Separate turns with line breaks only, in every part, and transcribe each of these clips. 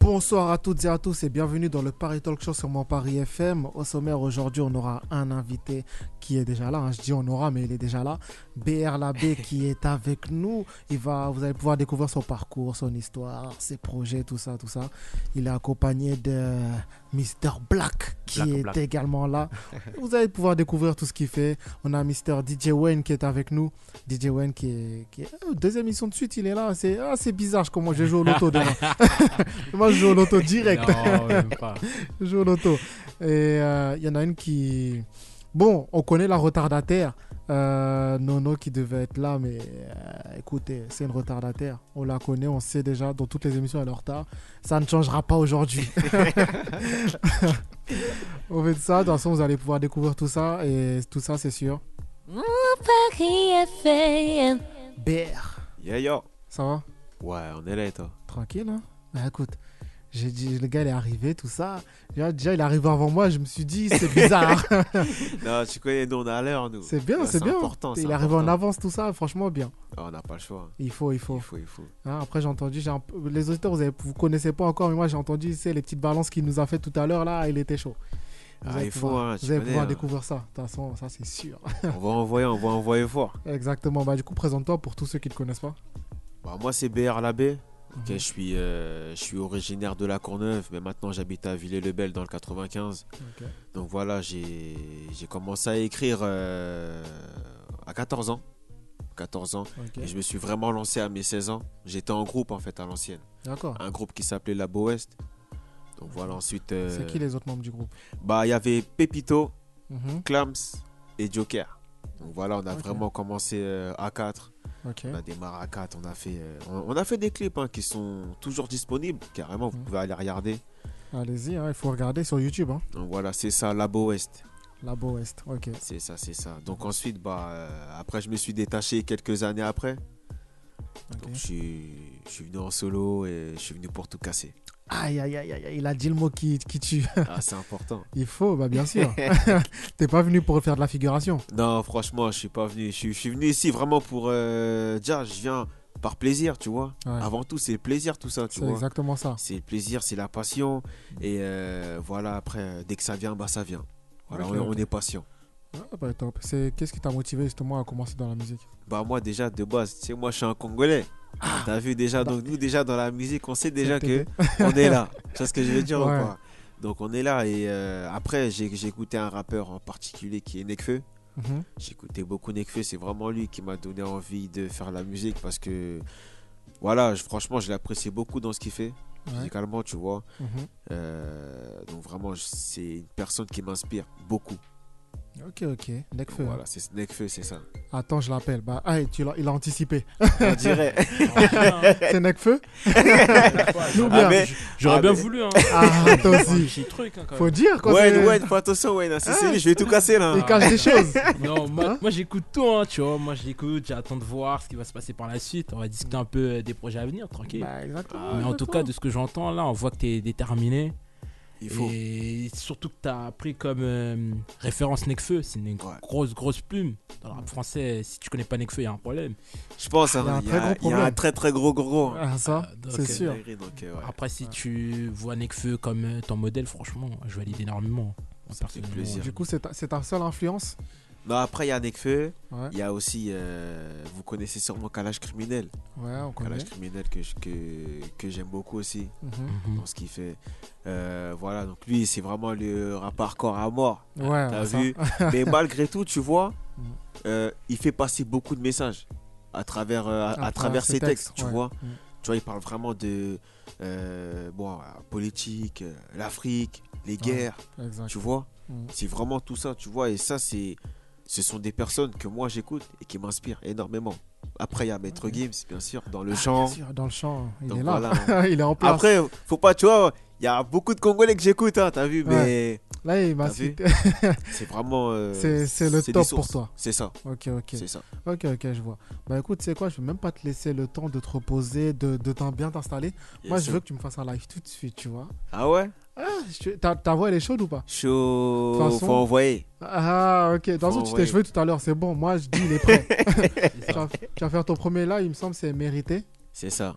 Bonsoir à toutes et à tous et bienvenue dans le Paris Talk Show sur mon Paris FM. Au sommaire aujourd'hui, on aura un invité qui est déjà là. hein. Je dis on aura, mais il est déjà là. BR Labé qui est avec nous. Il va, vous allez pouvoir découvrir son parcours, son histoire, ses projets, tout ça, tout ça. Il est accompagné de Mister Black qui
Black,
est
Black.
également là. vous allez pouvoir découvrir tout ce qu'il fait. On a Mister DJ Wayne qui est avec nous. DJ Wayne qui est, qui est- oh, deuxième émission de suite, il est là. C'est ah, c'est bizarre comment je joue au loto demain. Moi, je joue au loto direct.
Non, même pas.
je joue au loto. Et euh, il y en a une qui. Bon, on connaît la retardataire. Euh, Nono qui devait être là, mais euh, écoutez, c'est une retardataire. On la connaît, on sait déjà. Dans toutes les émissions, elle est en retard. Ça ne changera pas aujourd'hui. on fait de ça. De toute façon, vous allez pouvoir découvrir tout ça. Et tout ça, c'est sûr.
Mon Paris FM.
BR,
Yeah, yo.
ça va
Ouais, on est là et toi
tranquille. Hein bah écoute, j'ai dit, le gars il est arrivé, tout ça. Déjà, déjà, il est arrivé avant moi, je me suis dit, c'est bizarre.
Non, tu connais, nous on est à l'heure, nous.
c'est bien,
Ouais,
c'est bien.
important, Bah, c'est
il est arrivé en
important.
avance, tout ça, franchement, bien.
Ah, on n'a pas le choix.
Il faut, il faut.
Il faut, il faut.
Hein, après, j'ai entendu, j'ai un peu- les auditeurs, vous, avez- vous connaissez pas encore, mais moi j'ai entendu, c'est les petites balances qu'il nous a fait tout à l'heure, là, il était chaud. Vous
Ah,
allez
il faut,
pouvoir,
hein, tu
vous allez
connais,
pouvoir
hein.
découvrir ça, de toute façon, ça c'est sûr.
On va envoyer, on va envoyer fort.
Exactement, bah du coup, présente-toi pour tous ceux qui ne te connaissent pas.
Bah, moi, c'est BR Labbé. Ok,
Mhm.
je, suis, euh, je suis originaire de La Courneuve, mais maintenant j'habite à Villers-le-Bel dans le 95.
Ok.
Donc voilà, j'ai j'ai commencé à écrire euh, à 14 ans. 14 ans.
Ok.
Et je me suis vraiment lancé à mes 16 ans. J'étais en groupe en fait à l'ancienne.
D'accord.
Un groupe qui s'appelait La Ouest. Donc voilà, ensuite. euh,
C'est qui les autres membres du groupe
Bah, il y avait Pépito,
Mhm,
Clams et Joker. Donc voilà, on a
Ok.
vraiment commencé euh, à 4.
Ok.
On a démarré à 4. On a fait, euh, on, on a fait des clips hein, qui sont toujours disponibles. Carrément, vous
Mhm.
pouvez aller regarder.
Allez-y, hein, il faut regarder sur YouTube. Hein.
Donc voilà, c'est ça, Labo Ouest.
Labo Ouest, ok.
C'est ça, c'est ça. Donc ensuite, bah, euh, après, je me suis détaché quelques années après.
ok.
Donc je suis, je suis venu en solo et je suis venu pour tout casser.
Aïe, aïe, aïe, aïe, aïe, il a dit le mot qui, qui tue.
Ah, c'est important.
Il faut, bah bien sûr. T'es pas venu pour faire de la figuration.
Non, franchement, je suis pas venu. Je suis, je suis venu ici vraiment pour. euh, déjà, je viens par plaisir, tu vois.
Ouais.
Avant tout, c'est le plaisir, tout ça,
C'est
tu vois.
exactement ça.
C'est le plaisir, c'est la passion. Et euh, voilà, après, euh, dès que ça vient, bah ça vient. Voilà,
Ok,
on, on
ok.
est patient.
Ah, bah, top. C'est qu'est-ce qui t'a motivé justement à commencer dans la musique
Bah moi déjà de base, tu sais, moi je suis un Congolais.
Ah.
T'as vu déjà, donc nous déjà dans la musique, on sait déjà que
TD.
on est là. Tu vois ce que je veux dire
Ouais.
ou pas Donc on est là et euh, après j'ai j'ai écouté un rappeur en particulier qui est Nekfeu. Mm-hmm.
Mhm.
J'écoutais beaucoup Nekfeu, c'est vraiment lui qui m'a donné envie de faire la musique parce que voilà, je- franchement, je l'apprécie beaucoup dans ce qu'il fait
Ouais.
musicalement, tu vois.
Mhm.
Euh, donc vraiment, je- c'est une personne qui m'inspire beaucoup.
Ok, ok.
Donc
Nekfeu.
Voilà, c'est Nekfeu, c'est ça.
Attends, je l'appelle. Bah, ah, tu l'as- il a anticipé.
On dirait.
C'est Nekfeu Nous
Ah,
bien.
mais-
J'aurais
Ah,
bien
mais-
voulu. Hein.
Ah, toi
Un
aussi.
petit truc. Hein, quand
Faut
même.
dire quand
Wayne,
c'est-
Wayne, fais attention, Wayne. hein. Si c'est
Ah.
lui, je vais tout casser là.
Il cache des choses.
Ah,
Non, moi,
Hein
moi, j'écoute tout, hein, tu vois. Moi j'écoute, j'attends de voir ce qui va se passer par la suite. On va discuter un peu euh, des projets à venir, tranquille. Ah,
Bah, exactement.
Mais en tout cas,
exactement.
de ce que j'entends là, on voit que t'es déterminé.
Il faut.
Et surtout que t'as pris comme euh, référence Nekfeu. C'est une
Ouais.
grosse, grosse plume. Dans le rap français, si tu connais pas Nekfeu, il y a un problème.
Je pense, hein,
Il y a un
il y,
très gros
a- il y a un
problème.
très très gros gros gros. hein.
Ah, ça,
Ah, donc,
c'est
euh,
sûr.
Donc, euh, ouais.
Après, si tu vois Nekfeu comme euh, ton modèle, franchement, je valide énormément.
Ça fait
Personnellement,
plaisir.
Du coup, c'est ta, c'est ta seule influence
Non, après, il y a Nekfeu.
Ouais,
Il y a aussi, euh, vous connaissez sûrement Kalash Criminel.
ouais on connaît.
Kalash Criminel que, je- que, que j'aime beaucoup aussi
Mhm.
Mhm.
dans ce qu'il fait. Euh, voilà, donc lui, c'est vraiment le rap hardcore à mort.
Ouais,
T'as
Ah, bah ça.
vu Mais malgré tout, tu vois,
Mm.
euh, il fait passer beaucoup de messages à travers, euh, à, à travers ses textes, tu
ouais.
vois.
Mm.
Tu vois, il parle vraiment de euh, bon, euh, politique, euh, l'Afrique, les guerres,
Exact.
tu vois.
Mm.
C'est vraiment tout ça, tu vois. Et ça, c'est, ce sont des personnes que moi j'écoute et qui m'inspirent énormément. Après, il y a Maître Gims, bien sûr, dans le chant.
Ah, Bien sûr, Dans le champ, il
Donc
est là.
voilà.
il est en place.
Après, faut pas, tu vois, il y a beaucoup de Congolais que j'écoute, hein, t'as vu, mais
là, il m'a
t'as vu
cité.
c'est vraiment. euh,
C'est- c'est le
des
top pour
sources.
toi.
C'est ça,
Ok, ok.
c'est ça.
Ok, ok, je vois. Bah écoute, c'est quoi Je vais même pas te laisser le temps de te reposer, de, de t'en bien t'installer. Moi,
Yes,
je
sir.
veux que tu me fasses un live tout de suite, tu vois.
Ah ouais
Ah, je- ta, ta voix, elle est chaude ou pas De toute
Chaud,
façon-
faut envoyer.
Ah, ok. Dans ce
Bon,
tu t'es
ouais.
cheveux tout à l'heure, c'est bon. Moi, je dis, il est prêt. tu, vas, tu vas faire ton premier live, il me semble, c'est mérité.
C'est ça,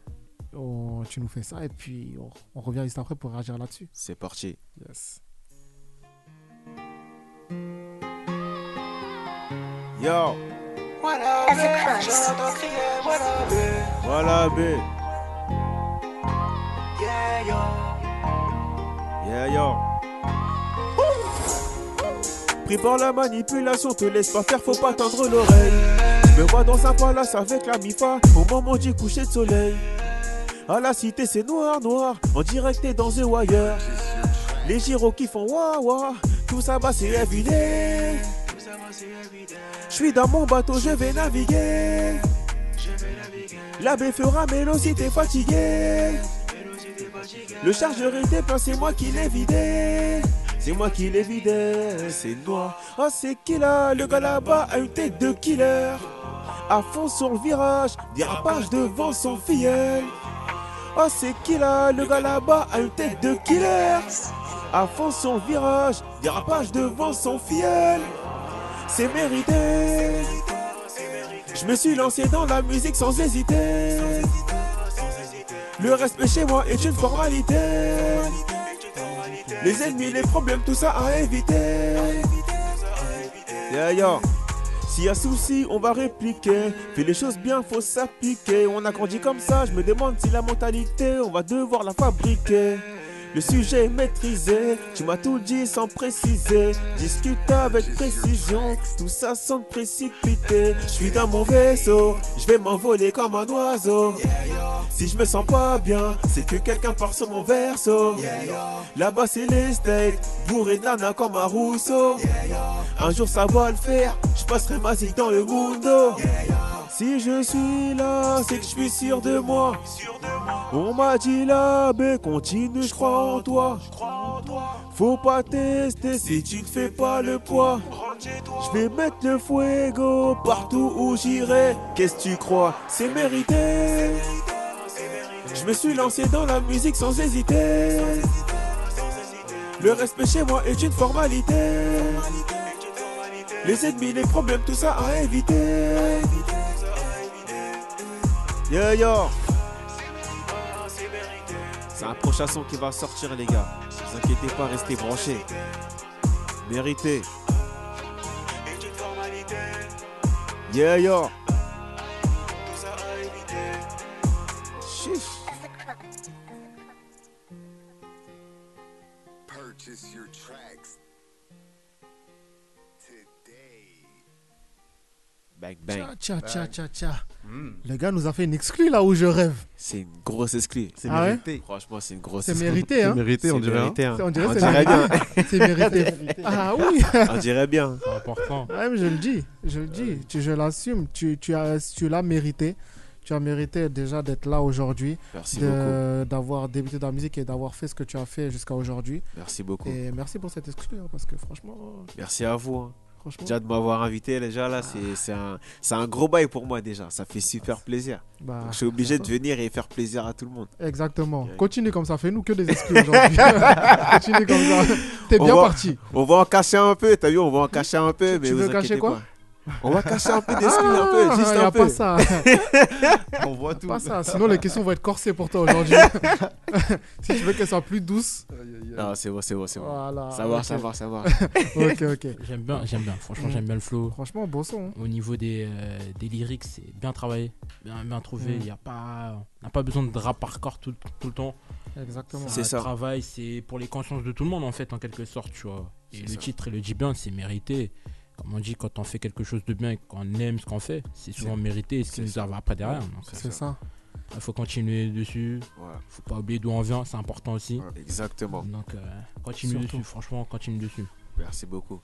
On- tu nous fais ça et puis on, on revient juste après pour réagir là-dessus.
c'est parti.
Yes.
Yo Voilà, B Yeah, yo Pris par la manipulation, te laisse pas faire, faut pas tendre l'oreille. Je me vois dans un palace avec la MIFA au moment du coucher de soleil. À la cité, c'est noir, noir, en direct t'es dans The Wire. Les gyros qui font wawa, tout ça bah c'est évident. Je suis dans mon bateau, je vais naviguer. L'abbé fera mélo si t'es fatigué. Le chargeur était plein, c'est moi qui l'ai vidé. C'est moi qui l'ai vidé, c'est noir. Oh, c'est qui là Le gars là-bas a une tête de killer. À fond sur le virage, dérapage devant son filleul. Oh, c'est qui là Le gars là-bas a une tête de killer. À fond sur le virage, dérapage devant son filleul c'est mérité. Je me suis lancé dans la musique sans hésiter. Le respect chez moi est une formalité. Les ennemis, les problèmes, tout ça à éviter. Yeah, yeah. S'il y a souci, on va répliquer. Fais les choses bien, faut s'appliquer. On a grandi comme ça, je me demande si la mentalité, on va devoir la fabriquer. Le sujet est maîtrisé, tu m'as tout dit sans préciser. Discute avec précision, tout ça sans te précipiter. Je suis dans mon vaisseau, je vais m'envoler comme un oiseau. Si je me sens pas bien, c'est que quelqu'un part sur mon verso. Là-bas c'est les steaks, bourré de nana comme un rousseau. Un jour ça va le faire, je passerai ma zig dans le mundo. Si je suis là, c'est que je suis sûr de moi. On m'a dit là, mais continue, je crois en toi. Faut pas tester si tu ne fais pas le poids. Je vais mettre le fuego partout où j'irai. Qu'est-ce que tu crois C'est mérité. Je me suis lancé dans la musique sans hésiter. Le respect chez moi est une formalité. Les ennemis, les problèmes, tout ça à éviter. Yo yo. C'est un prochain son qui va sortir, les gars. Ne vous inquiétez pas, restez branchés. Mérité. Yeah, yo. Chiche.
Purchase your tracks today.
Bang, bang.
Tcha, tcha, tcha, tcha, tcha.
Hmm.
Le gars nous a fait une exclue là où je rêve.
C'est une grosse exclue.
C'est
Ah ouais
mérité.
Franchement, c'est une grosse
C'est
exclue.
mérité,
C'est
hein
mérité, on
C'est
dirait. hein.
mérité, hein.
C'est- On dirait
On
que
dirait
c'est
bien.
mérité. C'est mérité. Ah oui
On dirait bien.
C'est important.
Ouais, mais je le dis, je le dis, tu- je l'assume. Tu, tu, as- tu l'as mérité. Tu as mérité déjà d'être là aujourd'hui,
Merci beaucoup.
de- d'avoir débuté dans la musique et d'avoir fait ce que tu as fait jusqu'à aujourd'hui.
Merci beaucoup.
Et merci pour cette exclu, hein, parce que franchement,
Merci à vous. hein.
franchement
Déjà de m'avoir invité, déjà là,
Ah.
c'est c'est un, c'est un gros bail pour moi déjà. Ça fait super plaisir.
bah,
Donc, je suis obligé de venir et faire plaisir à tout le monde.
Exactement.
Ok.
Continue comme ça, fais-nous que des exclus aujourd'hui. Continue comme ça. T'es
On
bien
va-
parti.
On va en cacher un peu, t'as vu, on va en cacher un peu, mais
tu
vous
veux cacher
inquiétez
quoi
pas. On va cacher un peu d'esprit, un peu, juste
Ah, y
un
a
peu.
pas ça.
On voit tout.
pas ça. Sinon, les questions vont être corsées pour toi aujourd'hui. si tu veux qu'elles soient plus douces.
Non, c'est bon, c'est bon, c'est bon.
Voilà.
ça va,
Ah, Ok.
ça va, ça va.
Ok, ok.
J'aime bien, j'aime bien. Franchement,
Mm.
j'aime bien le flow.
Franchement, bon son. hein.
Au niveau des, euh, des lyrics, c'est bien travaillé, bien, bien trouvé.
Mm.
Il y a pas, on n'a pas besoin de rap hardcore tout, tout le temps.
Exactement.
C'est ça.
Le travail, c'est pour les consciences de tout le monde en fait, en quelque sorte, tu vois. Et
C'est
le
ça.
titre, il le dit bien, c'est mérité. Comme on dit, quand on fait quelque chose de bien et qu'on aime ce qu'on fait, c'est souvent mérité et ce qui
c'est
nous
ça.
arrive après derrière. Donc,
C'est ça.
il faut continuer dessus,
Voilà,
faut pas oublier d'où on vient, c'est important aussi.
voilà, exactement.
Donc, euh, continue
Surtout.
dessus, franchement, continue dessus.
Merci beaucoup.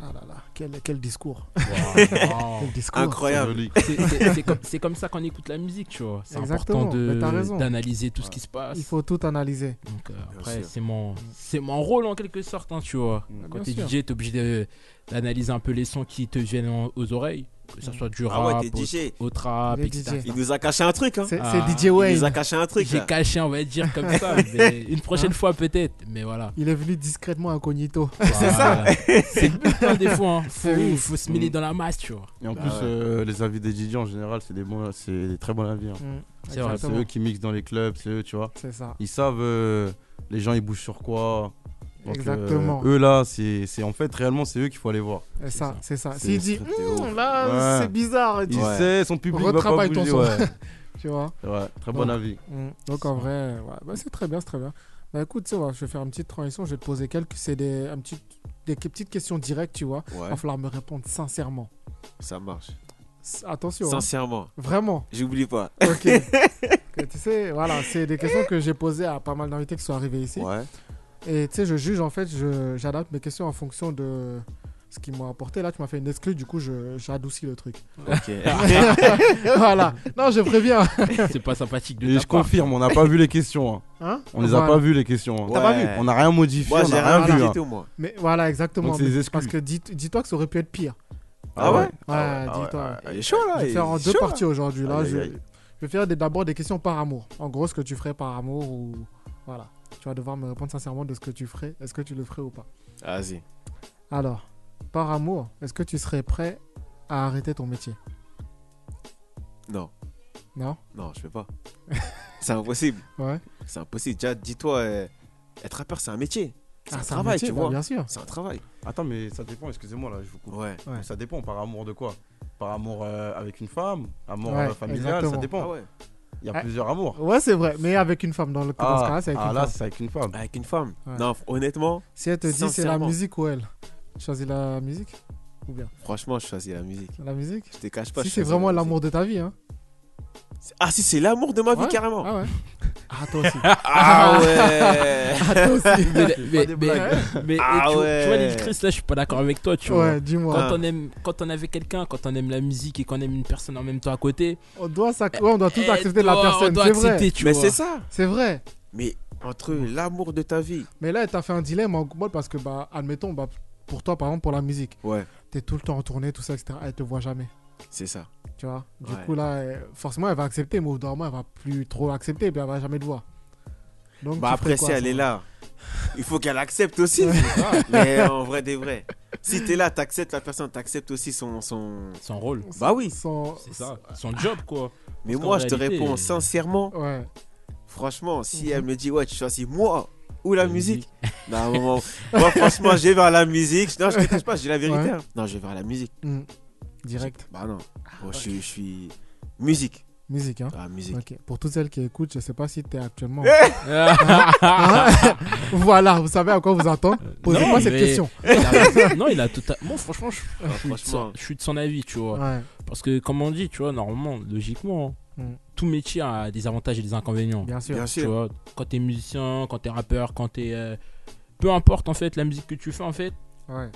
Ah là là, quel, quel discours.
Oh.
Wow.
Quel discours.
Incroyable.
Joli.
C'est- c'est- c'est comme, c'est comme ça qu'on écoute la musique, tu vois. C'est
Exactement,
important de-
mais t'as raison.
d'analyser tout ce qui se passe.
Il faut tout analyser.
Donc, euh,
Bien
après,
sûr.
c'est mon, c'est mon rôle en quelque sorte, hein, tu vois. Quand
bien
t'es
sûr.
DJ, t'es obligé de- d'analyser un peu les sons qui te viennent en- aux oreilles, que
Mm.
ça soit du
Ah
rap,
ouais, t'es DJ.
au, au trap,
Il est
etc.
DJ.
Il nous a caché un truc, hein.
C'est
Ah,
c'est DJ
Il nous a
Wayne.
caché un truc.
J'ai
Là.
caché, on va dire comme ça, mais une
Hein
prochaine fois peut-être, mais voilà.
Il est venu discrètement incognito.
C'est ça C'est le but, hein, des fois, hein. faut,
Oui.
faut se
Mm.
mêler dans la masse, tu vois.
Et en
Bah
plus,
ouais.
euh, les avis des DJ en général, c'est des, bons, c'est des très bons avis. hein.
Mm,
C'est
Ah,
vrai,
C'est
exactement.
eux qui mixent dans les clubs, c'est eux, tu vois.
C'est ça.
Ils savent euh, les gens, ils bougent sur quoi. Donc, euh,
Exactement.
eux là, c'est c'est- en fait réellement, c'est eux qu'il faut aller voir.
C'est ça, c'est ça.
c'est-
S'il dit,
c'est ouf.
Hum, là,
Ouais.
c'est bizarre, et
Il
tout,
Ouais.
sait, son public va pas
Retravaille ton
bouger.
son.
ouais.
tu vois.
Ouais, très bon
Ouais.
avis.
Mm. Donc en vrai, ouais, bah, c'est très bien, c'est très bien. Bah écoute, tu sais, ouais, je vais faire une petite transition, je vais te poser quelques, c'est des, un petit- des petites questions directes, tu vois. Il
Ouais,
va falloir me répondre sincèrement.
ça marche.
S- Attention, hein.
Sincèrement,
vraiment.
j'oublie pas.
Ok. Que tu sais, voilà, c'est des questions que j'ai posées à pas mal d'invités qui sont arrivés ici.
Ouais,
Et tu sais, je juge en fait, je- j'adapte mes questions en fonction de ce qu'ils m'ont apporté. Là, tu m'as fait une exclue, du coup, je- j'adoucis le truc.
ok.
voilà. Non, je préviens.
C'est pas sympathique de
Et
ta
je
part.
confirme, on n'a pas vu les questions. hein.
Hein
On les a
Voilà.
pas vu les questions. hein.
T'as pas vu
On n'a rien modifié,
Moi,
on
j'ai
n'a rien
rien
vu.
vu
hein.
du tout, moi.
Mais voilà, exactement.
Donc, c'est des
Mais-
exclus.
parce que dis- dis-toi que ça aurait pu être pire.
Ah ouais
Ouais,
Ah ouais,
dis-toi.
ah ouais,
Il est chaud, là.
Je vais
il
faire en
est
deux
chaud, là.
parties
hein.
aujourd'hui. Là,
Aïe,
je,
aïe, aïe.
je vais faire des- d'abord des questions par amour. En gros, ce que tu ferais par amour ou voilà. Tu vas devoir me répondre sincèrement de ce que tu ferais. Est-ce que tu le ferais ou pas
Ah, Vas-y.
Alors, par amour, est-ce que tu serais prêt à arrêter ton métier
Non,
Non
non, je peux pas. C'est impossible.
Ouais.
C'est impossible. Déjà, dis-toi, euh, être rappeur, c'est un métier. C'est
Ah,
un
c'est
travail,
métier,
tu
bah,
vois.
Bien sûr.
C'est un travail.
Attends, mais ça dépend, excusez-moi là, je vous coupe.
Ouais.
Ouais.
Ça dépend, par amour de quoi Par amour euh, avec une femme, amour
Ouais,
euh, familial,
exactement.
ça dépend.
Ah ouais.
Il y a
Ah.
plusieurs amours.
Ouais, c'est vrai. Mais avec une femme dans le dans ce cas-là, c'est avec
ah,
une
là,
femme.
c'est avec une femme.
Avec une femme.
Ouais.
Non, f- honnêtement,
Si elle te dit c'est la
sincèrement.
musique ou elle, tu choisis la musique ou bien
franchement, je choisis la musique.
la musique
Je te cache pas.
Si
je
c'est
choisis
vraiment
la musique.
l'amour de ta vie, hein.
Ah, si, c'est l'amour de ma vie,
Ouais.
carrément.
Ah ouais. Ah toi aussi.
Ah ouais.
Ah, toi aussi.
Mais, mais-
des
mais- mais-
Ah
tu, vois-
ouais.
tu vois, Lil Chris, là, je suis pas d'accord avec toi, tu vois. Ah.
ouais, dis-moi.
Quand on aime, quand on est avec quelqu'un, quand on aime la musique et qu'on aime une personne en même temps à côté,
On doit, sac- ouais, on doit tout
eh,
accepter de la
on doit- On
personne,
doit
c'est vrai.
accepter, tu
Mais
vois.
c'est ça.
C'est vrai.
Mais entre l'amour de ta vie.
Mais là, t'as fait un dilemme en mode parce que, bah, admettons, bah, pour toi, par exemple, pour la musique,
Ouais,
t'es tout le temps en tournée, tout ça, etc. Elle te voit jamais,
c'est ça.
tu vois. Du
Ouais.
coup, là, euh, forcément, elle va accepter, mais au bout d'un moment, elle va plus trop accepter, puis elle va jamais te voir. Donc,
Bah
tu ferais
après, si
quoi,
elle
ça
est là, il faut qu'elle accepte aussi. Mais en vrai, des vrais. Si t'es là, t'acceptes la personne, t'acceptes aussi son, son.
Son rôle,
Bah oui.
Sans-
c'est ça. Son job, quoi.
Mais
Parce qu'en
moi, je te
réalité,
réponds
euh,
sincèrement.
Ouais.
Franchement, si elle me dit, ouais, tu choisis moi ou la musique. Bah, à un moment. Moi, franchement, j'ai vers la musique. Non, je te cache pas, j'ai la vérité.
Ouais.
hein. Non, j'ai vers la musique.
Mm. Direct.
Bah non. Moi, je, suis- je suis. Musique.
Musique, hein.
Ah, musique. Eh!
Ok. Pour toutes celles qui écoutent, je sais pas si t'es actuellement.
Ah.
Hein voilà, vous savez à quoi vous attendre.
Non,
Posez-moi cette
mais-
question.
Il a raison. non, il a totalement. Franchement, je,
Ah,
je suis de
franchement.
son- je suis de son avis, tu vois.
Ouais.
Parce que, comme on dit, tu vois, normalement, logiquement, hein,
Mm.
tout métier a des avantages et des inconvénients.
Bien sûr.
Bien
Tu
sûr.
vois, quand t'es musicien, quand t'es rappeur, quand t'es. euh, peu importe en fait la musique que tu fais en fait,
Ouais.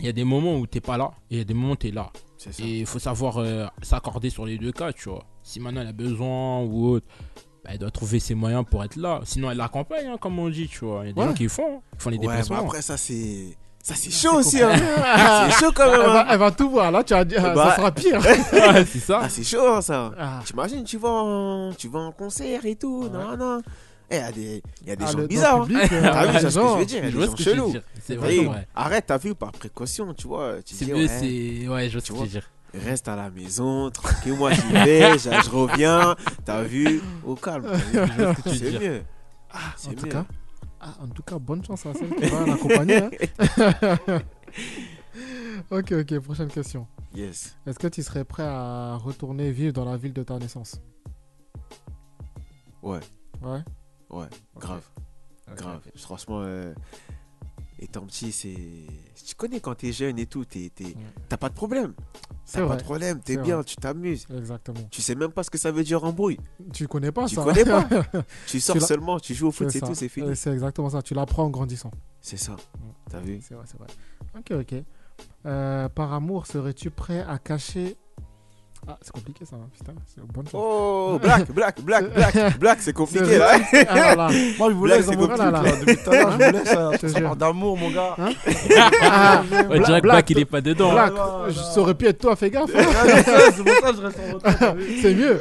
il y a des moments où t'es pas là et il y a des moments où t'es là.
C'est ça.
Et il faut savoir euh, s'accorder sur les deux cas, tu vois. Si maintenant elle a besoin ou autre, bah, elle doit trouver ses moyens pour être là. Sinon elle l'accompagne, hein, comme on dit, tu vois. Il y a des
Ouais.
gens qui le font, qui font les
Ouais, mais
déplacements. Ah,
après, ça, c'est. Ça, c'est chaud aussi. hein. C'est chaud quand
Elle
même.
va,
hein.
elle va tout voir, là tu as dit, ah,
Bah.
ça sera pire.
Ouais, c'est ça.
Ah, c'est chaud hein, ça.
Ah.
T'imagines, tu vas en, tu vas en concert et tout,
Ouais.
non, non. Eh, y a des, y a des
Ah,
gens
le- dans le
bizarres. hein.
public, euh,
T'as
les
vu, c'est ce que
gens-
je veux dire, y a
Je
des
vois
gens
ce que tu veux
chelous.
dire. C'est
Et
vrai. ouais.
Arrête ta vie par précaution, tu vois. Tu
C'est
dis,
mieux,
ouais,
c'est. Ouais, je vois ce
Tu
que tu veux
vois.
dire.
reste à la maison, tranquille, moi j'y vais, je, je reviens. T'as vu, au calme.
Je vois ce que tu veux
C'est
dire.
mieux.
En
C'est
tout,
mieux.
cas, ah, en tout cas, bonne chance à celle qui va l'accompagner. hein. ok, ok, prochaine question.
Yes.
Est-ce que tu serais prêt à retourner vivre dans la ville de ta naissance
Ouais,
Ouais.
grave, grave. Franchement, euh, étant petit, c'est. Tu connais quand t'es jeune et tout, t'es- t'es- t'as pas de problème.
Mm. C'est
T'as pas
vrai.
de problème, t'es
C'est
bien,
vrai.
tu t'amuses.
Exactement.
Tu sais même pas ce que ça veut dire embrouille.
Tu connais pas
Tu
ça
connais pas. Tu sors
Tu l'as-
seulement, tu joues au foot, c'est
ça.
tout, c'est fini.
Ouais, C'est exactement ça. Tu l'apprends en grandissant.
C'est ça. T'as vu
C'est vrai, c'est vrai. Ok, ok. Euh, par amour, serais-tu prêt à cacher. Ah, c'est compliqué ça, hein, putain, c'est une bonne chose.
Oh, black, black, black, black, black, c'est compliqué là.
Ah là là.
Moi, je vous
Black,
laisse,
c'est
mon
compliqué.
gars, là. Depuis tout à l'heure, je vous laisse. hein.
Je te
Ça
jure.
parle d'amour, mon gars.
Ah,
On dirait
Black,
que Black,
Black,
il est pas dedans.
Black,
là,
je-
là.
ça aurait pu être toi, fais gaffe. hein.
Ah, je sais, c'est pour ça que je reste en retard. t'as vu.
C'est mieux.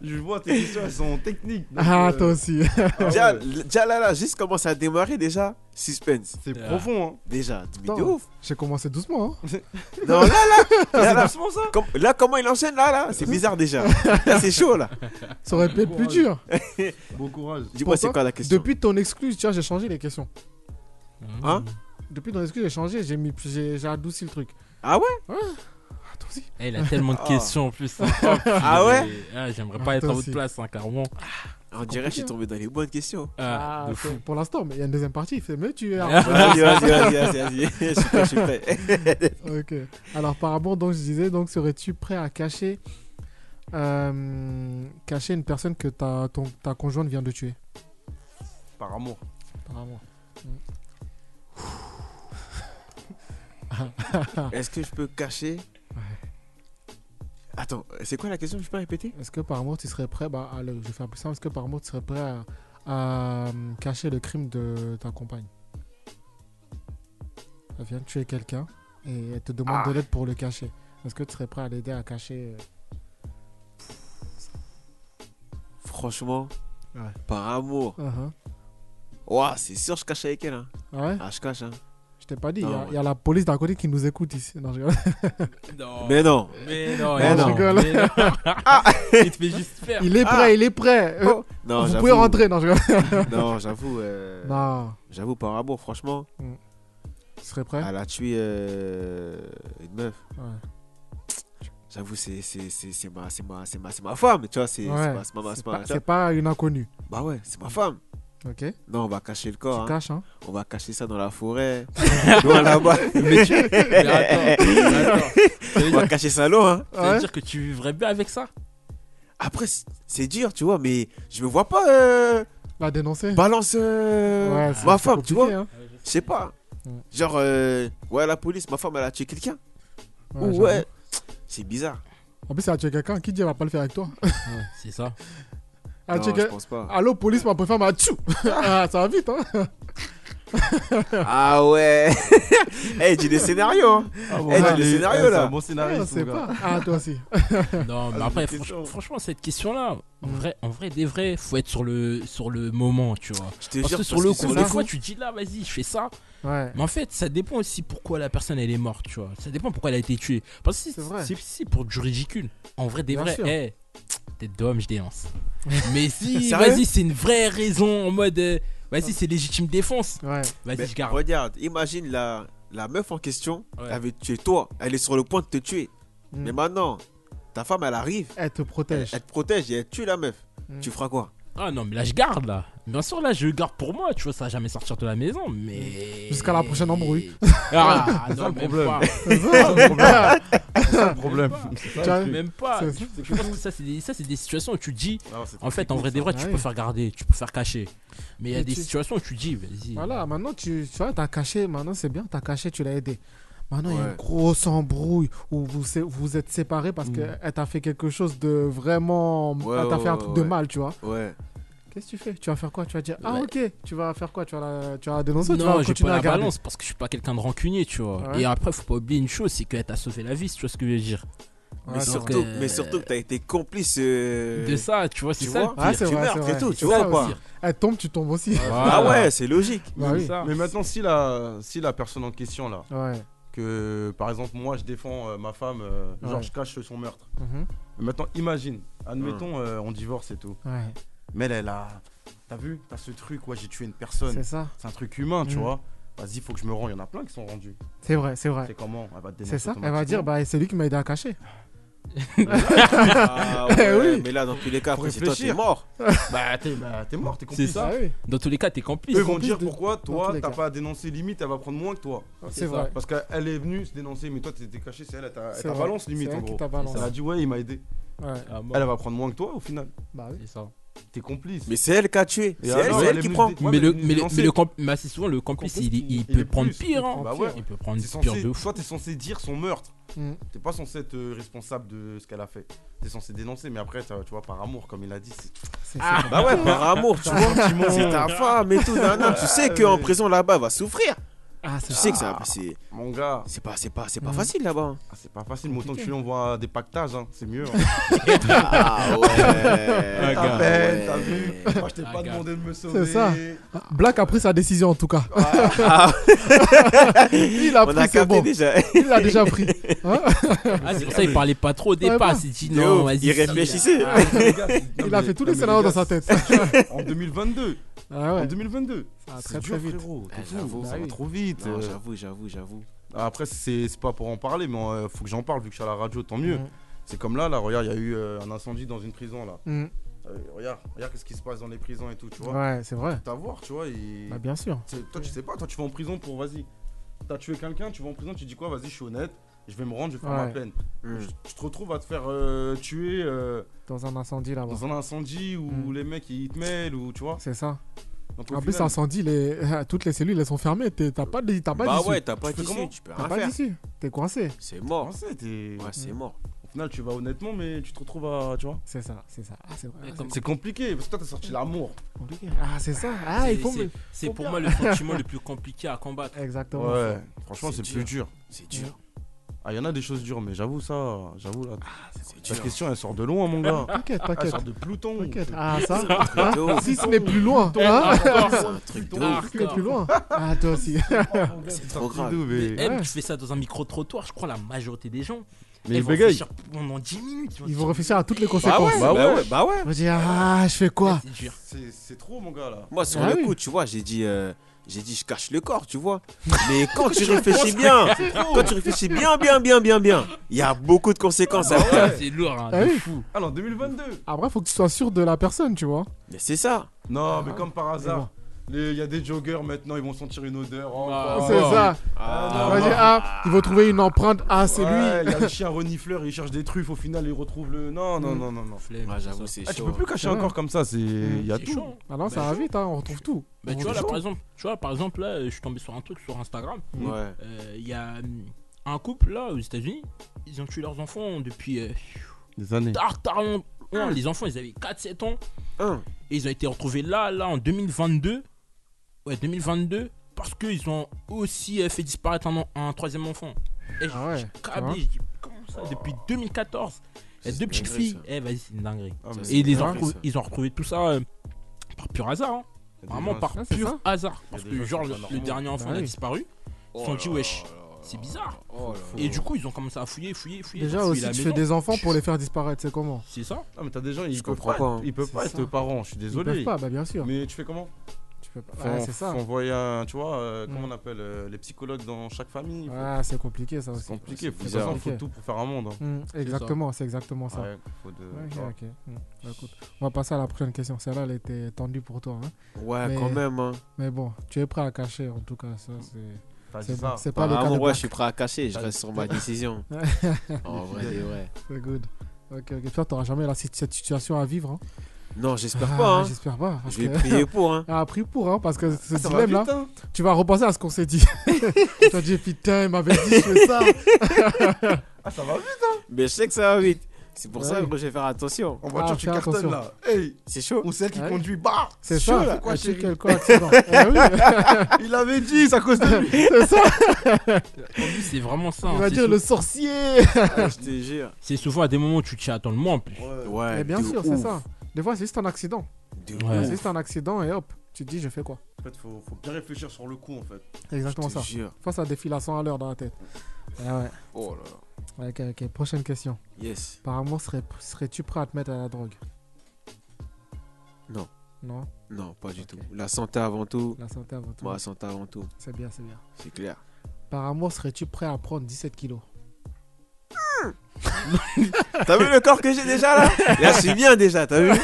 Je vois tes questions, elles sont techniques. donc,
Ah,
euh,
toi aussi.
Déjà, déjà là, là, juste commence à démarrer déjà. Suspense.
C'est
Ah.
profond,
Déjà, mais de
Attends.
ouf.
J'ai commencé doucement. hein.
Non, là, là, là,
hein.
là,
C'est doucement, ça
comme- là, comment il enchaîne là, là, c'est bizarre déjà. Là, c'est chaud là.
Ça aurait pu être plus dur.
Bon courage.
Dis-moi, c'est
Pourquoi
quoi la question
Depuis ton excuse, tu vois, j'ai changé les questions.
Hein
Depuis ton excuse, j'ai changé, j'ai mis, j'ai j'ai adouci le truc.
Ah ouais
Ah, toi aussi.
Eh, il a tellement de
Ah.
questions en plus.
Ah ouais
Ah, J'aimerais pas être à
Attends,
votre
si.
place, hein, carrément.
On dirait que je suis
Compliqué,
tombé dans les bonnes questions.
Ah,
Ah,
de
ok.
fou.
Pour l'instant, mais il y a une deuxième partie. Fais mieux, tu es.
Vas-y, vas-y, vas-y, vas-y, vas-y. Je suis prêt, je suis prêt.
ok. Alors, par rapport, donc, je disais, donc, serais-tu prêt à cacher, euh, cacher une personne que ta, ton, ta conjointe vient de tuer
Par amour.
Apparemment.
Est-ce que je peux cacher Attends, c'est quoi la question Je peux répéter
Est-ce que par amour, tu serais prêt bah, allez, Je vais faire plus simple. Est-ce que par amour, tu serais prêt à, à, euh, cacher le crime de ta compagne Bah, Elle vient de tuer quelqu'un et elle te demande
Ah.
de l'aide pour le cacher. Est-ce que tu serais prêt à l'aider à cacher euh,
Franchement,
Ouais.
par amour.
uh-huh.
Ouah, c'est sûr, je cache avec elle. Hein.
Ah ouais
Ah, je cache. Hein.
Je t'ai pas dit, il y,
Non,
a-
ouais.
il y a la police d'à côté qui nous écoute ici. Non, je rigole.
Non.
Oh. Mais non.
Mais non,
Mais
mais non.
non. Je rigole.
mais non. Il te fait juste faire.
Il est prêt, il est prêt. Euh,
Ah. Oh. Non,
vous
j'avoue.
pouvez rentrer, non, je rigole.
Non, j'avoue. euh,
Non,
J'avoue, par amour, franchement,
tu serais prêt
elle a tué euh, une meuf.
Ouais.
J'avoue, c'est c'est- c'est- c'est ma, c'est ma, c'est ma, c'est ma femme, tu vois. C'est c'est
Ouais.
ma, c'est
C'est
ma, bah, c'est
pas,
ma-
c'est pas une inconnue.
Bah ouais, c'est ma femme.
Ok Tu
Non, on va cacher le corps. hein.
caches, hein
On va cacher ça dans la forêt. loin là-bas.
Mais tu. Mais attends. mais attends. Ça veut
On va
dire-
cacher ça loin. hein.
ça veut
Ouais.
dire que tu vivrais bien avec ça
Après, c- c'est dur, tu vois, mais je me vois pas euh,
La dénoncer
balance euh,
Ouais, c'est-
ma
c'est
femme, tu vois.
compliqué, hein.
Je sais pas.
Ouais.
Genre, euh, ouais, la police, ma femme, elle a tué quelqu'un. Ou Ouais,
j'avoue.
c'est bizarre.
En plus, elle a tué quelqu'un. Qui dit elle va pas le faire avec toi
C'est ça.
Elle a
non,
tué
je
quelqu'un.
pense pas.
Allô, police, ma préfère m'a tchou Ah, Ça va vite, hein
Ah ouais. Eh, dis des scénarios. hein.
Ah, bon,
Eh,
là,
dans le
les-
scénario,
eh, c'est
là.
un bon
Ah,
scénario,
on sait pas. Ah, toi aussi.
Non, mais
j'ai
après,
des
franch-
questions.
franchement, cette question-là, en
Mm.
vrai, en vrai, des vrais, faut être sur le, sur le moment, tu vois.
Je te
Parce
jure,
que sur le coup,
ça,
des fois, tu dis là, vas-y, je fais ça.
Ouais.
Mais en fait, ça dépend aussi pourquoi la personne, elle est morte, tu vois. Ça dépend pourquoi elle a été tuée. Parce que
C'est vrai.
si- si si pour du ridicule. En vrai, des
Bien
vrais,
sûr.
eh, t'es d'homme, je dénonce. Mais si,
Sérieux
vas-y, c'est une vraie raison en mode, euh, vas-y, c'est légitime défense.
Ouais.
Vas-y,
Mais
je garde.
regarde, imagine la, la meuf en question
Ouais.
avait tué toi. Elle est sur le point de te tuer.
Mm.
Mais maintenant, ta femme, elle arrive.
Elle te
Elle,
protège.
elle te protège et elle tue la meuf.
Mm.
Tu feras quoi
Ah non, mais là, je garde, là. Bien sûr, là, je garde pour moi, tu vois, ça va jamais sortir de la maison, mais.
Jusqu'à la prochaine embrouille.
Ah,
ça,
non,
le
même
problème.
pas.
C'est ça.
le problème. C'est ça, le
Tiens,
truc.
Même pas.
C'est-
Tu- Je pense que ça, c'est des, ça, c'est des situations où tu dis,
Ah, c'est
en fait, en vrai, des vrais,
ça.
tu
Ah
peux
oui.
faire garder, tu peux faire cacher. Mais il y a
Mais
des
tu-
situations où tu dis, vas-y.
Voilà, maintenant tu, tu vois, t'as caché, maintenant c'est bien, t'as caché, tu l'as aidé. Maintenant, il y a
Ouais.
une grosse embrouille où vous sé- vous êtes séparés parce qu'elle t'a fait quelque chose de vraiment.
Mm. Ouais,
elle t'a
ouais,
fait un
ouais,
truc
ouais,
de
ouais.
mal, tu vois.
Ouais.
Qu'est-ce que tu fais Tu vas faire quoi Tu vas dire Ah,
Ouais.
ok, tu vas faire quoi Tu vas la, tu vas la dénoncer ou tu
Non,
vas
j'ai
continuer
pas
à
la
garder
balance parce que je suis pas quelqu'un de rancunier, tu vois.
Ouais.
Et après, faut pas oublier une chose, c'est qu'elle t'a sauvé la vie, si tu vois ce que je veux dire.
Ouais,
Mais
c'est
surtout,
vrai.
euh,
mais surtout que t'as été complice. euh,
De ça, tu vois, c'est
tu
ça.
vois
Ah, c'est
Tu
vrai,
meurs,
c'est
et tout,
vrai.
tu vois ou pas
Elle tombe, tu tombes aussi.
Ah ouais, c'est logique.
Bah oui.
Mais maintenant, si la, si la personne en question, là,
Ouais.
que par exemple, moi, je défends euh, ma femme, euh, genre,
Ouais.
je cache son meurtre.
Mhm.
Mais maintenant, imagine, admettons, euh, on divorce et tout.
Ouais,
Mais elle, elle a. T'as vu T'as ce truc, ouais, j'ai tué une personne.
c'est ça.
C'est un truc humain, tu
Mhm.
vois. Vas-y, faut que je me rende. Il y en a plein qui sont rendus.
C'est vrai, c'est vrai.
C'est comment Elle va te
C'est
dénoncer
ça Elle va dire
automatiquement.
Bah, c'est lui qui m'a aidé à cacher.
Ah ouais,
oui.
Mais là, dans tous les cas,
Faut
après, c'est toi, t'es
réfléchir.
mort.
Bah, t'es bah, t'es mort, t'es
C'est
complice.
ça.
Ah oui,
Dans tous les cas, t'es complice.
Eux vont
complice
dire
de-
pourquoi
dans tous
toi
les
t'as
cas.
pas à dénoncer limite elle va prendre moins que toi.
c'est
ça.
vrai.
Parce qu'elle est venue se dénoncer mais toi t'étais caché c'est elle elle t'a elle
C'est
t'a
vrai.
balance limite
C'est
en
elle qui
gros.
t'a balancé.
Elle a dit ouais il m'a aidé.
Ouais,
Ah, mort.
Elle elle va prendre moins que toi au final.
bah oui.
C'est ça.
t'es complice.
Mais c'est elle qui a tué.
Et
C'est elle,
alors,
c'est
elle
elle
est
qui
venue
prend.
se dé- Ouais,
mais,
mais
le,
nous
mais, le-
lancer-
mais le comp- mais assez souvent, le complice,
complice,
il, il,
il- il
peut
est
prendre
plus, il
pire.
prend
hein.
Bah ouais.
Il peut prendre
T'es
pire
censé,
deux fois.
toi, t'es censé dire son meurtre.
Mm.
T'es pas censé être euh, responsable de ce qu'elle a fait. T'es censé dénoncer, mais après, t'as- tu vois, par amour, comme il a dit. c'est-
C'est- c'est-
Ah,
Bah ouais, par amour, tu vois. C'est ta femme et tout. nan, nan. Tu sais qu'en prison là-bas, elle va souffrir.
Ah,
Tu
c'est
sais que ça- c'est
Mon gars,
c'est pas, c'est pas, c'est pas
Mhm.
facile là-bas. hein.
ah, c'est pas facile, mais autant que tu lui envoies des pactages, hein, c'est mieux. hein.
Ah ouais.
T'as
gars.
peine,
ouais.
t'as vu Moi, je t'ai
Ah,
pas
gars.
demandé de me sauver.
ça. Black a pris sa décision en tout cas. Il a
On a
pris, c'est
capté
bon.
déjà.
Il l'a déjà pris. Hein
Ah, c'est pour ça, il parlait pas trop au
Ouais,
départ.
ouais.
Il dit
Yo,
non, vas-y.
il
si, là.
réfléchissait.
Ah, les gars, c'est- non,
Il a
mais-
fait tous
non,
les
mais
scénarios
gars,
dans sa tête.
c'est- En 2022.
Ah
En
ouais,
2022.
ça va
C'est
très
dur,
très vite. Eh,
frérot, t'es
Ah,
fou,
j'avoue,
ça
bah
va
oui.
trop vite.
Non,
euh.
J'avoue, j'avoue, j'avoue.
Ah, Après, c'est c'est pas pour en parler, mais euh, faut que j'en parle vu que je suis à la radio, tant mieux.
Mm.
C'est comme là, là, regarde, il y a eu euh, un incendie dans une prison, là.
Mm.
Euh, regarde, regarde qu'est-ce qui se passe dans les prisons et tout, tu vois.
Ouais, c'est vrai.
T'as à voir, tu vois. et-
Bah, bien sûr.
c'est- Toi, tu sais pas, toi, tu vas en prison pour, vas-y. T'as tué quelqu'un, tu vas en prison, tu dis quoi, vas-y, je suis honnête, je vais me rendre, je vais faire
Ouais.
ma peine.
Mm.
Je- Tu te retrouves à te faire euh, tuer euh,
Dans un incendie là-bas.
dans un incendie où
Mm.
les mecs ils te mêlent ou tu vois.
C'est ça.
Donc, au
En plus,
final,
incendie, les... toutes les cellules elles sont fermées. T'es- T'as pas d'issue. T'as pas
Bah
d'issue.
ouais, t'as pas
Tu fais
d'issue,
comment
tu peux
T'as
rien
pas
faire.
d'issue. T'es coincé.
C'est mort.
français, t'es-
Ouais, c'est mort.
Au final, tu vas honnêtement, mais tu te retrouves à, tu vois.
C'est ça, c'est ça. Ah, c'est vrai.
Ouais, comme-
C'est compliqué parce que toi t'as
Mm.
sorti l'amour.
Ah, c'est ça. Ah,
c'est-
il faut.
c'est-
me-
C'est
faut
pour
bien.
moi le sentiment le plus compliqué à combattre.
Exactement.
Ouais, franchement
C'est
c'est plus dur.
C'est dur.
Ah, y'en a des choses dures, mais j'avoue ça, j'avoue là.
C'est
Ta
dur.
question elle sort de loin, mon gars.
T'inquiète,
Elle
Ah, t'inquiète.
sort de Pluton.
T'inquiète. Ah, ça.
De ouf.
Si ce n'est plus loin. hein
C'est un truc de ouf.
Si ce n'est plus loin. Ah, toi aussi.
C'est
trop
Ah,
grave.
Mais,
Eh, mais
Ouais.
tu fais ça dans un micro-trottoir, je crois la majorité des gens.
mais
elles
il
vont
bégaye.
réfléchir pendant 10 minutes.
Ils
se
vont
dire,
réfléchir à toutes les
Bah
conséquences.
ouais, bah ouais, bah ouais.
Ils vont dire Ah, je fais quoi
C'est dur.
C'est c'est trop, mon gars là.
Moi, sur
Ah
le
oui.
coup, tu vois, j'ai dit, euh, j'ai dit, je cache le corps, tu vois. Mais quand tu réfléchis bien, quand tu réfléchis bien, bien, bien, bien, bien, il y a beaucoup de conséquences. à-
C'est lourd, hein,
Ah
de
oui.
fou.
Alors 2022.
Après, faut que tu sois sûr de la personne, tu vois.
Mais c'est ça.
Ah,
Non, mais comme
eh
par hasard. Il y a des joggers maintenant, ils vont sentir une odeur. Oh,
Ah,
oh.
c'est ça.
Ah,
On va
non.
dire, ah, ils vont trouver une empreinte. Ah, c'est
Ouais,
lui.
Il y a le chien renifleur, il cherche des truffes, au final il retrouve le. Non,
Mm.
non, non, non, non.
Flemme,
Ah,
tout ça.
j'avoue, c'est
Ah, tu
chaud.
peux plus cacher
Ouais.
un corps comme ça, c'est. Il y a
C'est
tout.
chaud.
Ah non, ça
Bah,
va
je-
vite, hein, on retrouve tout.
Bah,
On
tu vois, là,
retrouve
par exemple, tu vois, par exemple, là, je suis tombé sur un truc sur Instagram.
hein. Ouais.
Euh, Il y a hum, un couple, là, aux États-Unis. Ils ont tué leurs enfants depuis euh,
Des années.
tard, tard long-
Hein.
long. Les enfants, ils avaient 4-7 ans.
Hein.
Et ils ont été retrouvés là, là, en 2022. Ouais, 2022. Parce qu'ils ont aussi euh, fait disparaître un, en- un troisième enfant. Et je-
Ah ouais,
je
tu
câblais,
vois.
je dis, comment ça Depuis 2014. Il y a
C'est
deux petites
dinguerie,
filles.
ça.
Eh, vas-y, c'est une dinguerie.
Ah, mais
Ça,
Et
c'est
ils ont,
dingue,
retrou-
ça.
ils ont retrouvé tout ça euh, par pur hasard. hein.
c'est-
Vraiment par
Ah, c'est
pur
ça.
hasard. Parce
des
que
gens
genre
qui
le,
sont
le
normaux.
dernier enfant
Bah
il a
oui.
disparu. Ils se sont dit wesh, c'est bizarre. Et du coup ils ont commencé à fouiller, fouiller, fouiller.
Déjà
fouiller
aussi,
la
tu fais
maison.
des enfants pour les faire disparaître, c'est comment
C'est ça
Ah, mais t'as des gens, ils
Je
peuvent
comprends
pas,
pas, hein.
ils peuvent
C'est
pas être
ça.
parents, je suis
Ils
désolé.
peuvent pas, bah bien sûr.
Mais tu fais comment
Tu peux pas.
Faut,
Ouais, c'est ça.
faut envoyer un, tu vois, euh, comment
Mm.
on appelle euh, les psychologues dans chaque famille. faut-
Ouais, c'est compliqué ça
C'est
aussi.
compliqué, faut, de toute
bizarre.
façon, faut
Ok.
tout pour faire un monde. hein.
Hmm, Exactement, c'est exactement ça.
Ouais, faut de-
Ouais,
tu
ok,
vois.
ok. Hmm. Bah, écoute, on va passer à la prochaine question. Celle-là, elle était tendue pour toi. hein.
Ouais,
Mais-
quand même. Hein.
Mais bon, tu es prêt à cacher, en tout cas. Ça, c'est
T'as
c'est
dit
bon.
Bah, ça.
C'est pas
Par
le cas de
amour, Bah, ouais,
Black.
je suis prêt à cacher. Je reste sur ma décision.
Ouais.
En vrai, c'est vrai.
C'est good. Ok, ok. Toi, t'auras jamais la, sit- cette situation à vivre. hein.
Non, j'espère
Ah,
pas. Hein.
J'espère pas. Parce
Je vais
que...
prier pour. Hein.
Ah, pris pour, hein, parce que ce
Ça va
dilemme-là,
vite, hein.
tu vas repenser à ce qu'on s'est dit. tu vas dire, putain, il m'avait dit, je fais ça.
Ah, ça va vite.
Mais je sais que ça va vite. C'est pour ça
Ouais.
que je vais faire attention.
En
Ah,
voiture, tu
fais
cartonnes
attention.
là. Hey,
C'est chaud.
ou celle qui
Ouais.
conduit, bah
C'est
chaud,
ça,
là, quoi,
elle tue
chérie
quelqu'un accident. Eh oui,
Il avait dit, c'est à cause de lui.
c'est ça,
En plus c'est vraiment ça.
il
hein.
va
C'est
dire
sou-
le sorcier.
Ouais, je te jure.
C'est souvent à des moments où tu t'y attends le moins. en plus.
Ouais.
Mais bien
de
sûr, c'est
ouf,
ça. Des fois, c'est juste un accident.
de
Ouais.
C'est
ouf.
juste un accident et hop, tu te dis, je fais quoi
En fait, faut, faut bien réfléchir sur le coup, en fait.
C'est exactement
Je te
ça.
jure.
Fois, ça défile à 100 à l'heure dans la tête. Ah ouais.
Oh là là.
Ok, ok. Prochaine question.
Yes.
Par amour, serais- serais-tu prêt à te mettre à la drogue
Non.
Non,
Non, pas du
Ok.
tout. La santé avant tout.
la santé avant tout.
Moi, la santé avant tout.
C'est bien, c'est bien.
C'est clair.
Par amour, serais-tu prêt à prendre 17 kilos
T'as vu le corps que j'ai déjà là Là, je suis bien déjà, t'as vu là,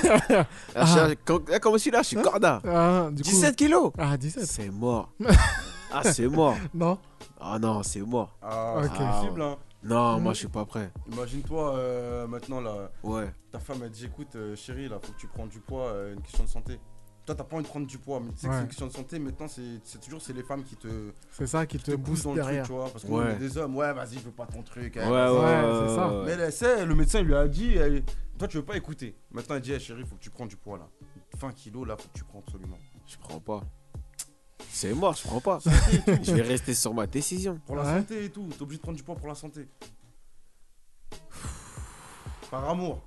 je suis- quand- là, comme je suis là, je suis corda.
Ah, du coup.
17 Hein? kilos
Ah, 17
C'est mort. Ah, c'est mort.
Non
Ah non, c'est mort.
Ah,
Ok.
c'est possible, hein.
Non, moi je suis pas prêt.
Imagine-toi euh, maintenant là,
Ouais.
ta femme elle dit écoute euh, chérie là, faut que tu prennes du poids, euh, une question de santé. Toi t'as pas envie de prendre du poids, mais tu sais que
Ouais.
c'est une question de santé. Maintenant c'est c'est toujours c'est les femmes qui te,
C'est ça qui te,
te poussent
booste
dans le truc,
derrière.
tu vois. Parce qu'on
Ouais.
est des hommes, ouais vas-y je veux pas ton truc.
Ouais,
hein,
ouais,
vas-y.
ouais,
c'est ça.
ouais, ouais.
Mais elle, elle sait, le médecin il lui a dit, elle, toi tu veux pas écouter. Maintenant elle dit hey, chérie faut que tu prennes du poids là, 20 kilos là faut que tu prends absolument.
Je prends pas. C'est mort, je prends pas. je vais rester sur ma décision.
Pour la
Ouais.
santé et tout, t'es obligé de prendre du poids pour la santé. Par amour.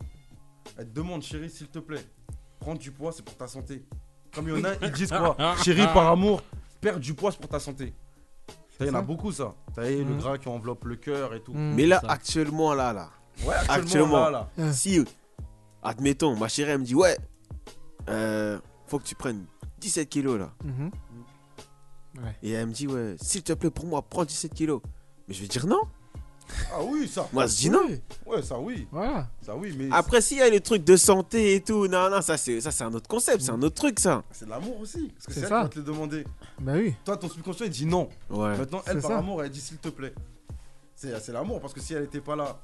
Elle te demande, chérie, s'il te plaît, prends du poids, c'est pour ta santé. Comme il y en a, ils disent quoi Chérie, par amour, perds du poids, c'est pour ta santé. Ça, Il y en a
ça.
beaucoup, ça. T'as vu, le
Mhm.
gras qui enveloppe le cœur et tout.
Mm.
Mais là,
Ça.
actuellement, là, là,
Ouais, actuellement,
Actuellement.
là, là.
si, admettons, ma chérie, elle me dit, ouais, euh, faut que tu prennes 17 kilos, là.
Mhm.
Et elle me dit, ouais, s'il te plaît, pour moi, prends 17 kilos. Mais je vais dire non.
Ah oui, ça.
Moi, je dis non.
Ouais, ça oui.
Voilà.
Ça oui, mais
Après, s'il y a les trucs de santé et tout, non, non, ça, c'est ça, c'est un autre concept, c'est un autre truc, ça.
Bah, c'est de l'amour aussi. Parce que
C'est
c'est elle qui
ça.
va te le demander.
Bah oui.
Toi, ton subconscient, il dit non.
Ouais.
Maintenant, elle,
C'est
par
ça.
amour, elle dit s'il te plaît. C'est c'est l'amour, parce que si elle était pas là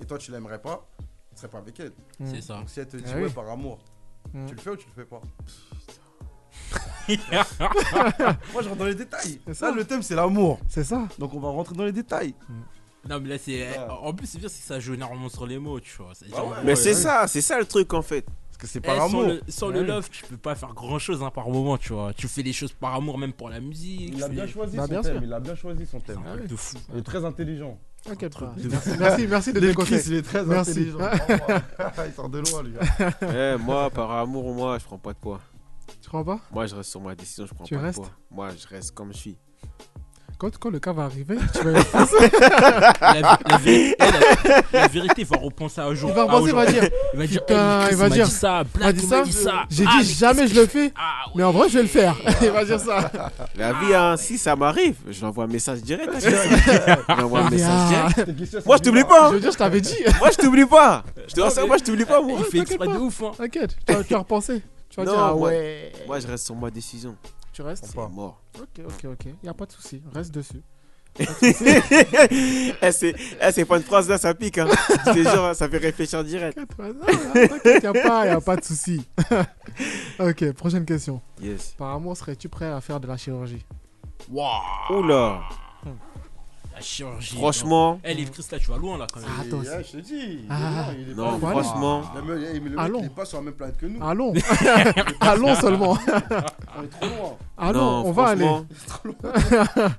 et toi tu l'aimerais pas, tu serais pas avec elle.
Mm.
C'est ça.
Donc si elle te dit
Ah
ouais
oui.
par amour,
Mm.
tu le fais ou tu le fais pas Moi je rentre dans les détails.
C'est ça.
Là, le thème c'est l'amour.
C'est ça.
Donc on va rentrer dans les détails.
Non, mais là, c'est.
Ah.
En plus, c'est bien, c'est que ça joue énormément sur les mots, tu vois. C'est-
Bah ouais.
Mais c'est ça, c'est ça le truc, en fait.
Parce que c'est
Eh,
par
sans
amour.
le, sans le
Ouais.
love, tu peux pas faire grand chose par moment, tu vois. Tu fais les choses par amour, même pour la musique.
Il a
tu
bien
fais-
choisi
Bah,
son
bien
thème.
sûr. Ah
Il a bien choisi son
C'est
thème.
un truc de fou.
Il est très intelligent.
T'inquiète pas. Ah, Merci, merci, merci de
Le
me
Chris,
conseiller.
il est très
Merci.
intelligent. il sort de loin, lui. hein.
Eh, moi, par amour, moi, je prends pas de poids.
Tu crois pas
Moi, je reste sur ma décision, je prends
Tu
pas
restes
de poids. Moi, je reste comme je suis.
quand, quand le cas va arriver, tu vas
La, la vé- eh, la- la vérité, il va repenser à un jour.
il va
à
repenser, il va
aujourd'hui.
dire.
Il va dire,
Putain,
eh,
il
Chris,
va
il m'a
dire-
dit ça,
m'a
Black,
dit
il m'a
ça,
dit ça.
J'ai
Ah, mais
dit jamais
qu'est-ce
je le
que-
fais.
Ah, ouais.
Mais en vrai, je vais le faire. Il va dire ça.
La vie, hein, si ça m'arrive, je l'envoie un message direct. hein, à quelqu'un. Je l'envoie un
Il dit,
message direct.
ah,
Moi, je t'oublie pas.
Je
hein.
veux dire, je t'avais dit.
Moi, je t'oublie pas. Je te rassure, moi, je t'oublie pas, moi.
Il fait exprès de ouf, hein.
T'inquiète, Ah, tu vas- tu vas repenser. Tu vas
Non,
dire, ah
moi-
ouais.
Moi, je reste sur ma décision.
Tu restes
C'est mort.
Ok, ok, ok. Y a pas de souci. Reste dessus.
eh, c'est eh, c'est pas une phrase là, ça pique. Hein. Je te jure, hein, ça fait réfléchir direct.
T'inquiète, y a pas, y a pas de souci. ok, prochaine question.
Yes.
Par amour, serais-tu prêt à faire de la chirurgie
Waouh,
Oula.
la chirurgie.
Franchement,
Eh, Liv Chris, là, tu vas loin, là, quand même.
Ah, attends,
Eh, je te dis.
Ah.
il est loin,
non,
il est pas-
Voilà.
franchement.
Le mec, eh, mais le mec,
Allons. Ah.
il est pas sur la même planète que nous.
Allons, allons seulement.
On est trop loin.
Allons,
non,
Ah on va aller.
franchement.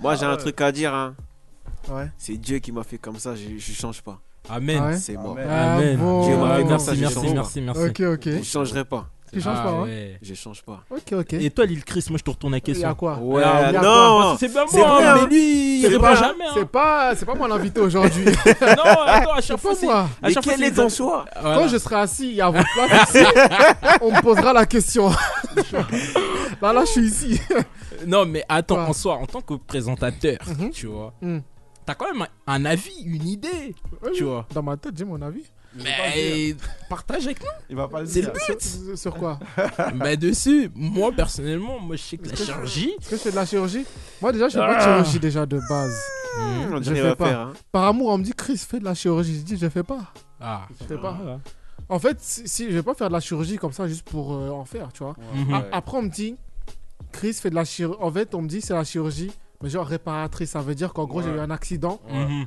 Moi, j'ai un truc à dire. Hein.
Ouais.
C'est Dieu qui m'a fait comme ça, je, je change pas.
Amen.
Ah ouais
C'est mort.
Amen.
Amen.
Ah bon.
Dieu m'a
Ah,
fait comme
merci,
ça, je
merci,
change pas.
merci, merci.
Ok, ok.
Je changerai pas.
Tu changes
Ah
pas, hein
ouais.
Je change pas.
Ok, ok.
Et toi, Lil Chris, moi, je te retourne la
Il y a
question.
quoi
Ouais,
Ah, il y a
non.
C'est bien
C'est
moi,
vrai,
hein,
mais lui, il
C'est
répond
pas
jamais.
jamais.
C'est
hein.
pas, c'est pas moi l'invité aujourd'hui.
Non, attends, à chaque
C'est
fois,
pas
c'est.
moi.
à
Mais
chaque fois,
quel
c'est Mmh,
est
les
ton
autres.
choix
Voilà.
Quand je serai assis à votre place ici, on me posera la question. Là, là, je suis ici.
Non, mais attends,
Quoi
en soi, en tant que présentateur,
Mhm.
tu vois,
Mhm.
t'as quand même un, un avis, une idée, tu vois.
Dans ma tête, j'ai mon avis.
Mais partage avec nous.
Il va pas le
C'est
dire.
Sur, sur quoi
bah, dessus, moi, personnellement, moi, je sais que la chirurgie.
Est-ce que je fais de la chirurgie Moi, déjà, je fais pas de chirurgie déjà de base.
On
Je
dirait
sais
va
pas.
faire. hein.
Par amour, on me dit Chris, fais de la chirurgie. Je dis, je fais pas.
Ah.
Je fais pas. En fait, si, si, je vais pas faire de la chirurgie comme ça juste pour euh, en faire, tu vois.
Mhm.
A- Après, on me dit, Chris fait de la chirurgie. En fait, on me dit, c'est la chirurgie, mais genre réparatrice. Ça veut dire qu'en gros, j'ai eu un accident.
Mhm.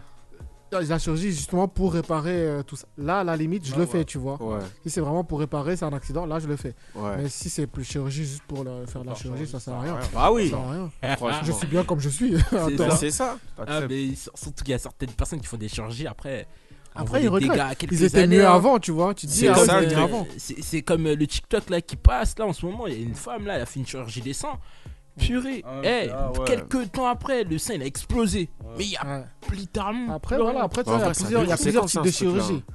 J'ai la chirurgie justement pour réparer euh, tout ça. Là, à la limite, je
Ah
le
ouais.
fais, tu vois.
Ouais,
Si c'est vraiment pour réparer, c'est un accident, là, je le fais.
ouais.
Mais si c'est plus chirurgie juste pour le- faire de la chirurgie, ça sert à rien.
Bah
Ça
oui,
sert à rien.
franchement.
Je suis bien comme je suis.
Ben,
Attends.
C'est ça.
Ah,
T'acceptes.
mais sur- surtout qu'il y a certaines personnes qui font des chirurgies après. on
Après,
voit
ils
des
regrettent.
dégâts à quelques
Ils étaient
années,
mieux
hein.
avant, tu vois. Tu te dis,
C'est
ah,
ça,
ouais,
le
mais
truc.
avant.
C'est c'est comme euh, le TikTok là qui passe là en ce moment. Il y a une femme là, elle a fait une chirurgie des seins. Purée.
Ah,
Eh,
ah, ouais.
quelques temps après, le sein il a explosé. Mais il y a
Ouais.
littéralement.
Après,
plus
voilà,
rien.
après, tu
Bah,
vois, il y a
en vrai, ça a
plusieurs, il y a
des
plusieurs
conséquences,
types de
hein, ce truc-là.
chirurgie.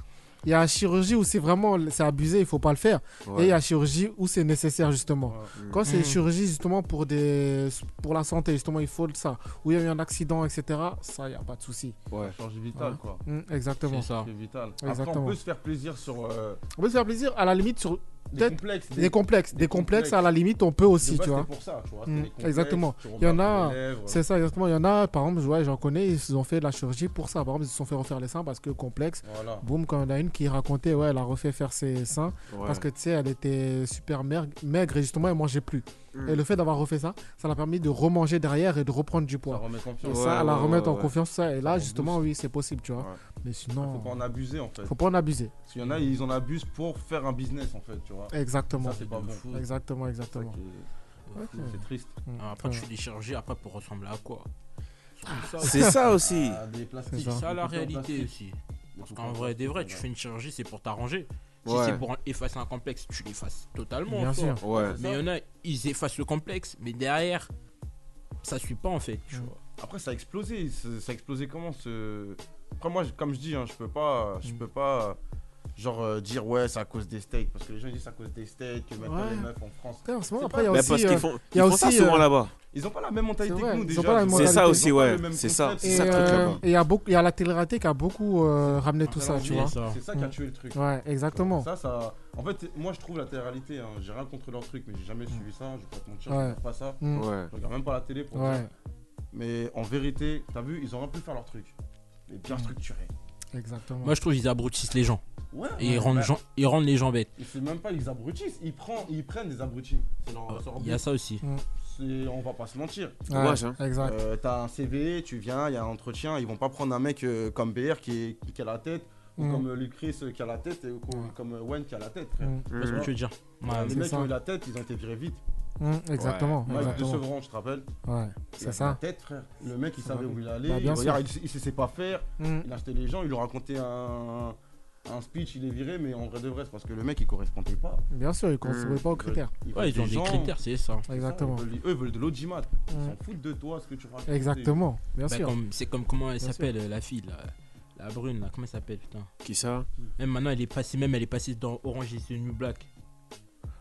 Il y a la chirurgie où c'est vraiment c'est abusé, il faut pas le faire. Et il y a la chirurgie où c'est nécessaire, justement.
Ouais.
Quand c'est
Mm.
une chirurgie, justement, pour, des... pour la santé, justement, il faut ça. Où il y a eu un accident, etc., ça, il n'y a pas de souci.
Ouais.
Change vital,
Ouais.
quoi.
Mm, exactement.
C'est ça.
C'est vital. Après, on
Exactement.
peut se faire plaisir sur. euh,
On peut se faire plaisir, à la limite, sur
Des
peut-être
complexes.
des complexes.
des
Des complexes,
complexes.
à la limite, on peut aussi,
de base,
tu vois.
c'était pour ça, tu vois.
Mm,
c'était des complexes,
exactement.
tu
Il y en
remarques
a,
les lèvres.
C'est ça, exactement. Il y en a, par exemple, ouais, j'en connais, ils se ont fait de la chirurgie pour ça. Par exemple, ils se sont fait refaire les seins parce que complexe.
Voilà.
Boum, quand il y en a une qui racontait, ouais, elle a refait faire ses seins
Ouais.
parce que, tu sais, elle était super merg- maigre et justement, elle mangeait plus.
Mm.
Et le fait d'avoir refait ça, ça l'a permis de remanger derrière et de reprendre du
Ça
poids.
remet
Et
confiance.
Ouais,
ça, à la
ouais,
remettre
ouais,
en
ouais.
confiance, ça. Et là,
Ça
justement,
rebooste.
oui, c'est possible, tu vois.
Ouais.
Mais
Faut
sinon,
pas en abuser en fait.
faut pas en abuser.
Parce qu'il y en a, ils en abusent pour faire un business en fait, tu vois.
Exactement.
Ça, c'est pas bon.
fou.
Exactement, exactement.
C'est- C'est triste.
Mm.
Ah, Après,
Ouais.
tu fais des chirurgies, après, pour ressembler à quoi C'est ça,
C'est ça aussi.
Ah, des plastiques.
C'est ça.
c'est ça la
Des trucs en
réalité
plastique.
aussi.
Des
Parce
trucs
qu'en
en
vrai, des vrais, tu
plastique.
fais une chirurgie, c'est pour t'arranger. Si
Ouais.
c'est pour effacer un complexe, tu l'effaces totalement.
Bien
en soi.
sûr.
Ouais.
Mais il y en a, ils effacent le complexe, mais derrière, ça suit pas en fait. Tu
Mm.
vois.
Après, ça a explosé. Ça ça a explosé comment ce. Après, moi, je- comme je dis, hein, je peux pas. Je
Mm.
peux pas. Genre euh, dire ouais c'est à cause des steaks parce que les gens ils disent c'est à cause des steaks que maintenant
Ouais.
les meufs en France
Putain, en ce moment,
C'est
après, il y a
Mais
aussi.
Bah, parce qu'ils
euh,
font,
il y
ils
a
font ça
aussi,
souvent
euh,
là-bas.
ils ont pas la même mentalité
C'est vrai,
que nous
ils
déjà
ont pas la
tu
même
vois.
C'est ça
mentalité.
aussi,
Ils ont pas
ouais.
le même
C'est ça.
concept.
C'est
Et
ça le truc
euh,
là-bas.
et il y a beaucoup- il y a la télé-réalité qui a beaucoup euh, ramené tout ça, tu vois.
ça.
C'est ça qui a
Mm.
tué le truc.
Ouais, exactement.
Ça, ça. En fait, moi je trouve la télé-réalité, hein, j'ai rien contre leur truc, mais j'ai jamais suivi ça, je vais pas te mentir, je
Mm. Ouais.
regarde pas ça.
Mm.
Ouais.
Je regarde même pas la télé pour
Ouais,
dire. Mais en vérité, t'as vu, ils auraient pu faire leur truc. Mais
Mm.
bien structuré.
exactement.
Moi, je trouve qu'ils abrutissent les gens.
Ouais. Bah,
Et ils rendent, gens- ils rendent les gens bêtes.
Ils font même pas, ils abrutissent. Ils, prennent- ils prennent des abrutis. C'est leur, c'est leur
Ah, Il y a
but.
ça aussi.
C'est- On va pas se mentir.
Ouais,
dommage, hein.
Exact.
Euh, t'as un CV, tu viens, il y a un entretien. Ils vont pas prendre un mec euh, comme BR qui, est- qui a la tête, ou
Mm.
comme euh, Lil Chris euh, qui a la tête, et ou comme-
Ouais.
comme euh, Wayne qui a la tête, frère.
Mm.
Tu vois ce que
Mm.
tu veux dire Ouais,
les
c'est
mecs qui
ça.
ont eu la tête, ils ont été virés vite.
Mm, Exactement.
Moi, de
exactement.
Sevran, je te rappelle.
Ouais,
Il
c'est
avait La
ça.
tête, frère. Le mec, il
C'est
savait
vrai.
où il allait.
Bah, bien
Regarde, il, il sait pas faire.
Mm.
Il achetait les gens, il leur racontait un, un speech, il est viré, mais en vrai de vrai, c'est parce que le mec, il correspondait pas.
Bien sûr, ils ne contribuent pas aux critères.
Ils
Ouais, ils ont des
gens,
critères, c'est ça.
c'est ça,
Exactement.
ils veulent- eux, ils veulent de l'audimat. Ils
Mm.
s'en foutent de toi, ce que tu racontes.
Exactement. Bien
Bah,
sûr.
comme- C'est comme comment elle
Bien sûr.
s'appelle, euh, la fille, là. La brune, là. Comment elle s'appelle, putain
Qui ça
Même maintenant, elle est passée, même elle est passée dans Orange is the New Black.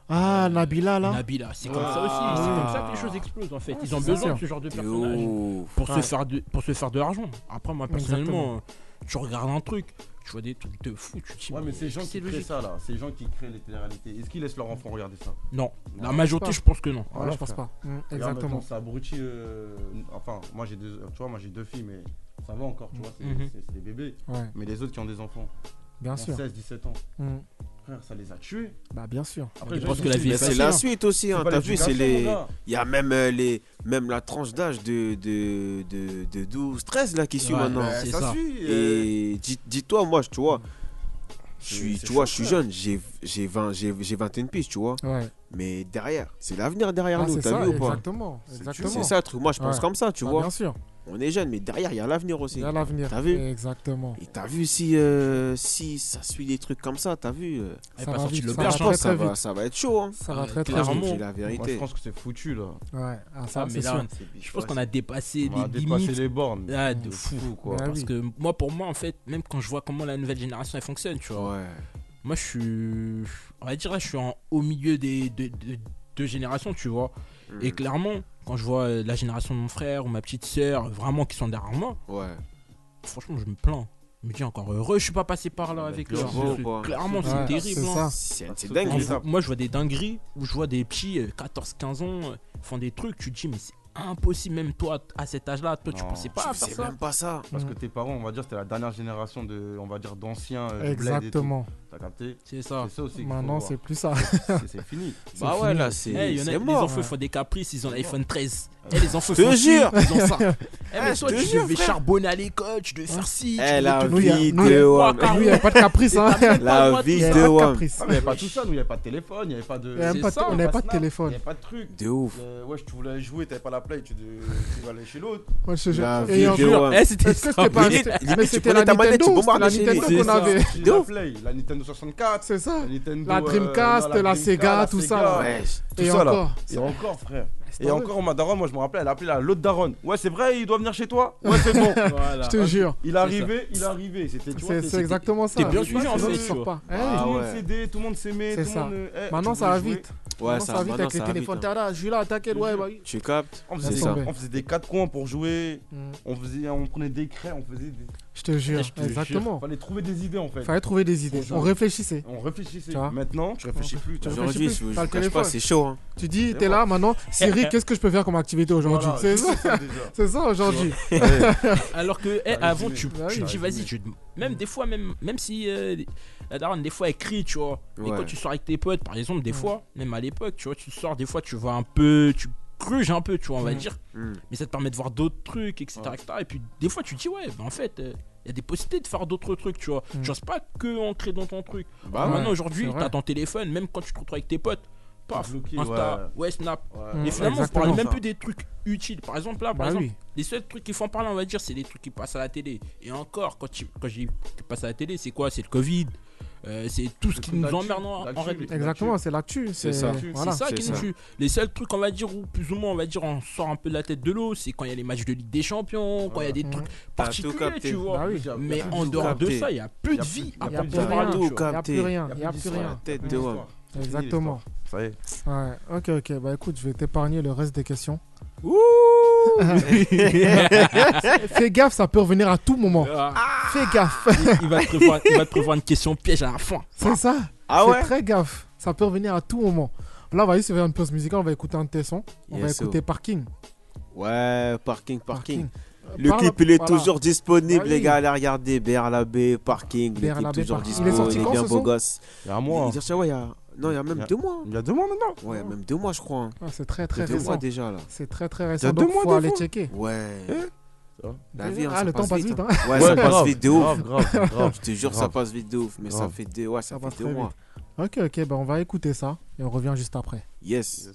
Ah, Nabila là.
Nabila, c'est
Ouais.
comme ça
Ah.
aussi. C'est comme ça que les choses explosent en fait. Ils ont
c'est
besoin
sûr.
de ce genre de
T'es
personnages
ouf.
pour se
Ouais.
faire de pour se faire de l'argent. Après moi personnellement, euh, tu regardes un truc, tu vois des trucs de fou, tu te dis
Ouais, mais ces gens
c'est
qui créent
logique.
ça là, ces gens qui créent les télé-réalités, est-ce qu'ils laissent leurs enfants regarder ça
Non,
Non,
la
je
majorité
pense
je pense que non.
Ouais, je pense pas. Mm,
Regarde, maintenant,
Exactement.
C'est abruti. euh, Enfin, moi j'ai deux, tu vois, moi j'ai deux filles, mais ça va encore, tu vois, c'est
Mhm.
c'est- c'est des bébés.
Ouais,
Mais les autres qui ont des enfants,
bien
ont
sûr.
16, 17 ans,
Mm.
frère, ça les a tués.
Bah, bien sûr.
Après,
Je pense que la vie
Mais
est
c'est
facile.
la
hein.
suite aussi, hein.
pas
T'as vu, c'est
l'éducation, mon
les.
gars.
Il y a même euh, les. Même la tranche d'âge de, de, de, de 12, 13 là qui suit
Ouais,
maintenant.
ouais, c'est ça.
suit. euh,
Et dis- dis-toi, moi, je- tu vois, je
C'est-
suis,
c'est
tu vois,
chaud,
je suis
frère.
jeune, j'ai j'ai 20, j'ai j'ai 21 piges, tu vois.
Ouais.
Mais derrière, c'est l'avenir derrière
Ah,
nous,
c'est
t'as
ça,
vu ou pas
exactement.
C'est-
Exactement.
C'est ça le truc, moi je pense
Ouais.
comme ça, tu
Bah,
vois.
Bien sûr.
On est jeune, mais derrière, il y a l'avenir
Il
aussi.
y a l'avenir.
T'as vu
Exactement.
Et t'as vu si, euh, si ça suit des trucs comme ça, t'as vu euh,
Elle est
Ça
pas
va
sortie
vite,
de
ça va
l'auberge,
je
très,
hein.
pense que ça
très
va,
vite.
ça va être chaud. Hein.
Ça va
Ouais,
très très
Je
vite.
vous
Clairement.
dis la
Moi, je
vérité.
pense que c'est foutu là.
Ouais, ah, ça,
Ah, mais
c'est
là,
sûr.
je pense qu'on a dépassé
On a
des
dépassé
limites
les bornes.
ah, de
Mm.
fou.
quoi. Ah
Parce
oui.
que moi pour moi en fait, même quand je vois comment la nouvelle génération elle fonctionne, tu vois.
Ouais.
Moi, je suis. On va dire, là, je suis en- au milieu des deux de, deux générations, tu vois.
Mm.
Et clairement, quand je vois euh, la génération de mon frère ou ma petite sœur, vraiment, qui sont derrière moi,
Hum, Ouais.
franchement, je me plains. Je me dis encore heureux, je suis pas passé par là avec eux.
clairement,
ce truc.
Bah, quoi.
Clairement, c'est
Ouais,
terrible.
C'est
hein.
ça.
C'est c'est
Ah,
dingue.
On
c'est
ça.
voit- moi, je vois des dingueries où je vois des petits euh, 14-15 ans euh, font des trucs, tu te dis, mais c'est impossible, même toi, à cet âge-là, toi, tu
Non.
pensais
Tu
pas à faire
faisais
ça.
même pas ça.
Mm.
Parce que tes parents, on va dire, c'était la dernière génération de, on va dire, d'anciens. euh, du bled et tout.
Exactement.
T'as capté
C'est ça.
C'est ça aussi. qu'il faut
Ah, Maintenant,
voir.
c'est plus ça.
C'est- c'est fini.
Bah
fini.
ouais, là,
Eh, il
c'est
y en a,
c'est
les
mort. hein.
enfants
ouais.
ils font des caprices, ils ont
C'est
l'iPhone 13.
Ouais.
Eh, les enfants
Je
font
te
ci,
jure.
Ils ont ça. Eh, mais
je
toi,
te
tu
jure,
devais
frère.
charbonner à l'école, tu devais faire ci. tu
Eh, la
Nous, il y a-
vie
nous, il y a-
de homme.
Et Lui, Ah il n'y a pas de caprice. Hein.
La
Il
vie
y a
de
pas de
homme.
caprice.
Ah, mais il n'y avait pas tout ça, nous, il n'y avait pas de téléphone, il n'y avait pas de.
Il y avait
C'est
pas de-
ça,
on n'avait pas de
Snap,
téléphone.
Il n'y avait pas de truc.
De ouf.
Euh, ouais, tu voulais jouer, t'avais pas la play, tu, de- tu vas aller chez l'autre.
Moi, je te jure.
La
Et
vie
encore,
de homme.
Eh, c'était
Est-ce que c'était pas
Limite-
c'était-
limite,
mais
tu
c'était la
prenais ta manette, tu
Nintendo, c'était la
bombardais chez
Nintendo
les-
qu'on avait.
Tu
De
la
ouf.
play, la Nintendo 64,
C'est ça.
la Nintendo.
La
euh,
Dreamcast,
voilà,
la
Dreamcast,
Sega, tout ça, là.
Wesh.
Tout
Et
ça, là.
encore.
Et encore, frère.
C'est
Et
pas
encore, ma daronne, moi je me rappelle, elle a appelé la l'autre daronne. Ouais, c'est vrai, il doit venir chez toi. Ouais, c'est bon.
Je te jure.
Il est arrivé, il est arrivé. C'était tu vois,
C'est c'est exactement ça.
t'es bien
Tu
suivi,
vois,
en
sinon,
fait,
tu
tu
sors
vois.
pas. Eh oui.
Tout le
Ah
monde
ouais.
s'aidait, tout le monde s'aimait.
C'est
tout le
ça.
monde, euh, eh,
Maintenant,
tu
ça va
voulais jouer.
vite.
Ouais,
Maintenant,
ça,
ça va vite
maintenant,
avec les
ça va vite,
téléphones.
hein.
T'es là, je suis là, t'inquiète, ouais. bah,
Tu captes
On faisait,
C'est
des,
ça.
on faisait des quatre coins pour jouer.
Mm.
On, faisait, on prenait des craies, on faisait des.
Je te jure,
Je te jure.
exactement.
Fallait trouver des idées en fait.
Fallait trouver des idées.
Faut
On
jouer.
réfléchissait.
On réfléchissait.
Tu vois
Maintenant, tu réfléchis plus. tu
Tu
vois.
réfléchis
Aujourd'hui,
plus,
je je
t'as
vous
le
cache pas,
téléphone.
c'est chaud. Hein.
Tu dis,
C'est
t'es
bon.
là maintenant. Siri, qu'est-ce que je peux faire comme activité aujourd'hui
Voilà,
C'est ça,
c'est ça, déjà.
c'est ça aujourd'hui.
Alors que eh,
T'as
avant,
résumé.
tu,
Bah
tu
oui.
dis, vas-y, tu- même des fois, même, même si euh, la daronne, des fois, elle crie, tu vois. Mais
Ouais.
quand tu sors avec tes potes, par exemple, des fois, même à l'époque, tu vois, tu sors, des fois, tu vas un peu, tu gruges un peu, tu vois, on va
Mm.
dire.
Mm.
Mais ça te permet de voir d'autres trucs, etc.
Ouais.
etc. Et puis, des fois, tu te dis, ouais, bah, en fait. euh, il y a des possibilités de faire d'autres trucs, tu vois.
Mm.
Tu restes pas que ancré dans ton truc.
Bah,
ouais.
Maintenant, aujourd'hui,
c'est vrai.
t'as ton téléphone, même quand tu te retrouves avec tes potes, paf,
Bloqué,
Insta, ouais, Snap,
Ouais.
Mm.
et finalement, on
Exactement.
parle même plus des trucs utiles. Par exemple, là, par
Bah
exemple,
oui.
les seuls trucs qui font parler, on va dire, c'est les trucs qui passent à la télé. Et encore, quand, tu, quand je dis qui passent à la télé, c'est quoi C'est le Covid, euh, c'est tout ce qui
trucs
nous
d'actu,
emmerde en, en
d'actu.
règle.
Exactement, c'est l'actu. C'est
ça.
C'est
Voilà.
ça
c'est
qui nous
ça.
tue. Les seuls trucs, on va dire, où plus ou moins, on va dire, on sort un peu de la tête de l'eau, c'est quand il y a les matchs de Ligue des Champions, quand il y a des
Mhm.
trucs
T'as tout
particuliers,
capté.
tu vois.
Bah oui.
Mais
T'as
en
tout
dehors de
capté.
ça, il n'y a plus
Y a
de
plus-
vie.
y a
Y a
plus
plus
de
rien.
radio,
Y a
capté.
plus rien.
Il
Y a plus rien.
tête
Plus
de
d'histoire.
homme.
Fini
Exactement.
l'histoire. Ça y est.
Ouais. Ok, ok. Bah écoute, je vais t'épargner le reste des questions. Fais gaffe, ça peut revenir à tout moment.
Ah,
Fais gaffe.
il, va te prévoir, il va te prévoir une question piège à la fin.
C'est ça.
Ah
Fais
ouais
très gaffe. Ça peut revenir à tout moment. Là, on va juste faire une pause musicale. On va écouter un de tes sons. On va
Yes,
écouter Parking.
Ouais, parking, parking. Le
Parle-
clip, il est
voilà.
toujours disponible,
Ah
les
oui.
gars. Allez regarder BRLAB, parking.
BR
Le
la
clip
B,
toujours
Parking.
dispo.
Il est sorti quand,
bien
ce
beau
son
gosse.
Il y a un
Il
mois.
est sorti, ouais, il y a. Non, il y a même
Il y a-
deux mois.
Il y a deux mois maintenant.
Ouais, il y a même deux mois, je crois. hein.
Ah, c'est très
Il y
très
a deux mois
récent.
déjà, là.
C'est très très
Il y
récent.
a
Donc
deux mois,
faut
deux
aller
fois.
checker.
Ouais.
Hein
La vie, hein,
Eh ah,
ça
le temps passe vite. hein.
Ouais, ça passe
grave,
vite de ouf.
Grave, grave, grave.
Je te jure, ça
Grave.
passe vite de ouf. Mais ça
Grave.
fait deux, ouais, ça
Ça passe
fait deux
très
mois.
Ok, ok. Bah on va écouter ça et on revient juste après.
Yes.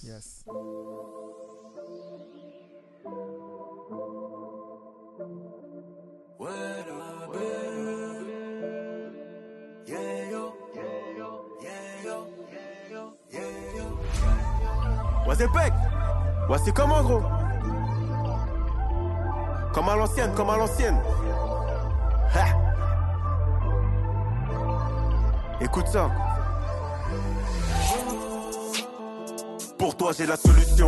Ouais, c'est pec. Ouais, c'est comment, gros Comme à l'ancienne, comme à l'ancienne. Ha. Écoute ça. Pour toi, j'ai la solution.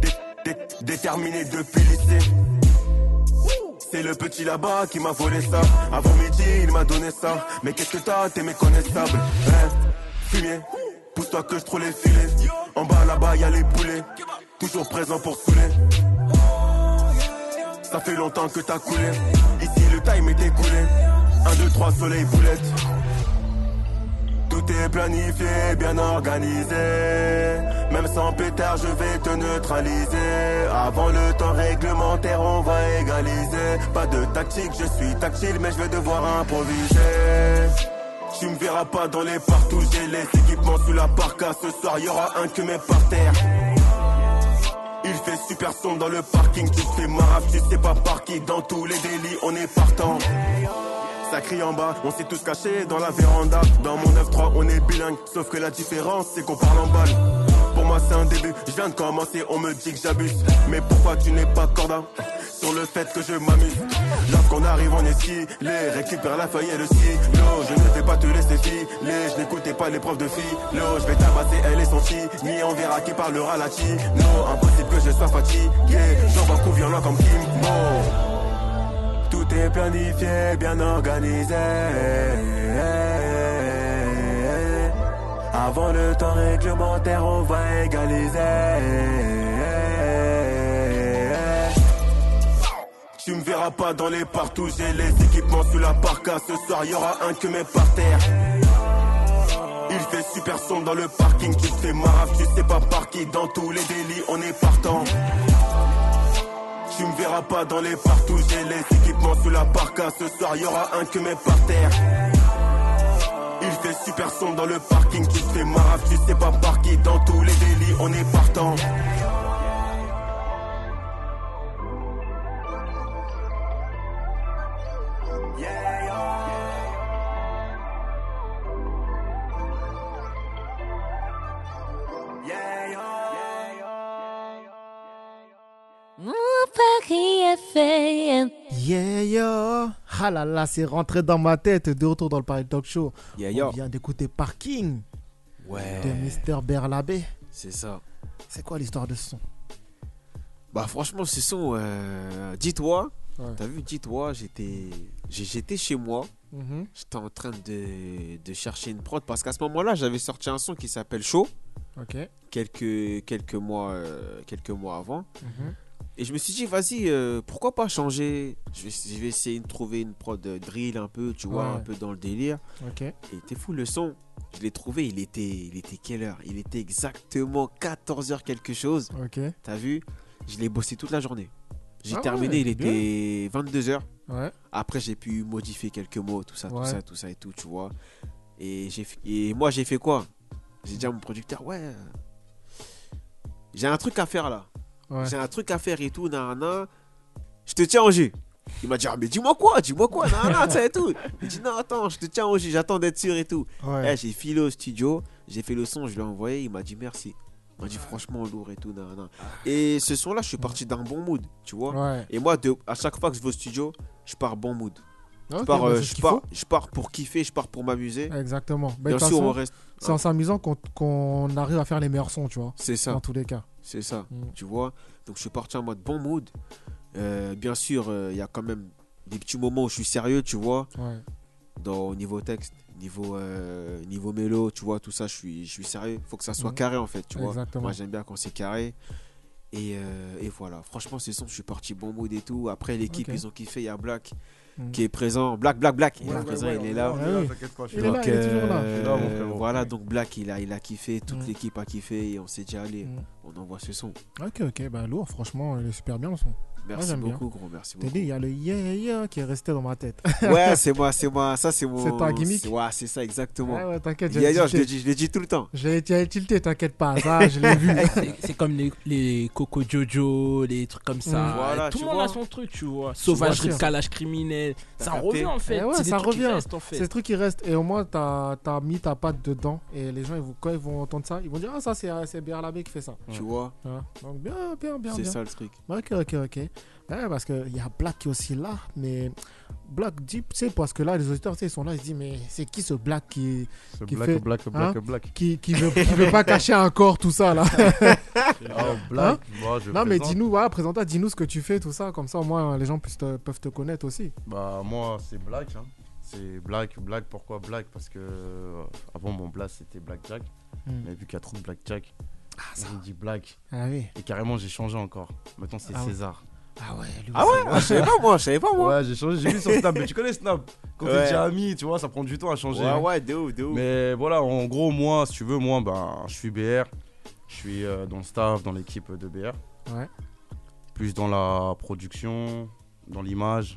Dé- dé- déterminé depuis lycée. C'est le petit là-bas qui m'a volé ça. Avant midi, il m'a donné ça. Mais qu'est-ce que t'as, t'es méconnaissable. Hein Fumier, pousse-toi que je trouve les filets. En bas là-bas, y a les poulets. Toujours présent pour saouler. Ça fait longtemps que t'as coulé. Ici, le time est écoulé. 1, 2, 3, soleil, boulette. Tout est planifié, bien organisé. Même sans pétard, je vais te neutraliser. Avant le temps réglementaire, on va égaliser. Pas de tactique, je suis tactile, mais je vais devoir improviser. Tu me verras pas dans les partout, j'ai les équipements sous la parka. Ce soir, y aura un que met par terre. Il fait super sombre dans le parking, tu te fais marave, tu sais pas par qui. Dans tous les délits, on est partant. Ça crie en bas, on s'est tous cachés dans la véranda. Dans mon 9-3, on est bilingue, sauf que la différence, c'est qu'on parle en balle. Pour moi, c'est un début, je viens de commencer, on me dit que j'abuse. Mais pourquoi tu n'es pas corda sur le fait que je m'amuse Lorsqu'on arrive, on est ski, les récupère la feuille et le stylo. Je ne vais pas te laisser filer, je n'écoutais pas les profs de philo. Je vais tabasser elle et son ni on verra qui parlera la chi. Non, impossible que je sois fatigué, j'en un coup violent comme Kimbo. Tout est planifié, bien organisé. Avant le temps réglementaire, on va égaliser. Tu me verras pas dans les partout, j'ai les équipements sous la parka. Ce soir, y aura un que met par terre. Il fait super sombre dans le parking, tu te fais marave, tu sais pas par qui. Dans tous les délits, on est partant. Tu me verras pas dans les partout, j'ai les équipements sous la parka. Ce soir, y aura un que met par terre. Il fait super sombre dans le parking, tu te fais marave, tu sais pas par qui. Dans tous les délits, on est partant.
Mon Paris FM.
Yeah, yeah. Ah là là, c'est rentré dans ma tête. De retour dans le Paris Talk Show.
Yeah,
On
yo.
vient d'écouter Parking.
Ouais.
de Mister Berlabé.
C'est ça.
C'est quoi l'histoire de ce son
Bah franchement, ce son, euh, dis-toi,
Ouais.
t'as vu, dis-toi, j'étais, j'ai- j'étais chez moi,
Mm-hmm.
j'étais en train de, de chercher une prod parce qu'à ce moment-là, j'avais sorti un son qui s'appelle Chaud
Ok.
quelques quelques mois euh, quelques mois avant.
Mm-hmm.
Et je me suis dit, vas-y, euh, pourquoi pas changer je vais, je vais essayer de trouver une prod euh, drill un peu, tu vois,
Ouais.
un peu dans le délire.
Ok.
Et t'es fou, le son, je l'ai trouvé, il était, il était quelle heure Il était exactement 14h quelque chose,
Ok.
t'as vu Je l'ai bossé toute la journée. J'ai
Ah
terminé,
ouais,
il était 22h.
Ouais.
Après, j'ai pu modifier quelques mots, tout ça, tout
Ouais.
ça, tout ça et tout, tu vois. Et, j'ai fi- et moi, j'ai fait quoi J'ai dit à mon producteur, ouais, euh, j'ai un truc à faire là.
Ouais.
J'ai un truc à faire et tout, nanana. Je te tiens au jus. Il m'a dit, ah, mais dis-moi quoi, dis-moi quoi, nanana, tu sais, et tout. Il dit, non, attends, je te tiens au jus, j'attends d'être sûr et tout.
Ouais.
Eh, j'ai filé au studio, j'ai fait le son, je lui ai envoyé, il m'a dit merci. Il m'a dit franchement lourd et tout, nanana. Et ce son-là, je suis parti d'un bon mood, tu vois.
Ouais.
Et moi, de, à chaque fois que je vais au studio, je pars bon mood.
Ok,
Je pars,
bah, c'est
euh,
ce
je,
qu'il
pars, je pars pour kiffer, je pars pour m'amuser.
faut. Exactement. Bah, de
Bien
toute
sûr,
façon,
on reste.
c'est en s'amusant qu'on qu'on arrive à faire les meilleurs sons, tu vois.
C'est ça,
Dans tous les cas.
c'est ça.
Mm.
Tu vois Donc, je suis parti en mode bon mood. Euh, bien sûr, euh, il y a quand même des petits moments où je suis sérieux, tu vois,
Ouais.
dans, au niveau texte, niveau, euh, niveau mélo, tu vois, tout ça, je suis, je suis sérieux. faut que ça soit
Mm.
carré, en fait, tu vois.
Exactement.
Moi, j'aime bien quand c'est carré. Et, euh, et voilà, franchement, ce son, je suis parti bon mood et tout. Après, l'équipe,
Ok.
ils ont kiffé. Il y a Black
Mm.
qui est présent. Black, Black, Black, il
Ouais,
est
ouais,
présent,
ouais,
il
on
est là.
on
Ah oui.
t'inquiète pas, je suis
Il
là.
est là, il est toujours là.
euh,
Il est là, mon frérot.
Voilà, donc Black, il a, il a kiffé, toute
Mm.
l'équipe a kiffé et on s'est dit, allez,
Mm.
on envoie ce son.
Ok, ok, bah lourd, franchement, il est super bien le son.
Merci
j'aime bien.
beaucoup, gros, merci
T'es
beaucoup.
dit, il y a le yeah yeah qui est resté dans ma tête.
Ouais, c'est moi, c'est moi, ça c'est mon.
C'est ta gimmick Ah
c'est- Ouais, c'est ça, exactement.
Ouais, ouais, t'inquiète,
Et D'ailleurs, je
tilté.
le dis, je le dis tout le temps.
Je l'ai- j'avais tilté, t'inquiète pas, ça, je l'ai vu.
C'est- C'est comme les, les Coco Jojo, les trucs comme ça.
Mm.
Voilà,
Tout
tu
le monde
vois.
a son truc, tu vois.
bien
Sauvagerie,
sûr.
calage criminel. Ça
capté
revient en fait.
Eh ouais,
C'est des
ça
trucs qui
revient.
restent, en fait.
C'est ce truc qui reste. Et au moins, t'as as mis ta patte dedans. Et les gens, ils vont, quand ils vont entendre ça, ils vont dire Ah, ça, c'est c'est Berlabé qui fait ça.
Tu vois,
Voilà. Donc, bien, bien, bien.
c'est
bien.
ça le truc.
Ok, ok, ok. Ouais, parce qu'il y a Black qui est aussi là. Mais Black Deep, tu sais, parce que là, les auditeurs, tu sais, ils sont là, ils se disent Mais c'est qui ce Black qui,
Ce
Qui
black,
fait-
black,
Hein
black, black.
qui, qui, veut, qui veut pas cacher un corps, tout ça, là
Oh, black. Moi, je
Non, mais
présente.
dis-nous, voilà, présente-toi, dis-nous ce que tu fais, tout ça. Comme ça, au moins, les gens puissent te- peuvent te connaître aussi.
Bah moi c'est Black hein. C'est Black, Black, pourquoi Black Parce que euh, avant mon Black c'était Blackjack,
Hmm.
mais vu qu'il y a trop de Blackjack, j'ai dit Black.
Ah oui.
Et carrément j'ai changé encore. Maintenant c'est
Ah ouais.
César.
Ah ouais, lui
Ah ouais, je savais pas moi, je savais pas
Ouais,
moi.
j'ai changé, j'ai vu sur Snap, mais tu connais Snap Quand
Ouais.
t'es déjà ami, tu vois, ça prend du temps à changer.
Ouais, ouais, de ouf, de ouf.
Mais voilà, en gros moi, si tu veux, moi ben je suis BR, je suis euh, dans le staff, dans l'équipe de BR.
Ouais.
Plus dans la production, dans l'image,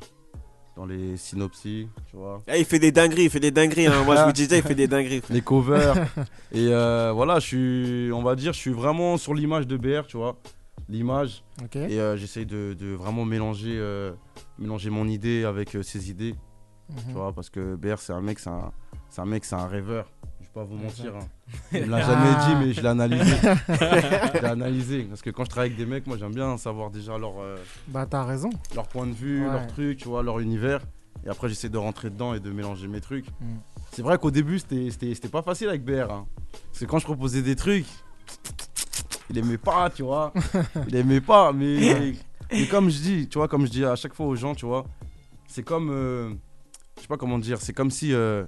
dans les synopsis, tu vois.
Eh, il fait des dingueries, il fait des dingueries. hein.
Ah.
Moi, je vous disais, il fait des dingueries. frère.
les covers. et euh, voilà, je suis, on va dire, je suis vraiment sur l'image de BR, tu vois. L'image.
Ok.
Et euh, j'essaye de, de vraiment mélanger, euh, mélanger mon idée avec euh, ses idées, tu
Mhm.
vois. Parce que BR, c'est un mec, c'est un, c'est un mec, c'est un rêveur. Je vais pas vous mentir. hein. Il me l'a
Ah.
jamais dit, mais je l'ai analysé. je l'ai analysé. Parce que quand je travaille avec des mecs, moi, j'aime bien savoir déjà leur, euh,
Bah, t'as raison.
leur point de vue,
Ouais.
leur truc, tu vois, leur univers. Et après, j'essaie de rentrer dedans et de mélanger mes trucs.
Mm.
C'est vrai qu'au début, c'était- c'était c'était pas facile avec BR. hein. Parce que quand je proposais des trucs, il aimait pas, tu vois. Il aimait pas, mais, mais comme je dis, tu vois, comme je dis à chaque fois aux gens, tu vois, c'est comme. euh, je sais pas comment dire, c'est comme si euh,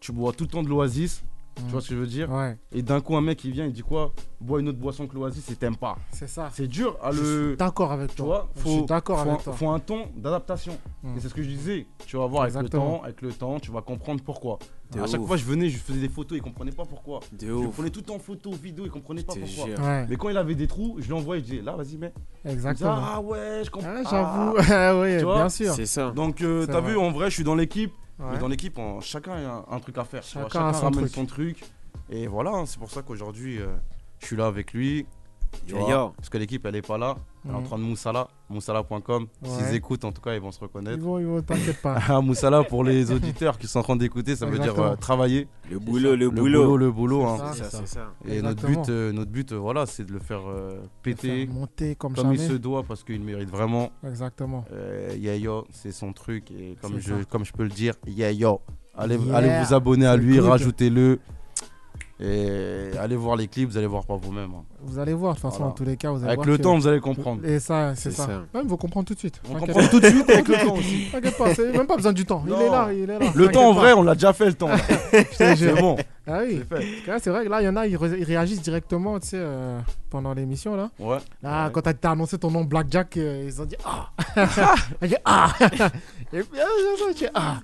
tu bois tout le temps de l'oasis,
Mm.
tu vois ce que je veux dire
Ouais,
Et d'un coup, un mec, il vient, il dit quoi Bois une autre boisson que l'oasis et t'aimes pas.
c'est ça.
C'est dur à
Je
Ah, le.
suis d'accord avec
Tu
toi.
vois,
je
faut,
suis d'accord
faut
avec
un,
toi.
faut un ton d'adaptation.
Mm.
Et c'est ce que je disais. Tu vas voir avec le
Exactement.
temps, avec le temps, tu vas comprendre pourquoi.
De
à chaque
ouf.
fois, je venais, je faisais des photos, ils comprenaient pas pourquoi.
De
Je le
ouf.
prenais tout en photo, vidéo, ils comprenaient pas
Je te
pourquoi.
jure.
Ouais,
Mais quand il avait des trous, je lui envoyais, je disais là, vas-y, mets. Il me disait,
exactement.
Ah ouais, je comprends.
Ah, J'avoue, oui,
Tu vois,
bien sûr.
C'est ça.
Ah. Donc, euh,
C'est
t'as
vrai.
vu, en vrai, je suis dans l'équipe.
Ouais.
Mais dans l'équipe, on- chacun a un, un truc à faire. tu vois.
Chacun a son
ramène
truc.
son truc. Et voilà, hein, c'est pour ça qu'aujourd'hui, euh, je suis là avec lui. tu
Yo,
vois,
Eh, yo.
Parce que l'équipe, elle est pas là. Elle est en
Mhm.
train de Moussala. Moussala.com.
Ouais.
S'ils écoutent, en tout cas, ils vont se
Ils
reconnaître.
vont, ils vont, t'inquiète pas.
Ah, Moussala, pour les auditeurs qui sont en train d'écouter, ça veut dire
Exactement.
euh, travailler.
Le boulot, le
Le boulot,
boulot.
le boulot. hein.
ça.
C'est ça, c'est ça.
Et notre
Exactement.
but, euh, notre but euh, voilà, c'est de le faire euh, péter
Faire monter comme,
comme il
jamais.
se doit parce qu'il mérite vraiment.
Exactement.
Euh, Yayo, c'est son truc. Et comme
C'est
je,
ça.
comme je peux le dire, Yayo. Allez,
Yeah.
allez vous abonner à
C'est
lui,
good.
rajoutez-le. Et allez voir les clips, vous allez voir par vous-même. hein.
Vous allez voir, de toute façon,
Voilà.
en tous les cas, vous allez
Avec
voir
le
que-
temps, vous allez comprendre.
Et ça, c'est
C'est
ça.
ça.
Même vous comprendre tout de suite.
On
T'inquiète
comprend tout de suite avec le temps aussi.
pas, T'inquiète pas, c'est même pas besoin du temps. Il
Non.
est là, il est là.
Le
T'inquiète
temps, en
pas.
vrai, on l'a déjà fait le temps. là.
Je te jure.
C'est bon,
Ah oui.
c'est fait.
Parce que là, C'est vrai que là, il y en a, ils, re- ils réagissent directement, tu sais, euh, pendant l'émission là.
Ouais.
Là,
Ouais.
Ah, quand t'as t'as annoncé ton nom Blackjack, euh, ils ont dit ah. J'ai dit, ah. Et puis ah, j'ai dit, ah.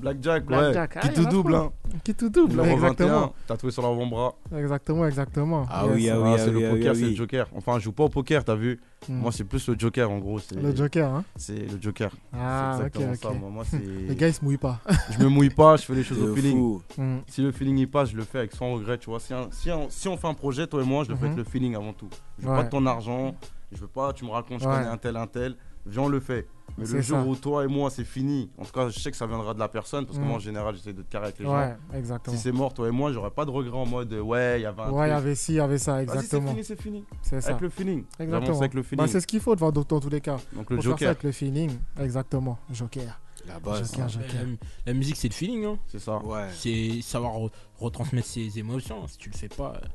Blackjack, ouais.
Blackjack, ah,
Qui
y
tout
en a
double,
trop.
hein.
Qui tout double.
Numéro
Exactement.
21, tatoué sur l'avant-bras.
Exactement, exactement.
Ah
Yes.
oui, ah oui,
Ah,
ah
c'est
oui,
le
ah oui,
poker,
ah
c'est le
oui.
joker. Enfin, je joue pas au poker, t'as vu
Hmm.
Moi, c'est plus le joker en gros. C'est
Le Joker, hein.
C'est le joker.
Ah,
c'est
ok,
exactement
ok.
ça. Moi, moi, c'est-
Les gars, ils se mouillent pas.
je me mouille pas, je fais les choses
De
au feeling.
fou.
Mm.
Si le feeling il passe, je le fais avec sans regret, tu vois. Si, un- si, un- si on fait un projet, toi et moi, je le fais avec
Mhm.
le feeling avant tout. Je veux
Ouais.
pas de ton argent, je veux pas, tu me racontes, je
Ouais.
connais un tel, un tel. Viens, on le fait. Mais le
C'est
jour
ça.
où toi et moi, c'est fini, en tout cas, je sais que ça viendra de la personne, parce que
Mhm.
moi, en général, j'essaie de te carrer avec les gens.
Ouais,
Si
exactement.
c'est mort, toi et moi, j'aurais pas de regret en mode euh, ouais, il y avait un
Ouais, il y
truc.
avait ci, il y avait ça,
Vas-y, c'est
exactement.
fini, c'est fini.
C'est ça.
Avec le feeling. J'avance
Exactement.
avec le feeling.
Bah, c'est ce qu'il faut devant dans tous les cas.
Donc le
Faut faire ça
joker,
avec le feeling. Exactement. Joker.
La base. hein.
joker,
Ouais,
joker.
la, la musique, c'est le feeling. Hein.
c'est ça.
Ouais.
C'est savoir re- retransmettre ses émotions. Si tu le fais pas, euh,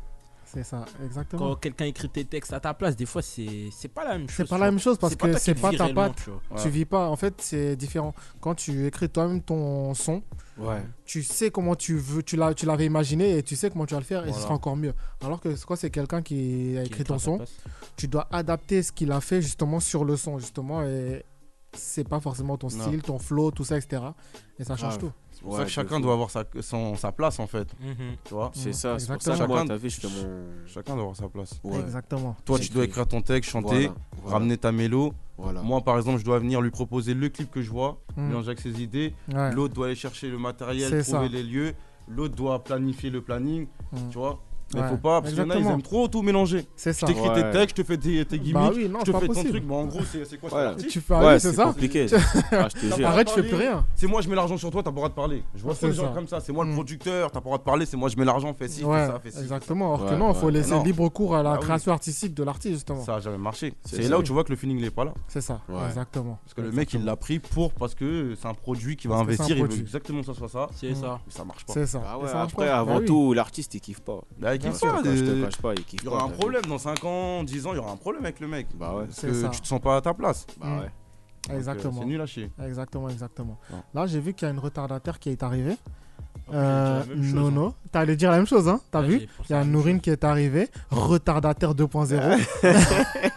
C'est ça, exactement.
quand quelqu'un écrit tes textes à ta place, des fois, c'est c'est pas la même chose.
C'est pas
tu
la
vois.
même chose parce que
toi qui
c'est
le
pas
vis
ta
réellement,
patte.
tu vois.
Ouais.
Tu vis pas. En fait, c'est différent. Quand tu écris toi-même ton son,
Ouais.
tu sais comment tu veux, tu l'as, tu l'avais imaginé et tu sais comment tu vas le faire et ce
Voilà.
sera encore mieux. Alors que c'est quoi, c'est quelqu'un qui a
Qui
écrit
est
ton
à ta
son,
place.
tu dois adapter ce qu'il a fait justement sur le son justement et c'est pas forcément ton
Non. Ah,
style, ton flow, tout ça, etc. Et ça change
Grave.
tout.
C'est pour
Ouais,
ça que
de
chacun
fou.
doit avoir sa, son- sa place en fait.
Mhm.
Tu vois
C'est
Mmh.
ça, c'est pour ça que
Exactement.
moi,
Chacun-
t'as vu, j'étais mon.
Chacun doit avoir sa place.
Ouais.
Exactement.
Toi, tu dois écrire ton texte, chanter,
Voilà, voilà,
ramener ta mélo.
Voilà.
Moi, par exemple, je dois venir lui proposer le clip que je vois,
Mm.
mélanger avec ses idées.
Ouais.
L'autre doit aller chercher le matériel,
C'est
trouver
ça.
les lieux. L'autre doit planifier le planning.
Mm.
Tu vois Mais
Ouais.
faut pas, parce qu'il y en a, ils
Exactement.
aiment trop tout mélanger.
C'est
Je
ça.
t'écris
Ouais.
tes textes, je te fais tes, tes gimmicks,
Bah oui, non,
je
c'est
te
pas
fais ton
possible.
truc. Mais en gros, c'est c'est quoi
Voilà.
c'est parti
Tu fais, ah
ouais,
oui, c'est ça.
compliqué. ah, je te jure.
Arrête, tu fais plus
Parler.
rien.
C'est moi, je mets l'argent sur toi, t'as pas le droit de parler. Je vois
C'est
ça les gens
ça.
comme ça. C'est moi le
Mm.
producteur, t'as pas le droit de parler. C'est moi, je mets l'argent, fais ci,
ouais,
fais ça, fais ci. fais ça.
exactement. Or que
Ouais,
non, il faut
ouais.
laisser
Non.
libre cours à la
Ah oui.
création artistique de l'artiste, justement.
Ça a jamais marché.
C'est
C'est
ça.
là où tu vois que le feeling il est pas là.
C'est ça,
Ouais.
exactement.
Parce que le mec il l'a pris pour parce que c'est un produit qui va
Parce que c'est
investir,
un
il veut
produit.
exactement que ça soit ça.
C'est ça.
Mais ça marche pas.
C'est ça.
Ah
Et
ouais,
ça marche
après,
pas.
avant
Bah oui.
tout, l'artiste, il kiffe pas.
Bah, il
Bien
kiffe
sûr,
pas,
quand je te
euh,
cache pas, il kiffe
Il y
pas.
aura un
t'as vu.
problème dans 5 ans, 10 ans, il y aura un problème avec le mec.
Bah ouais.
Parce
C'est
que
ça.
tu te sens pas à ta place. Donc,
Bah ouais.
euh,
Exactement.
C'est nul à chier.
Exactement, exactement.
Non.
Là, j'ai vu qu'il y a une retardataire qui est arrivée. Euh,
j'ai dit la même chose,
Nono, t'allais dire la même chose, hein T'as
Ouais,
vu
j'ai pensé
Il y a
à la même
Nourine qui est arrivée, retardataire 2.0.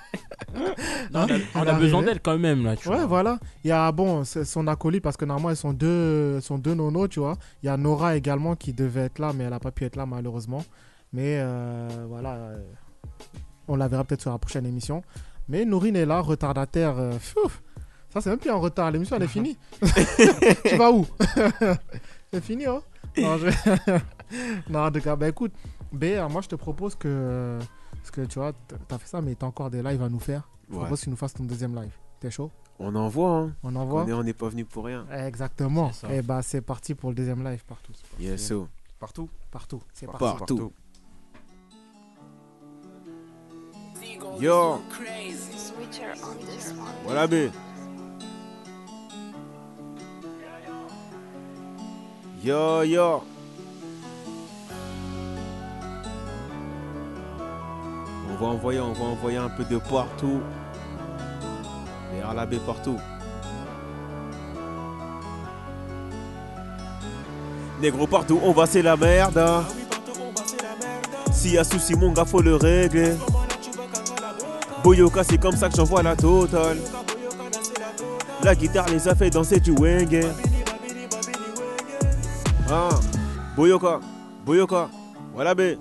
Non, mais on
Elle
a
est
besoin
arrivée.
d'elle quand même là, tu
Ouais,
vois.
voilà. Il y a bon, c'est son acolyte parce que normalement, ils sont deux, ils sont deux nonos, tu vois. Il y a Nora également qui devait être là, mais elle n'a pas pu être là malheureusement. Mais euh, voilà, euh, on la verra peut-être sur la prochaine émission. Mais Nourine est là, retardataire. euh, pfiouf. ça, c'est même plus un retard. L'émission, elle est finie. tu vas où C'est fini, hein Non, je- Non, en tout cas, bah écoute, BR, moi, je te propose que. euh, Parce que tu vois, t- t'as fait ça, mais t'as encore des lives à nous faire. Je
Ouais.
propose que tu nous fasses ton deuxième live. T'es chaud
On en voit, hein.
on envoie
On est- on n'est pas venu pour rien.
Exactement.
C'est ça.
Et bah c'est parti pour le deuxième live partout.
Yes, oh.
Partout.
Partout. C'est parti.
Partout. Yo. Voilà, B. Yo, yo. On va envoyer, on va envoyer un peu de partout. Vers la baie partout. Négro partout, on va c'est la merde. hein. S'il y a souci, mon gars, faut le régler. Boyoka, c'est comme ça que j'envoie la totale. La guitare les a fait danser du wenge. Ah, Boyoka, Boyoka, voilà bé.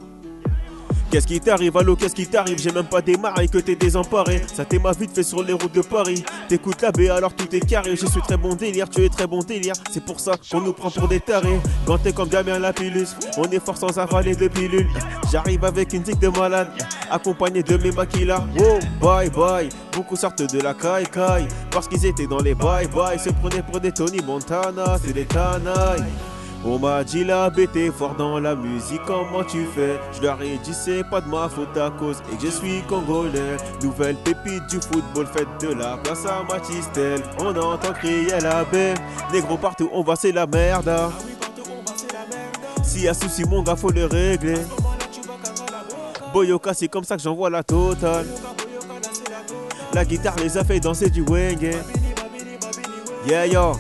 Qu'est-ce qui t'arrive, allô, qu'est-ce qui t'arrive J'ai même pas démarré que t'es désemparé. Ça t'aima vite fait sur les routes de Paris. T'écoutes la baie alors tout est carré. Je suis très bon délire, tu es très bon délire. C'est pour ça qu'on nous prend pour des tarés. Quand t'es comme Damien la pilule, on est fort sans avaler de pilule. J'arrive avec une tique de malade, accompagné de mes maquillas. Oh, bye bye. Beaucoup sortent de la caille caille. Parce qu'ils étaient dans les bye bye. Se prenaient pour des Tony Montana, c'est des Tanaï. On m'a dit la bête est fort dans la musique, comment tu fais Je leur ai dit c'est pas de ma faute à cause et que je suis congolais. Nouvelle pépite du football, fête de la place à Matistel. On entend crier la baie, négro partout on va c'est la merde. S'il y a souci, mon gars, faut le régler. Boyoka, c'est comme ça que j'envoie la totale. La guitare les a fait danser du wenge. Yeah, yo.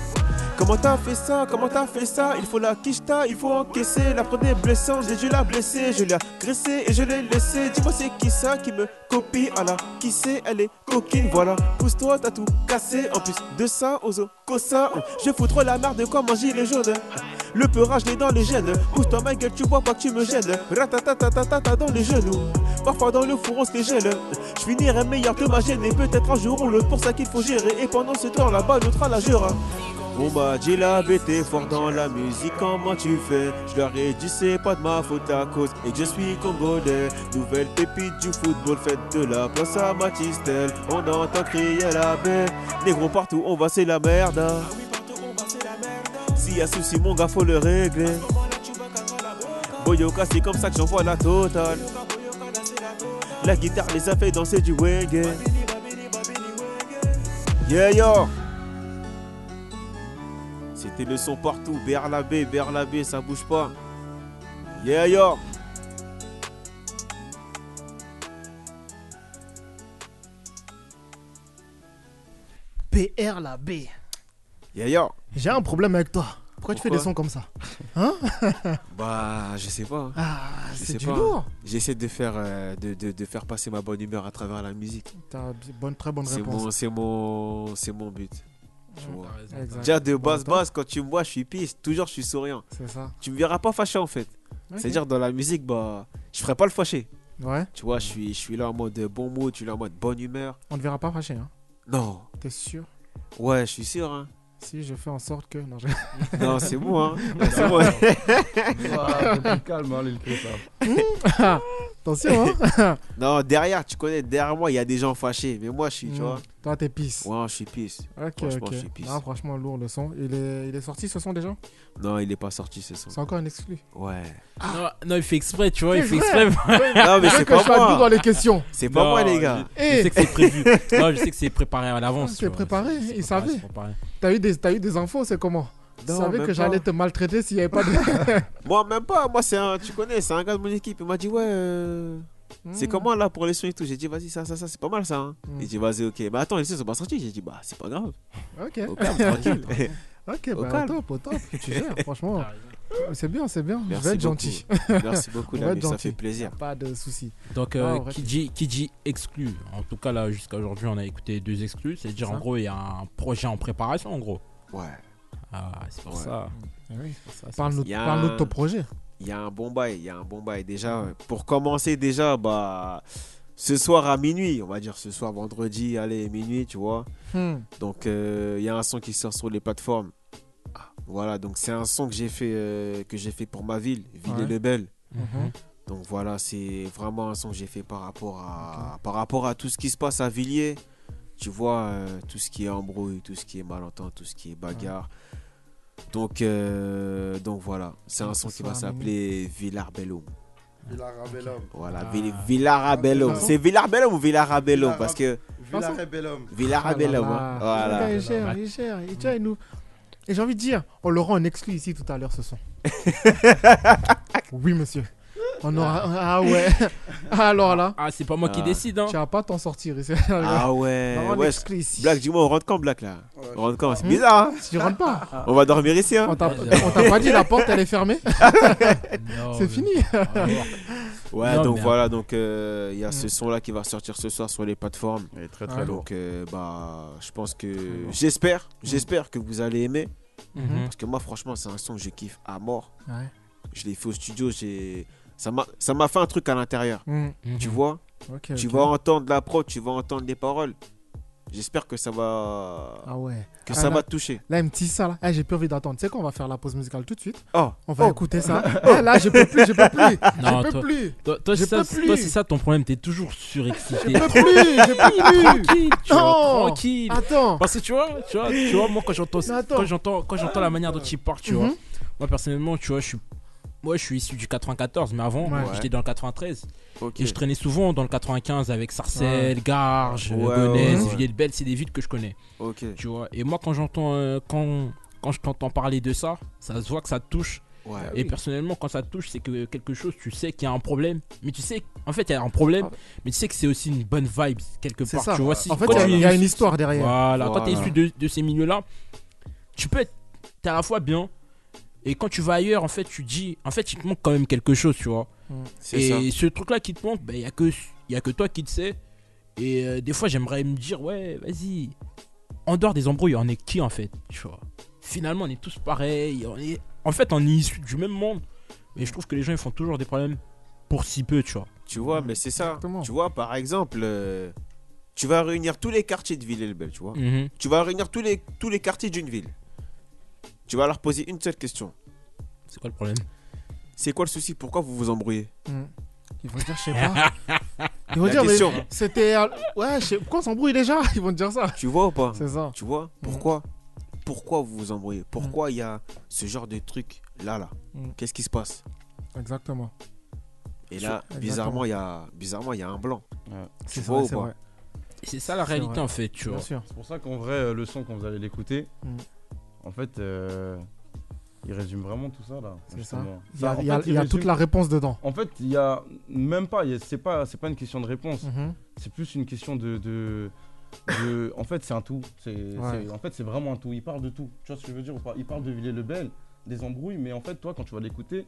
Comment t'as fait ça Comment t'as fait ça Il faut la quicheta, il faut encaisser. La prod est blessante, j'ai dû la blesser. Je l'ai agressée et je l'ai laissée. Dis-moi, c'est qui ça qui me copie à la Qui c'est Elle est coquine, voilà. Pousse-toi, t'as tout cassé. En plus de ça, ozo, cosa. Je foutre la merde comme un gilet jaune. Le peurage, les dans les gènes. Pousse-toi, ma gueule, tu vois pas que tu me gênes. Ratatatatata dans les genoux. Parfois dans le four, on se les gèle. Je finirai meilleur que ma gêne. Et peut-être un jour, on le pour ça qu'il faut gérer. Et pendant ce temps, là-bas, l'autre à la jura. On m'a dit la t'es fort dans la musique, comment tu fais Je leur ai dit c'est pas de ma faute à cause et que je suis congolais Nouvelle pépite du football, faites de la place à Matistel On entend crier la baie, négro partout on va c'est la merde hein. S'il y a souci mon gars faut le régler Boyoka c'est comme ça que j'envoie la totale La guitare les a fait danser du wenge Yeah yo c'était le son partout, Berlabé, Berlabé, ça bouge pas. Yeah yo
PR la B.
Yeah yo
J'ai un problème avec toi. Pourquoi, tu fais des
Pourquoi
sons comme ça Hein
Bah je sais pas.
Ah,
Je
c'est
sais
du
pas.
lourd.
J'essaie de faire euh, de, de- de faire passer ma bonne humeur à travers la musique.
T'as bi- bonne, très bonne
C'est
réponse.
mon c'est mon c'est mon but. Tu vois.
Exact.
Déjà de base
attends.
base quand tu me vois je suis pisse, toujours je suis souriant.
C'est ça.
Tu me verras pas fâché en fait.
Ok.
C'est-à-dire dans la musique bah je ferai pas le fâché.
Ouais,
Tu vois, je suis je suis là en mode bon mot, tu es là en mode bonne humeur.
on ne verra pas fâcher. Hein.
Non.
T'es sûr
Ouais, je suis sûr hein.
Si je fais en sorte que. Non, je-
Non, c'est bon hein. C'est bon.
Ouah, faut plus calme, hein, les crétins.
Attention, hein
Non, derrière, tu connais, derrière moi, il y a des gens fâchés. Mais moi, je suis, tu vois.
Mm. Toi, t'es pisse.
Ouais, je suis pisse.
Ok,
franchement,
ok.
je suis pisse.
Ah, franchement, lourd le son. Il est, il est sorti ce son déjà
Non, il est pas sorti ce son.
C'est encore un exclu.
Ouais.
Non, non, il fait exprès, tu vois, il
Ah. C'est
fait
vrai. Bah
exprès.
Je
Non, mais
veux
c'est
que je
pas
fasse doux
moi.
dans les questions.
C'est pas
Non,
moi, les gars.
Je, je sais que c'est prévu. non, je sais que c'est préparé à l'avance.
Eh. C'est
tu vois.
préparé,
C'est- c'est
il
préparé,
savait.
c'est préparé.
T'as eu, des- t'as eu des infos, c'est comment Tu
Non,
savais
même
que j'allais
pas.
te maltraiter s'il n'y avait pas de.
Moi, même pas. Moi, c'est un, tu connais, c'est un gars de mon équipe. Il m'a dit, ouais, euh, c'est
Mm.
comment là pour les sons et tout. J'ai dit, vas-y, ça, ça, ça, c'est pas mal ça. hein.
Mm.
Il dit, vas-y, ok. Mais attends, les sons sont pas sortis. J'ai dit, bah, c'est pas grave.
Ok,
Au calme, tranquille.
ok,
Au
bah,
calme. Ah,
top, au top. Tu gères, franchement.
T'as raison.
C'est bien, c'est bien.
Merci
je vais être
beaucoup.
gentil.
Merci beaucoup,
Je vais être
l'ami. Ça
gentil.
fait plaisir.
Pas de soucis.
Donc,
Ah,
euh,
ouais.
qui, dit, qui dit exclu En tout cas, là, jusqu'à aujourd'hui, on a écouté deux exclus. C'est-à-dire,
Ça.
en gros, il y a un projet en préparation, en gros.
Ouais.
Ah, c'est pour
Ouais.
ça.
Parle-nous
Il y a
parle-nous de
un-
ton projet.
Il y a un bon bail, il y a un bon bail. Déjà, euh, pour commencer, déjà, bah, ce soir à minuit, on va dire ce soir vendredi, allez, minuit, tu vois.
Hmm.
Donc, euh, il y a un son qui sort sur les plateformes. Ah, Voilà, donc c'est un son que j'ai fait, euh, que j'ai fait pour ma ville, Ville-le-Bel.
Mhm.
Ah, Donc voilà, c'est vraiment un son que j'ai fait par rapport, à, par rapport à tout ce qui se passe à Villiers. Tu vois, euh, tout ce qui est embrouille, tout ce qui est malentend, tout ce qui est bagarre. Donc, euh, donc voilà, c'est un
Donc,
son
ce
qui va
soir à
s'appeler Villarbellum.
Villarabellum.
Voilà,
Ah.
Vill- Villarabellum.
Ah,
C'est Villarbellum ou Villarabellum
Villarab-
Parce que
Villarabellum.
Villarabellum, hein.
Ah là là.
voilà.
Le gars, il gère, il gère. Et tu vois, il nous- Et j'ai envie de dire, on le rend en exclu ici tout à l'heure ce son. oui, monsieur. On aura. Ah ouais. Alors là,
Ah, c'est pas moi qui
Ah.
décide, hein.
tu vas pas t'en sortir ici.
Ah
on
ouais,
rend en
ouais.
exclu ici.
Black, dis-moi, on rentre quand Black là
Ouais,
On rentre quand C'est
Hmm.
bizarre, hein
Tu rentres pas.
On va dormir ici, hein
On t'a
Ouais,
on t'a pas dit la porte elle est fermée.
Ah,
Non,
C'est
mais-
fini. hein.
Ah, alors.
Ouais,
Non,
donc
mais-
voilà, donc euh, il y a ce
Hmm.
son-là qui va sortir ce soir sur les plateformes.
Il est très
Ah,
très lourd.
Donc euh, bah, je pense que j'espère, j'espère que vous allez aimer
Mhm.
parce que moi franchement c'est un son que je kiffe à mort.
Ouais.
Je l'ai fait au studio, j'ai ça m'a ça m'a fait un truc à l'intérieur.
Hmm.
Tu
Mhm.
vois,
Ok,
tu
ok.
vas entendre la prod, tu vas entendre les paroles. J'espère que ça va
Ah ouais.
que
Ah,
ça
là-
va te toucher.
Là, il me tease ça là. Eh, j'ai plus envie d'attendre. Tu sais quoi, on va faire la pause musicale tout de suite.
Oh,
On va
oh,
écouter ça. Eh, là, je peux plus, je peux plus.
Non,
je peux
toi-
plus.
Toi, toi,
J'ai
c'est ça,
pas plu.
toi, c'est ça ton problème, t'es toujours surexcité. Ah,
Je peux plus, je peux plus.
tranquille, tu vois,
Non.
tranquille.
Attends.
Parce que tu vois, tu vois, tu vois moi quand j'entends
Mais attends.
quand j'entends quand j'entends la manière dont il parle, tu vois.
Mhm.
Moi personnellement, tu vois, je suis moi je suis issu du 94, mais avant
Ouais.
j'étais dans le 93
OK.
et je traînais souvent dans le 95 avec Sarcelles, Garges,
Ouais,
Gonesse,
ouais, ouais.
Villiers-le-Bel, c'est des villes que je connais,
OK.
tu vois. Et moi quand j'entends euh, quand quand je t'entends parler de ça, ça se voit que ça te touche
Ouais.
Ah
Et personnellement, quand ça te touche, c'est que quelque chose, tu sais qu'il y a un problème. Mais tu sais, en fait, il y a un problème, mais tu sais que c'est aussi une bonne vibe quelque
Ah C'est
part.
ça.
Bah, Tu vois, si
En fait,
quand
il y a-
tu-
il y, a une histoire derrière.
Voilà, quand
Voilà.
t'es issu de, de ces milieux-là, tu peux être t'es à la fois bien. Et quand tu vas ailleurs, en fait, tu dis, en fait, il te manque quand même quelque chose, tu vois.
C'est ça.
Et ce truc-là qui te manque, il n'y a, que- y a que toi qui le sais. Et euh, des fois, j'aimerais me dire, ouais, vas-y, en dehors des embrouilles, on est qui en fait tu vois Finalement, on est tous pareils. On est... En fait, on est issus du même monde. Mais je trouve que les gens, ils font toujours des problèmes pour si peu, tu vois.
Tu vois, mais c'est ça.
Exactement.
Tu vois, par exemple, euh, tu vas réunir tous les quartiers de Villers-le-Bel, tu
Mm.
vois.
Mhm.
Tu vas réunir tous les, tous les quartiers d'une ville. Tu vas leur poser une seule question.
C'est quoi le problème
C'est quoi le souci Pourquoi vous vous embrouillez
Mm. Ils vont dire, je sais pas. Ils vont
La
dire, mais
question.
c'était. euh, Ouais, je sais- pourquoi on s'embrouille déjà Ils vont te dire ça.
Tu vois ou pas
C'est ça.
Tu vois
Mhm.
Pourquoi Pourquoi vous vous embrouillez
Mm.
Pourquoi il y a ce genre de truc là, là
Mhm.
Qu'est-ce qui se passe
Exactement.
Et là,
Exactement.
bizarrement, il y a, bizarrement, il y a un blanc.
C'est
vois
vrai,
ou
c'est
pas
vrai.
Et C'est ça la
C'est
réalité,
vrai.
en fait, tu vois.
Bien sûr.
C'est pour ça qu'en vrai, euh, le son, quand vous allez l'écouter,
Mm.
en fait, euh, il résume vraiment tout ça là.
C'est ça.
justement.
Il y a,
en
il y a-
fait,
il y a
résume-
toute la réponse dedans.
En fait, il y a même pas. il y a- C'est pas, c'est pas une question de réponse.
Mhm.
C'est plus une question de. de- de- en fait, c'est un tout. C'est,
Ouais.
c'est- en fait, c'est vraiment un tout. Il parle de tout. Tu vois ce que je veux dire ou pas Il parle de Villiers-le-Bel, des embrouilles, mais en fait, toi, quand tu vas l'écouter,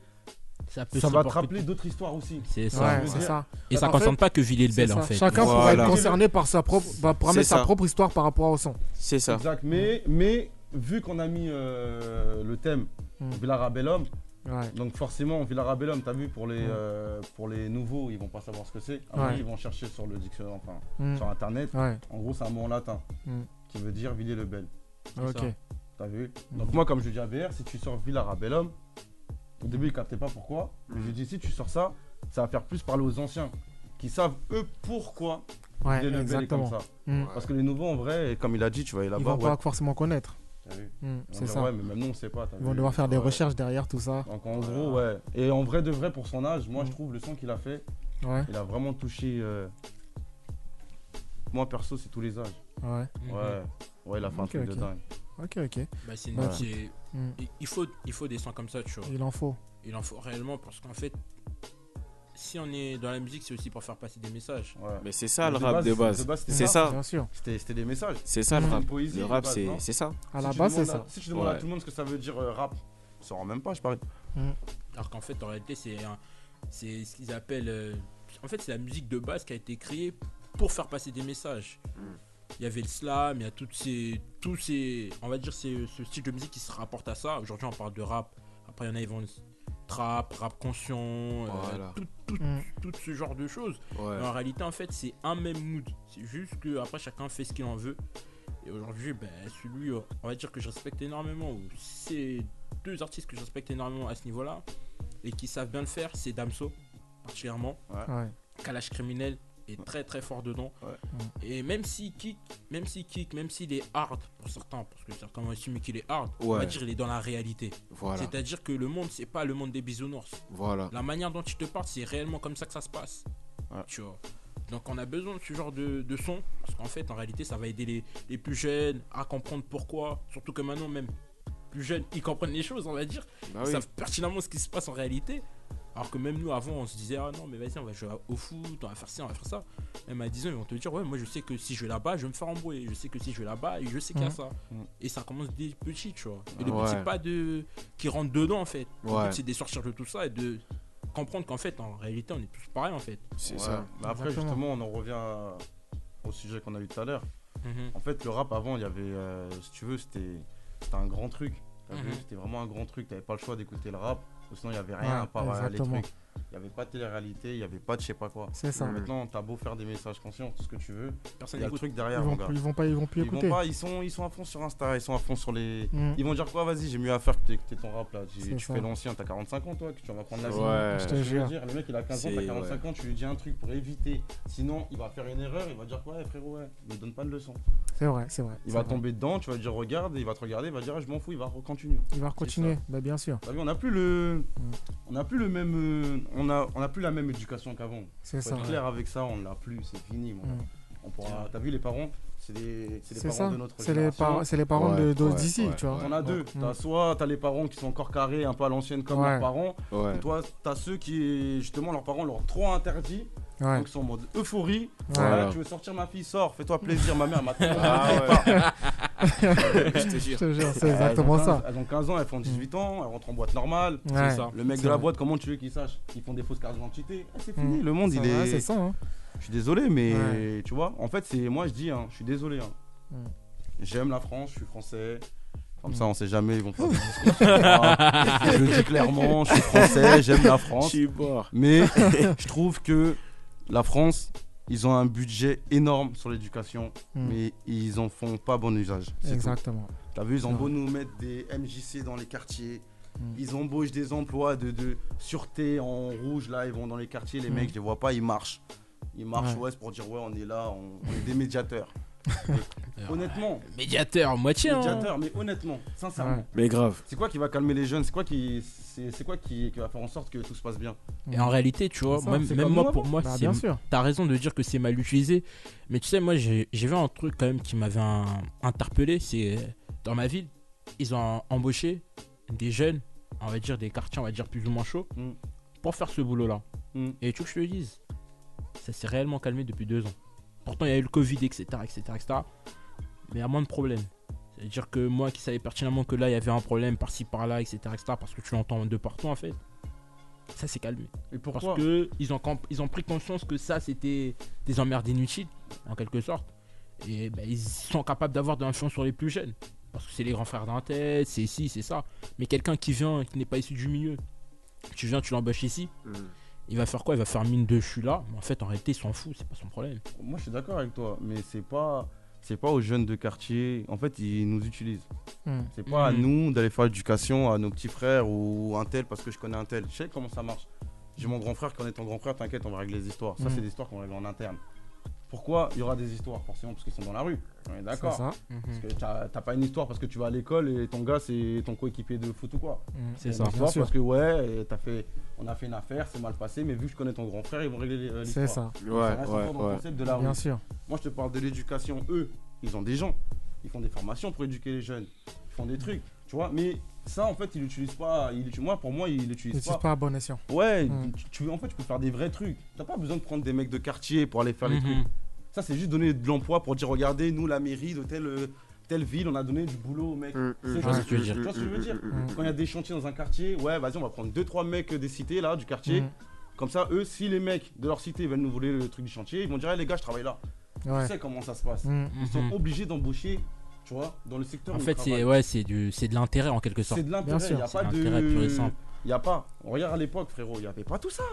Ça, peut
ça va
s'apporter-
te rappeler d'autres histoires aussi.
C'est ça.
Ouais,
veut
c'est
dire-
ça.
Et ça
En
concerne
fait,
pas que
C'est
Villiers-le-Bel,
ça.
en fait.
Chacun pourra
Voilà.
être concerné par sa propre, bah, pourra
C'est
mettre sa
ça.
propre histoire par rapport au son.
C'est ça.
Exact. Mais, mais vu qu'on a mis euh, le thème
Mm.
Villarabellum,
Ouais.
Donc forcément, Villarabellum, t'as vu, pour les,
Ouais.
euh, pour les nouveaux, ils vont pas savoir ce que c'est. Après,
Ouais.
ils vont chercher sur le dictionnaire, enfin,
Mm.
sur Internet.
Ouais.
En gros, c'est un mot en latin
Mm.
qui veut dire Villiers-le-Bel.
Ok.
ça.
T'as vu
Mm.
Donc moi, comme je dis à BR, si tu sors Villarabellum, au début, ils captaient pas pourquoi. Mais je dis, si tu sors ça, ça va faire plus parler aux anciens qui savent, eux, pourquoi
Ouais,
Villiers-le-Bel est comme
exactement.
ça.
Mm.
Parce que les nouveaux, en vrai, comme il a dit, tu vas aller
Ils
là-bas,
vont
ouais,
pas forcément connaître.
t'as vu
Mm,
Ils vont
C'est
dire,
ça.
Ouais, mais même nous, on sait pas. t'as
Ils vont
vu
devoir faire des
Ouais.
recherches derrière tout ça.
Donc en gros, ouais. Et en vrai, de vrai, pour son âge, moi,
Mm.
je trouve le son qu'il a fait,
Ouais.
Il a vraiment touché. euh, Moi perso, c'est tous les âges.
Ouais.
Mhm.
Ouais, ouais, il a fait un
Ok,
truc
ok.
de dingue.
Ok, ok.
Mmh. Bah, c'est-
Ouais.
c'est-
Mmh.
Mm.
il- il, faut, il faut des sons comme ça, tu vois.
Il en faut.
Il en faut réellement parce qu'en fait, si on est dans la musique, c'est aussi pour faire passer des messages.
Ouais.
Mais c'est ça le
De
rap de
de
base.
base, c'était
C'est ça.
Bien sûr.
C'était c'était des messages.
C'est ça le
Mhm.
rap.
Poésie,
Le
de
rap,
base,
c'est
non
c'est ça.
À
Si
la
tu
base, c'est
demandes
ça.
à- Si je demande à
Ouais.
tout le monde ce que ça veut dire euh, rap, ça rend même pas, je parie.
Alors qu'en fait, en réalité, c'est un- c'est ce qu'ils appellent. euh, en fait, c'est la musique de base qui a été créée pour faire passer des messages. Il y avait le slam, il y a toutes ces, tous ces, on va dire, ces- ce style de musique qui se rapporte à ça. Aujourd'hui, on parle de rap. Après, il y en a, ils vont trap, rap conscient, euh,
Voilà.
tout, tout-
Mm.
tout ce genre de choses.
Ouais.
Mais en réalité, en fait, c'est un même mood. C'est juste que après chacun fait ce qu'il en veut. Et aujourd'hui, ben, celui, euh, on va dire que je respecte énormément, ou c'est deux artistes que je respecte énormément à ce niveau-là, et qui savent bien le faire, c'est Damso, particulièrement.
hein.
Ouais.
Kalash Criminel est très très fort dedans.
Ouais.
Et même s'il kick, même s'il kick, même s'il est hard pour certains, parce que certains vont estimer qu'il est hard, on va
Ouais.
dire qu'il est dans la réalité.
Voilà.
C'est-à-dire que le monde, c'est pas le monde des bisounours.
Voilà.
La manière dont tu te parles, c'est réellement comme ça que ça se passe.
Ouais.
Tu vois. Donc on a besoin de ce genre de, de son. Parce qu'en fait, en réalité, ça va aider les, les plus jeunes à comprendre pourquoi. Surtout que maintenant, même plus jeunes, ils comprennent les choses, on va dire.
Bah
Ah
Ils
oui.
savent pertinemment ce qui se passe en réalité. Alors que même nous, avant, on se disait, ah non, mais vas-y, on va jouer au foot, on va faire ci, on va faire ça. Même à 10 ans, ils vont te dire, ouais, moi je sais que si je vais là-bas, je vais me faire embrouiller. Je sais que si je vais là-bas, je sais qu'il y a
Mhm.
ça.
Mhm.
Et ça commence dès petit, tu vois.
Ah
Et le
Ouais.
but, c'est pas de. qui rentre dedans, en fait. Le
Ouais.
but, c'est de sortir de tout ça et de comprendre qu'en fait, en réalité, on est tous pareils, en fait.
C'est
Ouais.
ça.
Mais après,
Exactement.
justement, on en revient à- au sujet qu'on a eu tout à l'heure.
Mmh.
Mhm.
En fait, le rap avant, il y avait, euh, si tu veux, c'était c'était un grand truc. T'as vu,
Mhm.
C'était vraiment un grand truc. T'avais pas le choix d'écouter le rap, ou sinon il y avait rien à
Ouais,
part euh, les
exactement.
trucs. Il y avait pas de télé-réalité, il y avait pas de je sais pas quoi.
C'est ça.
Maintenant, t'as beau faire des messages conscients, tout ce que tu veux, il
Personne
y a le
n'écoute.
truc
Ils
derrière, mon
vont,
gars.
ils vont pas, ils vont plus
Ils
écouter.
vont pas, ils sont, ils sont à fond sur Insta, ils sont à fond sur les.
Mm.
Ils vont dire quoi Vas-y, j'ai mieux à faire que d'écouter ton rap là. Tu,
C'est
tu
ça.
fais l'ancien, t'as 45 ans toi, que tu vas prendre la vie.
Ouais.
Je
Je
te
veux
jure.
dire, le mec il a 15 ans,
C'est-
t'as 45 ans, tu lui dis un truc pour éviter. Sinon, il va faire une erreur, il va dire quoi, ouais, frérot, ouais, ne donne pas de leçon.
C'est vrai, c'est vrai.
Il
c'est
va
vrai.
tomber dedans, tu vas lui dire regarde, et il va te regarder, il va dire ah, je m'en fous, il va continuer.
Il va continuer. Bah, bien sûr.
T'as vu, on n'a plus le.
Mm.
On a plus le même. euh, On a, on a plus la même éducation qu'avant.
C'est
Faut
ça.
être clair avec ça, on l'a plus, c'est fini. mon gars.
Mm.
on pourra. T'as vu les parents C'est des, c'est des
C'est
parents
ça.
de notre
C'est les,
génération.
par- c'est les parents de-
Ouais,
de-
ouais,
d'ici,
ouais,
tu vois. Hmm.
ouais.
On a deux. T'as soit t'as les parents qui sont encore carrés, un peu à l'ancienne comme
Ouais.
leurs parents.
Ouais.
Ou toi, t'as ceux qui, justement, leurs parents leur ont trop interdit.
Ouais.
Donc ils sont en mode euphorie.
Ouais.
Voilà, tu veux sortir ma fille, sors, fais-toi plaisir, ma mère m'a
Ah
hein.
ouais. Je te
Je
jure.
te jure, c'est exactement ça.
Elles ont 15 ans, elles font 18 ans, elles rentrent en boîte normale.
Ouais.
ça.
Le mec
C'est
de la
vrai.
boîte, comment tu veux qu'ils sachent Ils font des fausses cartes d'identité. Ah, c'est
Mm.
fini, le monde
Ça
il
va,
est.
C'est ça, hein.
Je suis désolé, mais tu vois, en fait, c'est moi je dis, hein, je suis désolé. hein.
Mm.
J'aime la France, je suis français. Comme ça, on sait jamais, ils vont pas. je le dis clairement, je suis français, j'aime la
Je
France.
suis mort.
Mais je trouve que la France, ils ont un budget énorme sur l'éducation,
Mm.
mais ils en font pas bon usage. c'est tout.
Exactement.
T'as vu, ils ont
Non.
beau nous mettre des MJC dans les quartiers.
Mm.
Ils embauchent des emplois de, de sûreté en rouge, là, ils vont dans les quartiers, les
Mm.
mecs, je les vois pas, ils marchent. Ils marchent,
Ouais.
ouais, c'est pour dire, ouais, on est là, on, on est des médiateurs. Mais honnêtement,
Médiateur, moitié. hein.
médiateurs, mais honnêtement, sincèrement.
Ouais.
Mais grave.
C'est quoi qui va calmer les jeunes C'est quoi, qui, c'est, c'est quoi qui, qui va faire en sorte que tout se passe bien
Et en réalité, tu vois,
C'est ça,
même,
c'est
même
comme
moi,
nous hein.
pour moi,
Bah,
c'est
bien sûr.
T'as raison de dire que c'est mal utilisé, mais tu sais, moi j'ai j'ai vu un truc quand même qui m'avait un- interpellé. C'est euh, dans ma ville, ils ont embauché des jeunes, on va dire des quartiers, on va dire plus ou moins chauds,
Mm.
pour faire ce boulot-là.
Mm.
Et tu veux que je te le dise, ça s'est réellement calmé depuis deux ans. Pourtant, il y a eu le Covid, etc., etc., etc. Mais il y a moins de problèmes. C'est-à-dire que moi qui savais pertinemment que là, il y avait un problème par-ci, par-là, etc., etc., parce que tu l'entends de partout en fait, ça s'est calmé.
Et pourquoi
Parce que ils ont, comp- ils ont pris conscience que ça c'était des emmerdes inutiles, en quelque sorte. Et ben, ils sont capables d'avoir de l'influence sur les plus jeunes. Parce que c'est les grands frères d'un tête, c'est ci, c'est ça. Mais quelqu'un qui vient, et qui n'est pas issu du milieu, tu viens, tu l'embauches ici, il va faire quoi Il va faire mine de je suis là. Mais en fait, en réalité, il s'en fout, c'est pas son problème.
Moi, je suis d'accord avec toi, mais c'est pas, c'est pas aux jeunes de quartier. En fait, ils nous utilisent.
Mm.
C'est pas à
Mhm.
nous d'aller faire l'éducation à nos petits frères ou un tel parce que je connais un tel. Je sais comment ça marche. J'ai mon grand frère qui en est ton grand frère, t'inquiète, on va régler les histoires. Ça,
Mhm.
c'est des histoires qu'on règle en interne. Pourquoi il y aura des histoires Forcément, parce qu'ils sont dans la rue. On est
C'est
d'accord.
ça.
Parce que t'as t'as pas une histoire parce que tu vas à l'école et ton gars, c'est ton coéquipier de foot ou quoi.
Mm.
C'est
Une
ça.
histoire
sûr.
Parce que ouais, t'as fait, on a fait une affaire, c'est mal passé, mais vu que je connais ton grand frère, ils vont régler les- euh, l'histoire.
C'est ça.
Ouais,
Ça reste
ouais,
encore dans le
ouais.
concept de la rue.
Bien sûr.
Moi, je te parle de l'éducation. Eux, ils ont des gens. Ils font des formations pour éduquer les jeunes. Ils font des trucs, tu vois. Mais ça, en fait, ils l'utilisent pas. Ils, l'utilisent- moi, pour moi, ils
Ils
l'utilisent
utilisent
pas.
pas à bon escient.
Ouais,
Mmh.
Mm.
tu, tu- en fait, tu peux faire des vrais trucs. T'as pas besoin de prendre des mecs de quartier pour aller faire les
Mhm.
trucs. Ça, c'est juste donner de l'emploi pour dire, regardez, nous, la mairie de telle, euh, telle ville, on a donné du boulot aux mecs. C'est
vois ce que je veux dire. Mmh.
Tu vois ce que je veux dire
Mm.
Quand il y a des chantiers dans un quartier, ouais, vas-y, on va prendre 2-3 mecs des cités, là, du quartier.
Mmh.
Mm.
Comme ça, eux, si les mecs de leur cité veulent nous voler le truc du chantier, ils vont dire, Eh, les gars, je travaille là.
Ouais.
Tu sais comment ça se passe
Mm.
ils sont
Mhm.
obligés d'embaucher, tu vois, dans le secteur
En
où
fait,
ils
c'est
travaillent.
ouais, c'est du- c'est de l'intérêt en quelque
C'est
sorte.
de
Bien
l'intérêt,
sûr.
il n'y a
C'est
pas
de l'intérêt pur et
de...
simple.
Il n'y a pas. On regarde à l'époque, frérot, il n'y avait pas tout ça.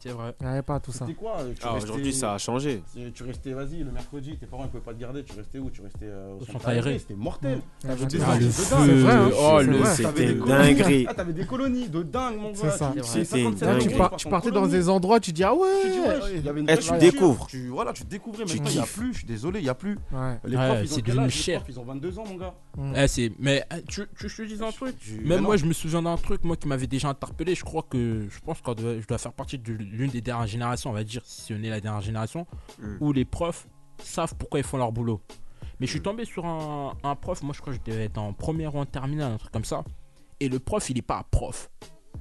C'est vrai.
Il n'y avait pas tout ça.
C'était quoi euh, tu
Ah,
restais-
aujourd'hui, ça a changé.
c'est- Tu restais, vas-y, le mercredi, tes parents ne pouvaient pas te garder, tu restais où Tu restais euh, au
Au
centre
centre aéré.
aéré, c'était mortel.
Il y avait
T'avais des
tout
Ah,
ça.
gens
le
de
feu.
dingue.
C'est vrai, hein.
Oh,
C'est
le
vrai.
T'avais
c'était
des colonies.
dinguerie.
Ah, t'avais des colonies de dingue, mon
C'est
gars.
ça.
Tu-
C'est
C'était
57
Là, tu,
dingue.
euros,
pars-
par
tu partais
contre,
dans des endroits, tu dis ah ouais.
tu dis, ouais, il y avait une
Eh,
vraie
tu
culture.
découvres.
Tu, voilà, tu découvrais.
Tu
Maintenant, il n'y a plus, je suis désolé, il n'y a plus.
Ouais.
Les
Ouais,
profs, ils ont
c'est
quel âge
devenu
Les
cher.
profs, ils ont 22 ans, mon gars.
Mm.
Eh, c'est- mais eh, tu, tu, je te dis un truc.
Tu-
Même
mais
moi,
non.
je me souviens d'un truc, moi, qui m'avait déjà interpellé. Je crois que, je pense que je dois faire partie de l'une des dernières générations, on va dire, si ce n'est la dernière génération,
Hmm.
Mm.
où les profs savent pourquoi ils font leur boulot. Mais
Hmm.
je suis tombé sur un, un prof, moi, je crois que je devais être en première ou en terminale, un truc comme ça. Et le prof, il est pas un prof.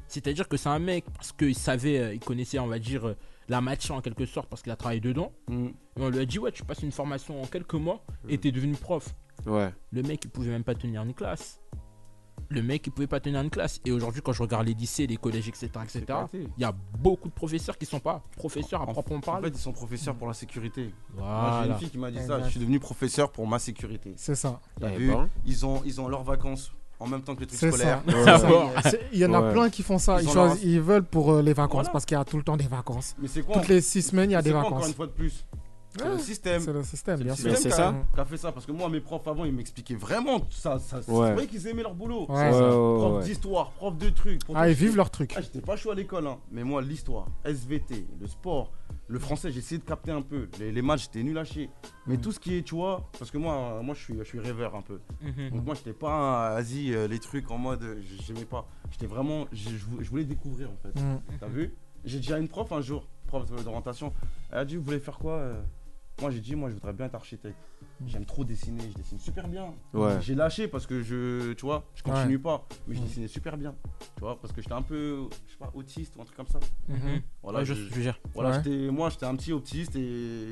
C'est-à-dire que c'est un mec, parce qu'il savait, euh, il connaissait, on va dire, euh, la matière en quelque sorte, parce qu'il a travaillé dedans.
Mm.
Et on lui a dit, ouais, tu passes une formation en quelques mois et t'es devenu prof.
Ouais.
Le mec, il pouvait même pas tenir une classe. Le mec, il pouvait pas tenir une classe. Et aujourd'hui, quand je regarde les lycées, les collèges, etc.,
C'est
etc.,
éclaté.
il y a beaucoup de professeurs qui sont pas professeurs à
En-
proprement
En fait,
parler.
ils sont professeurs pour la sécurité. Moi, j'ai une
Voilà.
fille qui m'a dit ça.
Exact.
Je suis devenu professeur pour ma sécurité.
C'est ça.
T'as
Eh
vu
ben.
ils, ont, ils ont leurs vacances en même temps que les trucs
C'est
scolaires.
ça.
Ouais.
C'est- Il y en a
Ouais.
plein qui font ça.
Ils
Ils,
ont
choisissent-
leur-
ils veulent pour euh, les vacances
Voilà.
parce qu'il y a tout le temps des vacances.
Mais c'est quoi
Toutes les six semaines, il y a
c'est
des
quoi, encore
vacances.
une fois de plus C'est
Ouais.
le système.
C'est le système, bien
le
sûr.
Mais
système
c'est
qui a-
ça.
Qui a fait ça Parce que moi, mes profs avant, ils m'expliquaient vraiment tout ça. ça ça-
Ouais.
Vous voyez qu'ils aimaient leur boulot.
Ouais.
C'est
Ouais,
ça.
ouais,
Prof
ouais.
d'histoire, prof de trucs. prof
Ah,
de-
ils vivent leur truc.
Ah, j'étais pas chaud à l'école, hein. mais moi, l'histoire, SVT, le sport, le français, j'ai essayé de capter un peu. Les, les matchs, j'étais nul à chier. Mais
Mm.
tout ce qui est, tu vois, parce que moi, euh, moi je, suis, je suis rêveur un peu.
Mhm.
Donc moi j'étais pas Asie les trucs en mode euh, j- j'aimais pas. J'étais vraiment je, je vou- je voulais découvrir en fait.
Mm.
T'as vu J'ai déjà une prof un jour, prof d'orientation. Elle a dit vous voulez faire quoi euh Moi, j'ai dit, moi, je voudrais bien être architecte.
Mm.
J'aime trop dessiner, je dessine super bien.
Ouais.
J'ai lâché parce que je, tu vois, je continue pas, mais
Mm.
je dessinais super bien. Tu vois, parce que j'étais un peu, je sais pas, autiste ou un truc comme ça.
Mhm.
Voilà,
je,
je-
je gère.
voilà,
Ouais.
j'étais- moi j'étais un petit autiste et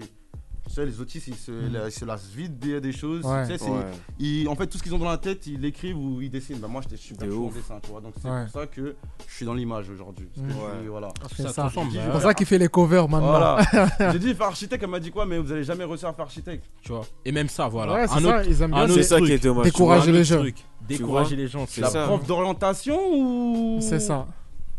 tu sais, les autistes ils se,
Mhm.
la- ils se lassent vite des, des choses.
Ouais.
Tu sais, c'est-
Ouais.
ils- en fait, tout ce qu'ils ont dans la tête, ils l'écrivent ou ils dessinent. Bah, moi j'étais super
De
chaud en
ouf.
dessin, tu vois. Donc c'est
Ouais.
pour ça que je suis dans l'image aujourd'hui. Parce que
Mhm.
je suis- voilà.
C'est
Ça,
ça.
transforme,
Je dis,
bah,
C'est pour
ouais,
ça qu'il fait les covers maintenant.
Voilà. J'ai dit, fais architecte, elle m'a dit quoi, mais vous allez jamais réussir à faire architecte.
tu vois. Et même ça, voilà.
Ouais,
un
c'est
autre,
ça, ils aiment
un
bien.
autre
C'est ça
truc.
qui est dommage. tu vois.
Décourager les gens.
truc. Décourager les gens, c'est
La
ça.
prof d'orientation ou.
C'est ça.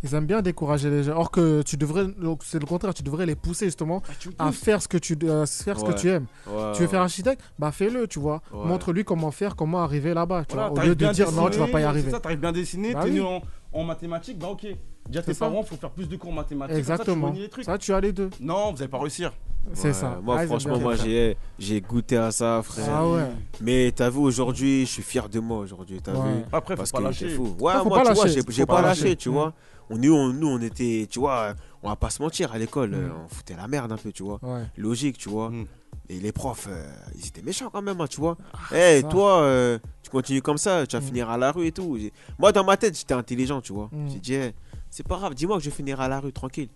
Ils aiment bien décourager les gens. Or que tu devrais, donc, c'est le contraire, tu devrais les pousser justement
Ah,
à faire ce que tu, euh, faire ce
Ouais.
que tu aimes.
Ouais,
tu veux faire
ouais.
architecte Bah fais-le, tu vois.
Ouais.
Montre-lui comment faire, comment arriver là-bas, tu
Voilà,
vois. Au
t'arrives
lieu de
bien
dire non, tu vas
dessiner,
pas y arriver.
C'est ça, t'arrives bien dessiné,
Bah
t'es
oui.
nul en, en mathématiques, bah ok. Déjà
C'est
tes
ça.
parents, faut faire plus de cours en mathématiques. comme ça, tu
Exactement.
renies les trucs.
Ça, tu as les deux.
Non, vous allez pas réussir.
C'est
Ouais,
ça.
Moi,
Ah, ils aiment
franchement,
bien
moi,
faire ça.
j'ai j'ai goûté à ça, frère.
Ah ouais.
Mais t'as vu, aujourd'hui, je suis fier de moi aujourd'hui, t'as
Ouais.
vu
Après, faut
Parce
pas
que c'est
lâcher.
fou. Ouais,
faut
moi,
pas
tu vois,
lâcher.
j'ai- j'ai
Faut
pas,
pas
lâché,
lâcher.
tu vois. On, nous, on, nous, on était, tu vois, on va pas se mentir, à l'école,
Mm.
euh, on foutait la merde un peu, tu vois.
Ouais.
Logique, tu vois.
Hmm.
Mm.
Et les profs, euh, ils étaient méchants quand même, hein, tu vois. Eh,
ça.
toi, euh, tu continues comme ça, tu vas
Mm.
finir à la rue et tout. J'ai- Moi, dans ma tête, j'étais intelligent, tu vois.
Mm.
J'ai dit, eh, c'est pas grave, dis-moi que je vais finir à la rue, tranquille.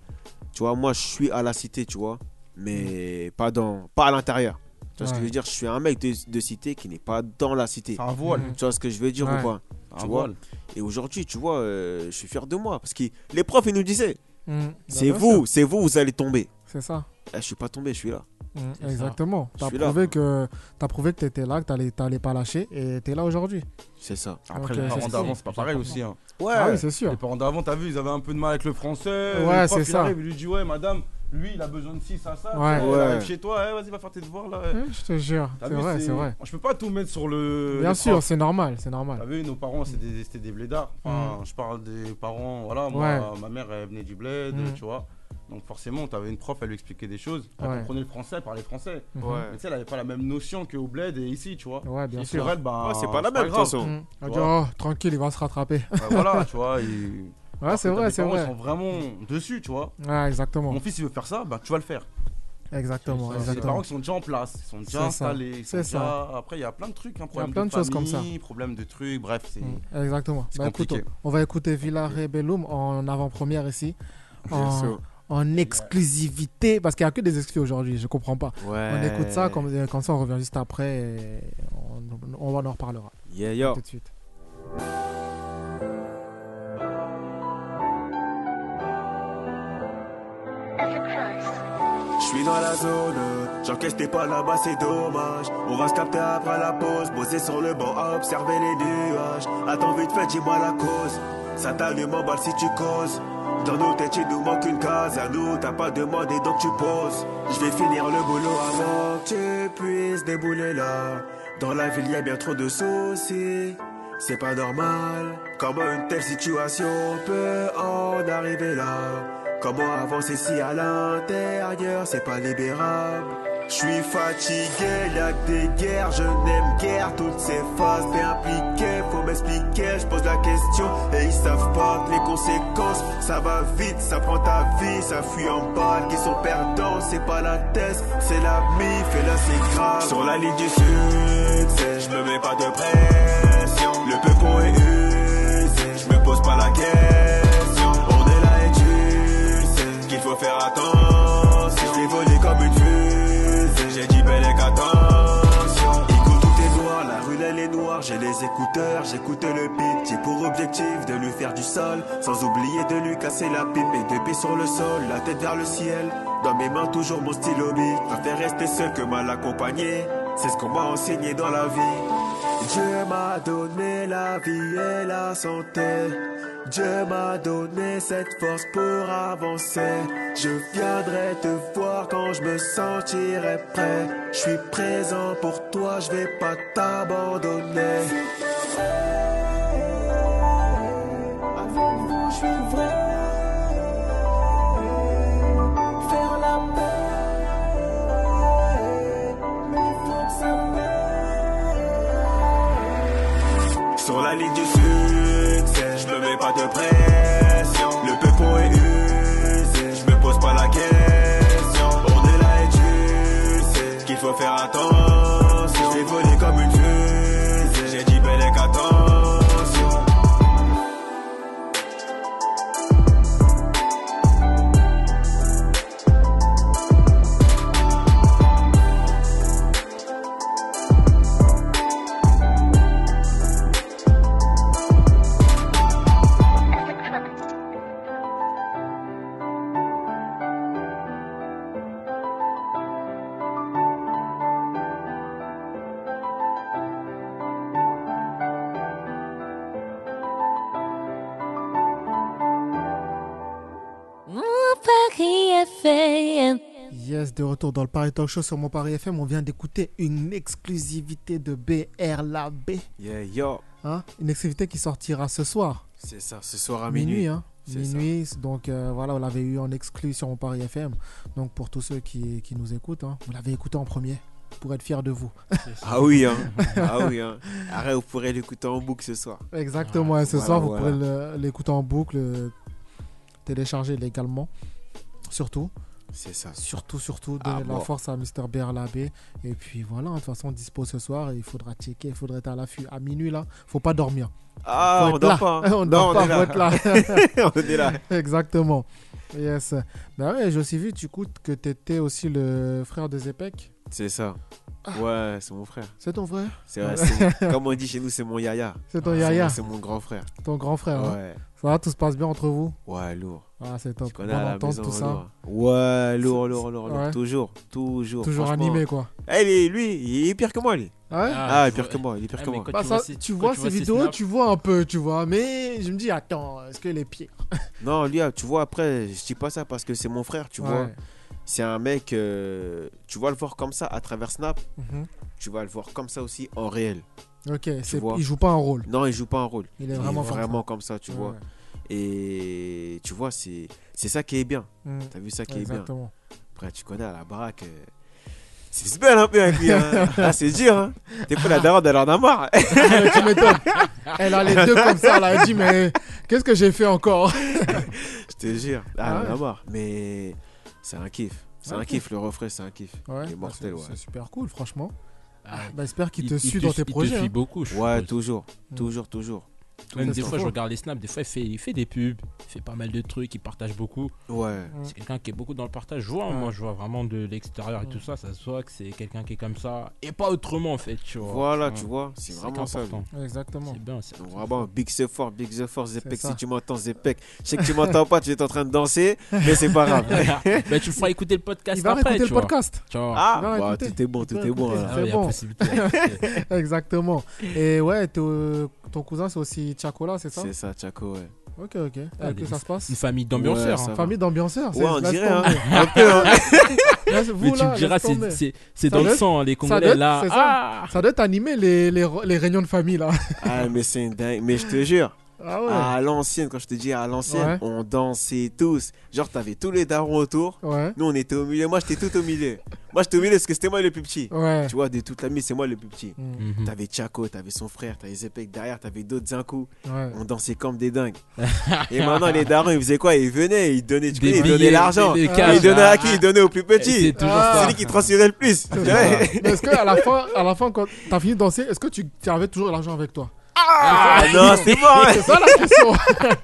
Tu vois, moi, je suis à la cité, tu vois, mais pas, dans, pas à l'intérieur. Tu vois ce
Hmm. Ouais.
que
Ah.
je veux dire Je suis un mec de, de cité qui n'est pas dans la cité.
C'est un voile.
Tu vois ce que je veux dire
Ouais.
ou pas
Un
vois.
voile.
Et aujourd'hui, tu vois, euh, je suis fier de moi. Parce que les profs, ils nous disaient
Mm. Bah,
c'est
bien sûr.
vous, c'est vous, vous allez tomber.
C'est ça.
Eh, je suis pas tombé, je suis là.
Mm,
ça.
Exactement.
Je
T'as
suis là.
prouvé que t'as prouvé que t'étais là, que t'allais, t'allais pas lâcher, et t'es là aujourd'hui.
C'est ça.
Après,
Ok,
les
c'est
parents
ça.
d'avant, c'est pas pareil aussi. hein.
Ouais,
Ah oui, c'est sûr.
Les parents d'avant, t'as vu, ils avaient un peu de mal avec le français.
Ouais,
le prof,
c'est
il
ça.
arrive, il lui dit, ouais, madame, lui, il a besoin de ci, ça, ça.
Ouais.
Tu vois, Il
Ouais.
arrive chez toi, eh, vas-y, va faire tes devoirs là. eh.
Hein, Je te jure.
T'as
C'est
vu,
vrai, c'est vrai.
Je peux pas tout mettre sur le.
Bien
les
sûr,
profs.
c'est normal, c'est Mmh.
T'as
normal.
vu, nos parents, c'était des, c'était des blédards. Enfin, je parle des parents, voilà, moi, ma mère, elle venait du bled,
Mm.
tu vois. Donc, forcément, t'avais une prof, elle lui expliquait des choses. Elle
Ouais.
comprenait le français, elle parlait français.
Mhm.
Mais tu sais, elle avait pas la même notion qu'au bled et ici, tu vois.
Ouais, bien
Et
sûr.
Pour elle, bah,
Ouais, Oh, c'est pas la même, de toute
grave.
façon.
Mm. On va
Tu
dire, oh, tranquille, il va se rattraper.
Bah, voilà, tu vois. et-
Ouais, c'est vrai, c'est
Ils
vrai.
sont vraiment dessus, tu vois.
Ouais, exactement.
Mon fils, il veut faire ça, bah tu vas le faire.
Exactement,
C'est les parents
exactement.
qui sont déjà en place, ils sont
C'est
déjà
ça.
installés. ils sont
C'est ça.
déjà- Après, il y a plein de trucs, hein, problème
plein de choses comme ça.
famille, Problème de trucs, bref, c'est.
Mm, Exactement.
C'est
Bah, écoute,
compliqué.
on va écouter Villa Rebellum en avant-première ici. En,
sûr.
en exclusivité, parce qu'il n'y a que des exclus aujourd'hui, je comprends pas.
Ouais.
On écoute ça, comme, euh, comme ça on revient juste après et on, on en reparlera
Yeah, yo.
tout de suite.
Je suis dans la zone, j'encaisse t'es pas là-bas, c'est dommage. On va se capter après la pause, poser sur le banc à observer les nuages. Attends vite fait, dis-moi la cause. Ça t'allume en balle si tu causes. Dans nos têtes, il nous manque une case. À nous, t'as pas demandé donc tu poses. Je vais finir le boulot avant que tu puisses débouler là. Dans la ville, y a bien trop de soucis. C'est pas normal. Comment une telle situation peut en arriver là? Comment avancer si à l'intérieur c'est pas libérable Je suis fatigué, y'a des guerres, je n'aime guère toutes ces phases impliquées, faut m'expliquer, je pose la question et ils savent pas que les conséquences, ça va vite, ça prend ta vie, ça fuit en balle, qui sont perdants, c'est pas la thèse, c'est la mif et là c'est grave. Sur la ligne du succès, je me mets pas de pression, le peu qu'on est usé, je me pose pas la question, on est là et tu sais qu'il faut faire attention. Je l'ai volé comme une fusée, j'ai dit belle attention. Écoute tout est noir, la rue elle est noire, j'ai les écouteurs, j'écoute le beat. J'ai pour objectif de lui faire du sol, sans oublier de lui casser la pipe et de pieds sur le sol, la tête vers le ciel. Dans mes mains toujours mon stylo bic, préfère rester seul que mal accompagné. C'est ce qu'on m'a enseigné dans la vie. Dieu m'a donné la vie et la santé. Dieu m'a donné cette force pour avancer. Je viendrai te voir quand je me sentirai prêt. Je suis présent pour toi, je vais pas t'abandonner. Avec vous, je suis vrai. Faire la paix, mais faut que ça paie. Sur la ligne du succès, je me mets pas de pression. Le peupon est usé, je me pose pas la question. On est là et tu sais faut faire attention. J'ai volé comme une fusée, j'ai dit belle attention.
Mon Paris FM.
Yes, de retour dans le Paris Talk Show sur mon Paris FM. On vient d'écouter une exclusivité de BR la B.
Yeah, yo.
Hein une exclusivité qui sortira ce soir.
C'est ça, ce soir à
minuit.
minuit.
hein.
C'est ça.
Minuit, donc euh, voilà, on l'avait eu en exclu sur mon Paris FM. Donc pour tous ceux qui, qui nous écoutent, hein, vous l'avez écouté en premier pour être fier de vous.
Ah oui, hein. Ah oui, hein. Arrête, vous pourrez l'écouter en boucle ce soir.
Exactement, et ce
Voilà,
soir, vous
voilà.
pourrez le- l'écouter en boucle, euh, télécharger légalement. Surtout,
C'est ça.
surtout, surtout,
Ah,
donner de la
bon.
force à Mr. Berlabé. Et puis voilà, de toute façon, dispo ce soir, et il faudra checker, il faudra être à l'affût. À minuit, là, faut pas dormir.
Ah,
Faut
on
être là.
dort pas. hein.
On
Non,
dort
on
pas,
est
faut
là.
être là.
on est là.
Exactement. Yes. Ben ouais, j'ai aussi vu, du coup, que t'étais aussi le frère de Zepek.
C'est ça. Ouais, euh, c'est mon frère.
C'est ton frère
C'est vrai, c'est mon- comme on dit chez nous, c'est mon yaya.
C'est ton
C'est
yaya,
mon- Ah, C'est mon grand frère.
ton grand frère. hein.
Ouais,
Ça va, tout se passe bien entre vous
ouais, lourd.
Ah, c'est
Tu
top. Bonne
connais à la
entente,
maison,
tout ça.
lourd. Ouais, lourd, lourd, lourd,
Ouais.
lourd. Toujours, toujours.
Toujours
franchement.
animé, quoi.
Eh, lui, lui, il est pire que moi, lui.
Ah ouais
Ah,
je
pire
vois-
que moi, il est pire
Ah,
que
mais
moi.
quand
Bah, ça,
vois ces-
tu
quand
vois ces
ces
vidéos,
snaps,
tu vois un peu, tu vois. Mais je me dis, attends, est-ce que les pieds.
Non, lui, ah, tu vois, après, je dis pas ça parce que c'est mon frère, tu vois.
Ouais.
C'est un mec, euh, tu vas le voir comme ça à travers Snap,
Mhm.
tu vas le voir comme ça aussi en réel.
Ok, c'est-
vois.
il joue pas un rôle.
Non, il joue pas un rôle.
Il est vraiment comme ça.
comme ça, tu
Ouais,
vois.
ouais.
Et tu vois, c'est c'est ça qui est bien.
Mm.
T'as vu ça qui est bien.
Exactement.
Après, tu connais à la baraque. euh, C'est se belle un peu avec lui. hein. Ah, c'est dur. Hein. T'es pas la daronne, elle en a marre.
Ah, mais tu m'étonnes. Elle a les deux comme ça, elle a dit, mais qu'est-ce que j'ai fait encore
Je te jure. Ah,
Ah
elle en a
ouais.
marre. Mais c'est un kiff. C'est
Ok.
un kiff. Le refrain, c'est un kiff.
Ouais,
Il est
bah,
mortel,
c'est-
ouais.
C'est super cool, franchement.
ah,
Bah, J'espère qu'il
il-
te
il
suit dans tes
Il te
projets.
suit
hein.
beaucoup. je
Ouais,
suppose.
toujours.
Mm.
Toujours, toujours.
Même
Ça,
des
c'est
fois,
faux.
je regarde les snaps, des fois, il fait, il fait des pubs, il fait pas mal de trucs, il partage beaucoup.
Ouais.
C'est quelqu'un qui est beaucoup dans le partage. Je vois,
Ouais.
moi, je vois vraiment de l'extérieur et tout ça, ça se voit que c'est quelqu'un qui est comme ça et pas autrement en fait, tu vois.
Voilà,
Ouais.
tu vois. C'est vraiment ça. lui.
important.
hein. Exactement.
C'est bien, c'est
Donc vraiment, big c'est fort, big c'est fort, Zepek,
ça.
si tu m'entends, Zepek. Je sais que tu m'entends pas, tu es en train de danser, mais c'est pas grave.
Mais Bah, tu le feras écouter le podcast
Il va
après,
réécouter
tu
le
vois.
podcast.
Tu vois.
Ah,
Non,
bah,
écoutez,
tout est bon, tout
écoutez,
est bon.
écoutez.
là.
Ah ouais, il y a
bon.
possibilité.
Exactement. Et ouais, ton ton cousin, c'est aussi Tchakola, c'est ça
C'est ça, Chaco, ouais.
Ok, ok.
Ah,
Avec que ça se passe
Une famille d'ambianceurs.
Ouais,
hein.
ça
Famille d'ambianceurs. c'est-
Ouais, on
laisse
dirait, hein.
tomber.
Un peu, hein.
Laisse-
Mais
vous,
tu
là,
me diras,
laisse
c'est-
tomber.
c'est c'est
Ça
dans le
doit-
sang, hein, les
doit
Congolais
être-
là.
c'est ça.
Ah
Ça doit être animé les, les, les réunions de famille là.
Ah, mais c'est une dingue. Mais je te jure,
Ah ouais.
à l'ancienne, quand je te dis à l'ancienne,
Ouais.
on dansait tous. Genre, t'avais tous les darons autour.
Ouais.
Nous, on était au milieu. Moi, j'étais tout au milieu. Moi, j'étais au milieu parce que c'était moi le plus petit.
Ouais.
Tu vois, de toute la mise, c'est moi le plus petit.
Mm.
Mhm.
T'avais Chaco, t'avais son frère, t'avais Zepek derrière, t'avais d'autres incous.
Ouais.
On dansait comme des dingues. Et maintenant, les darons, ils faisaient quoi Ils venaient, ils donnaient, tu
Des
connais, ils
billets,
donnaient l'argent.
des- des
Et
cash,
Ils donnaient
ah,
à qui
ah.
Ils donnaient au plus
C'est
petit.
toujours
Ah.
ça.
Celui qui transitionnait le plus. Tu vois
Mais est-ce que à la fin, à la fin quand t'as fini de danser, est-ce que tu tu avais toujours l'argent avec toi
Ah non, c'est pas vrai.
C'est ça la question. Ah,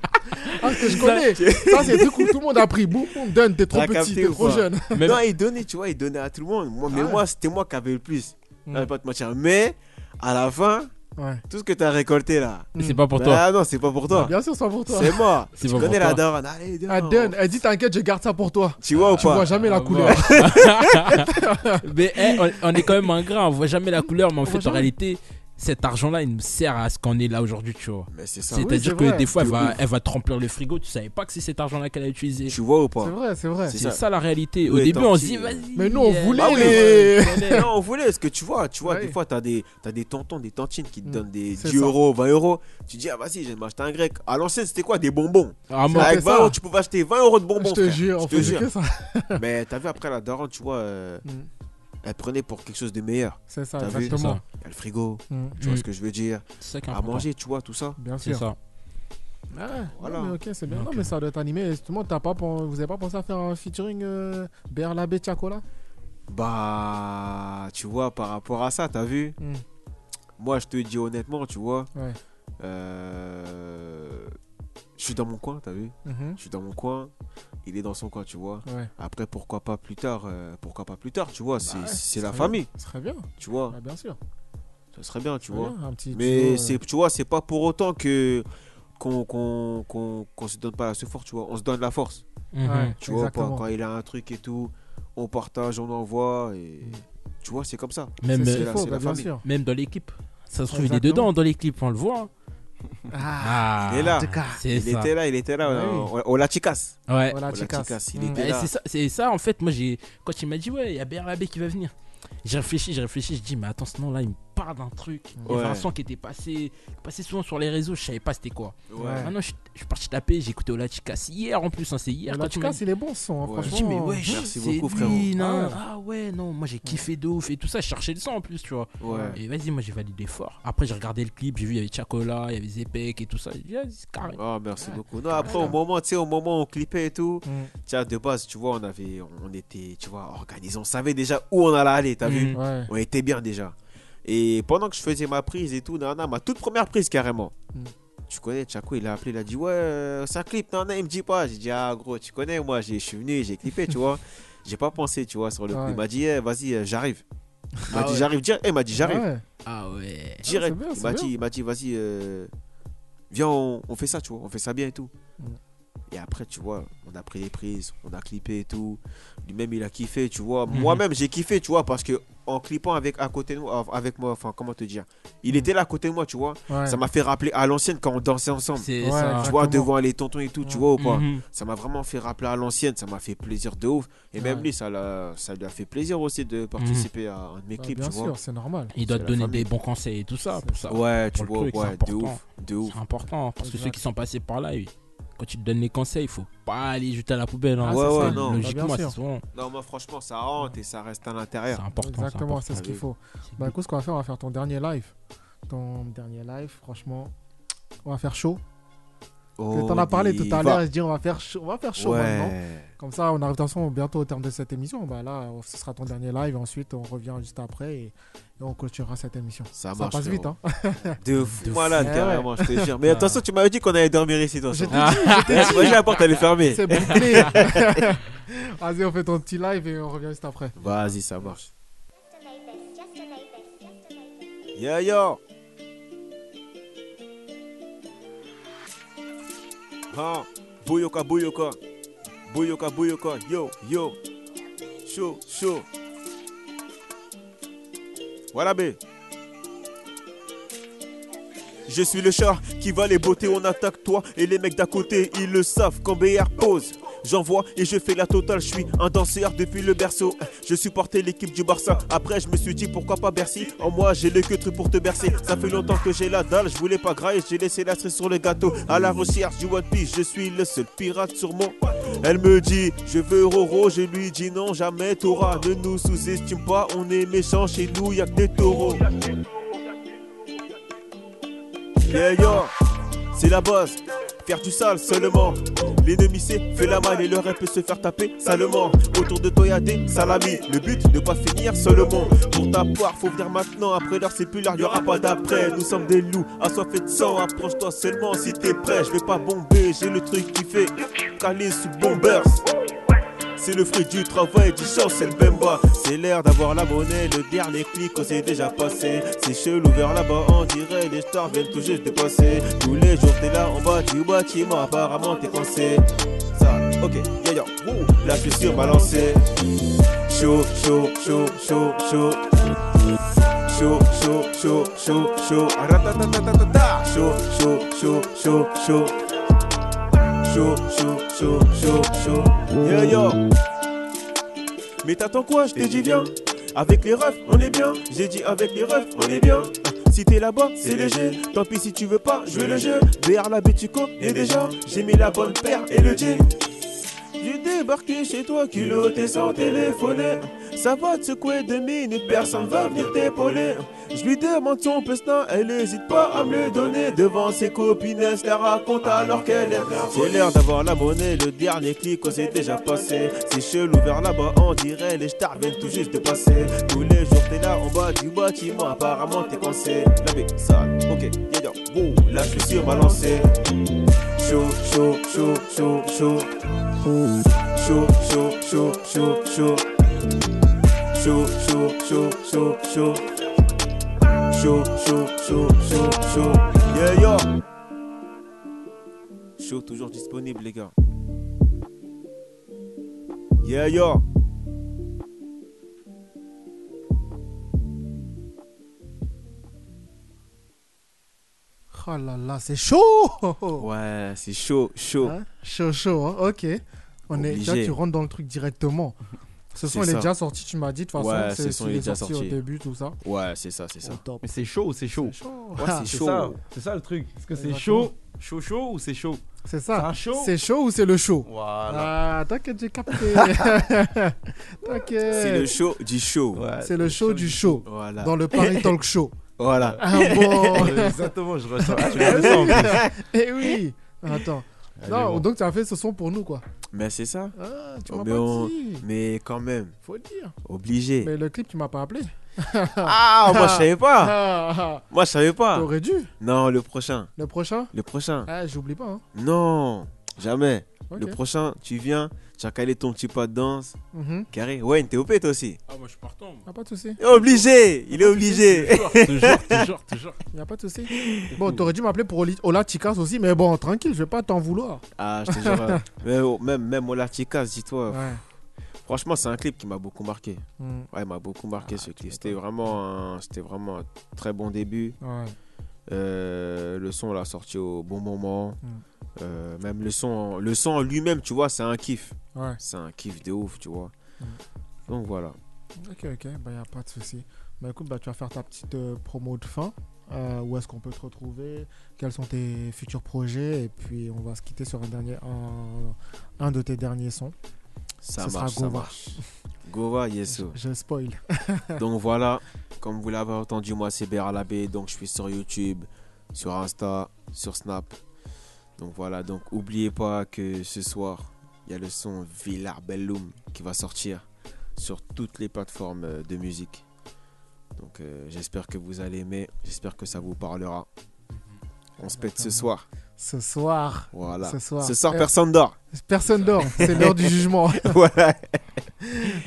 Parce que je connais. Ça c'est des trucs où tout le monde a pris. Boum, boum, donne. T'es trop
T'as
petit,
capté
t'es
ou
trop
pas
jeune.
Même-
Non, il donnait, tu vois, il donnait à tout le monde. Moi, mais
Ah ouais.
moi, c'était moi qui avais le plus.
Mm.
Je vais pas te mentir. Mais à la fin,
Ouais.
tout ce que t'as récolté là.
Mais c'est pas pour
bah,
toi.
non, c'est pas pour toi.
Bien sûr, Ah. c'est pour toi.
C'est moi.
C'est
Tu
pas
connais
pour toi.
la daronne. Allez, donne.
Ah, donne. Elle dit t'inquiète, je garde ça pour toi.
Tu vois ou
Tu vois
pas
jamais la
Ah,
couleur.
bon. mais eh, on, on est quand même ingrat, on voit jamais la couleur, mais en
On voit
fait, en
jamais.
réalité, cet argent-là, il me sert à ce qu'on est là aujourd'hui, tu vois.
Mais Ah c'est ça.
oui,
C'est-à-dire
c'est vrai.
que des fois, elle
De
va,
ouf.
elle va te remplir le frigo, tu savais pas que c'est cet argent-là qu'elle a utilisé.
Tu vois ou pas
C'est vrai, c'est vrai.
C'est
C'est ça.
ça.
la réalité. Au
Oui,
début,
tant
on
pis.
se dit, vas-y.
Mais nous, on
euh,
voulait
bah oui,
les-
on voulait. hein.
Non, on voulait, parce que tu vois, tu vois,
Ouais.
des fois, t'as des, t'as des tontons, des tantines qui te
Mm.
donnent des
C'est
10
ça.
euros, 20 euros. Tu dis, ah, vas-y, je vais m'acheter un grec. À l'ancienne, c'était quoi Des bonbons.
Ah, moi,
Ouais.
Avec
c'est
20
ça.
euros, tu pouvais acheter 20 euros de bonbons.
Je te
frère.
jure, on
je te
faisait
jure.
que ça.
Mais t'as vu, après la daronne, tu vois, euh,
Mm.
elle prenait pour quelque chose de meilleur.
C'est ça,
T'as vu
exactement.
Il y a le frigo,
Mm. Ah,
tu vois
Mm.
ce que je veux dire.
c'est ça qui est
À
important.
manger, tu vois, tout ça.
Bien
C'est
sûr.
ça.
Ouais,
Voilà.
non, mais ok, c'est bien. Non,
Ok.
mais ça doit être animé. Et Justement, t'as pas, pen- vous avez pas pensé à faire un featuring euh, BRLAB Tchakola
Bah, tu vois, par rapport à ça, t'as vu
Hmm.
Moi, je te dis honnêtement, tu vois,
Ouais.
euh, je suis dans mon coin, t'as vu
Mhm.
Je suis dans mon coin, il est dans son coin, tu vois.
Ouais.
Après, pourquoi pas plus tard euh, Pourquoi pas plus tard, tu vois C'est
Bah ouais, ce
c'est la
serait
famille,
bien. Ce serait bien.
tu vois.
Ouais, bien sûr.
Ça serait bien, Ah. tu vois.
Ouais, un petit duo,
Mais
euh,
c'est, tu vois, c'est pas pour autant que qu'on qu'on qu'on- qu'on se donne pas la force, tu vois. On se donne la force.
Mm-hmm. Mhm.
ouais,
Tu vois, pas,
exactement.
quand il a un truc et tout, on partage, on envoie. Et... Tu vois, c'est comme ça.
C'est
Même,
ce
euh,
qu'il
là,
faut,
c'est
Mm.
la
bah, bien
famille.
sûr.
même dans l'équipe. Ça se trouve, il est
Exactement.
dedans dans les clips, on le voit. hein.
Ah,
Ah,
il est là.
en tout cas,
C'est
Il
ça.
était là, il était là.
Ah
on- On, on la chicasse.
Ouais.
voilà,
On la
chicas.
chicasse, il
Mm.
était
Eh,
là.
c'est ça, c'est ça, en fait, moi j'ai quand il m'a dit ouais, il y a BRAB qui va venir. J'ai réfléchi, j'ai réfléchi, je dis mais attends, ce nom là, il me parle d'un truc. Il y avait
Ouais.
un son qui était passé, passé souvent sur les réseaux, je savais pas c'était quoi.
Ouais.
Maintenant, je je suis parti taper, j'ai écouté Ola Chicas hier en plus, hein, c'est hier. quand
Voilà,
tu m'as
chicas,
dit.
il est bon ce son, hein,
Ouais.
Je
franchement.
dis mais ouais,
Merci
c'est
beaucoup,
lui,
frérot.
nan.
Ouais.
Ah ouais, non, moi j'ai kiffé de ouf et tout ça, je cherchais le son en plus, tu vois.
Ouais.
Et vas-y, moi j'ai validé fort. Après, j'ai regardé le clip, j'ai vu il y avait Chacola, il y avait Zepek et tout ça. J'ai dit, ah, c'est carré.
Ah, merci beaucoup. Non, après, au moment, tu sais, au moment où on clippait et tout,
Mm.
tiens, de base, tu vois, on avait, on était, tu vois, organisé. On savait déjà où on allait aller, t'as vu
Mm.
Ouais.
On était bien déjà. Et pendant que je faisais ma prise et tout, nana, ma toute première prise carrément.
Mm.
Tu connais, Chaco, il a appelé, il a dit ouais, euh, ça clip, nana, il me dit pas. J'ai dit ah gros, tu connais, moi, j'ai- je suis venu, j'ai clippé, tu vois. J'ai pas pensé, tu vois, sur le coup.
Ouais.
Il m'a dit, eh, vas-y, euh, j'arrive. Il m'a
Ah
dit,
ouais.
j'arrive, direct. Eh, il m'a dit, j'arrive,
Ouais.
Ah ouais.
direct. Bah,
c'est bien,
il
c'est
m'a
bien.
dit, il m'a dit, vas-y, euh, viens, on, on fait ça, tu vois, on fait ça bien et tout.
Mm.
Et après, tu vois, on a pris les prises, on a clippé et tout. Lui-même, il a kiffé, tu vois.
Mhm.
Moi-même, j'ai kiffé, tu vois, parce que en clippant avec à côté de moi, avec moi, enfin, comment te dire, il était là à côté de moi, tu vois.
Mm. Ouais.
Ça m'a fait rappeler à l'ancienne quand on dansait ensemble.
C'est ça.
Ouais,
Tu
exact.
vois,
exactement.
devant les tontons et tout, tu
Ouais.
vois ou pas
Mhm.
Ça m'a vraiment fait rappeler à l'ancienne, ça m'a fait plaisir de ouf. Et même
Ouais.
lui, ça, l'a- ça lui a fait plaisir aussi de participer à un de mes
Bah,
clips,
Bien
tu vois.
sûr, c'est normal.
Il doit te
C'est la
donner
famille.
des bons conseils et tout ça pour ça.
Ouais, tu
Pour le
vois,
truc, c'est
ouais, de
important.
ouf, de ouf.
C'est important hein, parce que
Exact.
ceux qui sont passés par là, ils- quand ils te donnent les conseils, il faut pas aller jeter à la poubelle. hein.
Ah,
Ouais,
Ça,
ouais,
c'est
non.
Bah,
Logiquement,
bien
c'est
sûr.
souvent.
Non, moi, franchement, ça rentre et ça reste à
C'est
l'intérieur.
important. c'est
Exactement,
important.
c'est ce qu'il
oui.
faut.
C'est
Bah écoute, ce qu'on va faire, on va faire ton dernier live. Ton dernier live, franchement, on va faire chaud. T'en as parlé tout à l'heure, je dis on va faire chaud, on va faire chaud maintenant.
Oh, Ouais.
Comme ça, on arrive de toute façon bientôt au terme de cette émission. Bah là, ce sera ton dernier live. et Ensuite, on revient juste après et, et on continuera cette émission.
Ça
Ça
marche.
passe vite, hein. Eh
De fou.
De
Malade,
fou.
carrément, je te jure. Mais attention, tu m'avais dit qu'on allait dormir ici, toi.
Je
ça.
t'ai
Ah.
Ah. dit,
Eh, Moi, j'ai la porte, elle est fermée.
c'est bouclé. Vas-y, on fait ton petit live et on revient juste après.
Vas-y, ça marche. Yo, yo. Ah, Bouyoka, Bouyoka. Bouyoka, Bouyoka. Yo, yo. Chaud, chaud. Voilà, bé. Je suis le char qui va les beautés, on attaque toi et les mecs d'à côté, ils le savent quand BR pose. J'envoie et je fais la totale, je suis un danseur depuis le berceau. Je supportais l'équipe du Barça, après je me suis dit pourquoi pas Bercy. En moi j'ai le queutre pour te bercer. Ça fait longtemps que j'ai la dalle, je voulais pas grailler, j'ai laissé la cerise sur le gâteau. À la recherche du One Piece, je suis le seul pirate sur mon. Elle me dit je veux Roro, je lui dis non jamais Tora. Ne nous sous-estime pas, on est méchants chez nous, y'a que des taureaux. Yeah yo, c'est la bosse, faire du sale seulement. L'ennemi c'est fait la malle et le rêve peut se faire taper salement. Autour de toi y'a des salamis, le but de pas finir seulement. Pour ta part, faut venir maintenant, après l'heure c'est plus l'heure, y'aura pas d'après. Nous sommes des loups, assoiffés de sang, approche-toi seulement si t'es prêt. Je vais pas bomber, j'ai le truc qui fait caler sous bombers. C'est le fruit du travail, du sang, c'est le bemba. C'est l'heure d'avoir la monnaie, le dernier clic, on s'est déjà passé. C'est chelou vers là-bas, on dirait les stars viennent tout juste de passer. Tous les jours, t'es là en bas du bâtiment, apparemment t'es coincé. Ça, ok, yeah, yeah. Ouh, Là, je suis sur ma lancée. Chaud, chaud, chaud, chaud, chaud. Chaud, chaud, chaud, chaud, chaud. Ratatatatata. Chaud, chaud, chaud, chaud, chaud. Chaud, chaud, chaud, chaud, chaud. Yeah, yeah. Mais t'attends quoi, je t'ai dit viens Avec les refs, on est bien J'ai dit avec les refs, on est bien Si t'es là-bas, c'est léger Tant pis si tu veux pas jouer le jeu BR la tu connais déjà J'ai mis la bonne paire et le jean J'ai débarqué chez toi culotté sans téléphoner Ça va te secouer deux minutes, personne va venir t'épauler. Je lui demande son pestin, elle hésite pas à me le donner. Devant ses copines, elle se la raconte alors qu'elle est bien. C'est l'heure d'avoir la monnaie, le dernier clic, on s'est déjà passé. C'est chelou vers là-bas, on dirait les stars viennent tout juste de passer. Tous les jours, t'es là en bas du bâtiment, apparemment t'es coincé. La vie sale, ok, yeah, yeah. Wow, là je suis sur ma lancée. Chaud, chaud, chaud, chaud, chaud. Chaud, chaud, chaud, chaud, chaud. Chaud, chaud, chaud, chaud, chaud. Chaud, chaud, chaud, chaud, chaud. Yeah, yo. Chaud, toujours disponible, les gars. Yeah, yo.
Oh là là, c'est chaud
Ouais, c'est chaud, chaud.
Hein Chaud, chaud, hein ok. On est,
Obligé.
tu vois, tu rentres dans le truc directement. Ce son,
C'est
il est
ça.
déjà sorti, tu m'as dit, de toute façon,
Ouais, ce
c'est
son,
tu
il est
l'es
déjà
sorti,
sorti.
au début, tout ça.
Ouais, c'est ça, c'est ça.
Au top.
Mais c'est chaud, c'est chaud.
chaud.
Ouais, c'est
C'est
chaud.
ça, c'est ça le truc. Est-ce que c'est
Exactement.
chaud, chaud, chaud ou c'est chaud
C'est
C'est
ça.
un chaud
Ah, C'est chaud ou c'est le chaud
Voilà.
Ah, t'inquiète, j'ai capté.
C'est le
T'inquiète.
show du show.
Ouais,
C'est le show du show.
Voilà.
Dans le Paris Talk Show.
Voilà.
Ah bon
Ouais, Exactement, je ressens. Ah, je
Eh
ressens en
oui.
plus.
Eh oui Attends.
Allez,
Non,
bon.
donc tu as fait ce son pour nous, quoi.
Mais c'est ça.
Ah, tu
Oh,
m'as
mais
pas
on-
dit.
Mais quand même,
Faut dire.
obligé.
Mais le clip, tu m'as pas appelé.
Ah, moi je savais pas.
Ah,
Moi je savais pas.
T'aurais dû.
Non, le prochain.
Le prochain
Le prochain.
Ah, j'oublie pas. Hein.
Non, jamais.
Ok.
Le prochain, tu viens, tu as calé ton petit pas de danse.
Mhm.
Carré. Ouais, t'es OP toi aussi.
Ah, moi je suis partant. moi. Ah,
Ah, pas de souci.
Obligé, il est obligé.
Toujours, toujours, toujours, toujours.
Y a pas de souci. Bon, t'aurais dû m'appeler pour Oli- Ola Chicas aussi, mais bon, tranquille, je vais pas t'en vouloir.
Ah, je te jure. euh, mais oh, même, même Olartikas, dis-toi.
Ouais.
Franchement, c'est un clip qui m'a beaucoup marqué.
Mm,
Ouais, il m'a beaucoup marqué ce clip. C'était vraiment, un- c'était vraiment un très bon début.
ouais.
Euh, le son, on l'a sorti au bon moment.
Mm.
Euh, même le son, en- le son en lui-même, tu vois, c'est un kiff.
Ouais.
C'est un kiff de ouf, tu vois.
Mm.
Donc voilà.
Ok, ok, bah y a pas de souci. Bah écoute, bah tu vas faire ta petite euh, promo de fin. Euh, où est-ce qu'on peut te retrouver Quels sont tes futurs projets Et puis on va se quitter sur un dernier, un, un de tes derniers sons.
Ça
Ce sera
marche, ça
Gova.
marche. Gova, yeso.
Je spoil.
Donc voilà, comme vous l'avez entendu, moi c'est Beralabé, donc je suis sur YouTube, sur Insta, sur Snap. Donc voilà, donc oubliez pas que ce soir, il y a le son Villar Bellum qui va sortir sur toutes les plateformes euh, de musique. Donc euh, j'espère que vous allez aimer, j'espère que ça vous parlera. On se pète ce soir.
Ce soir,
Voilà.
Ce soir. Euh,
personne dort.
personne dort. C'est l'heure du jugement.
voilà.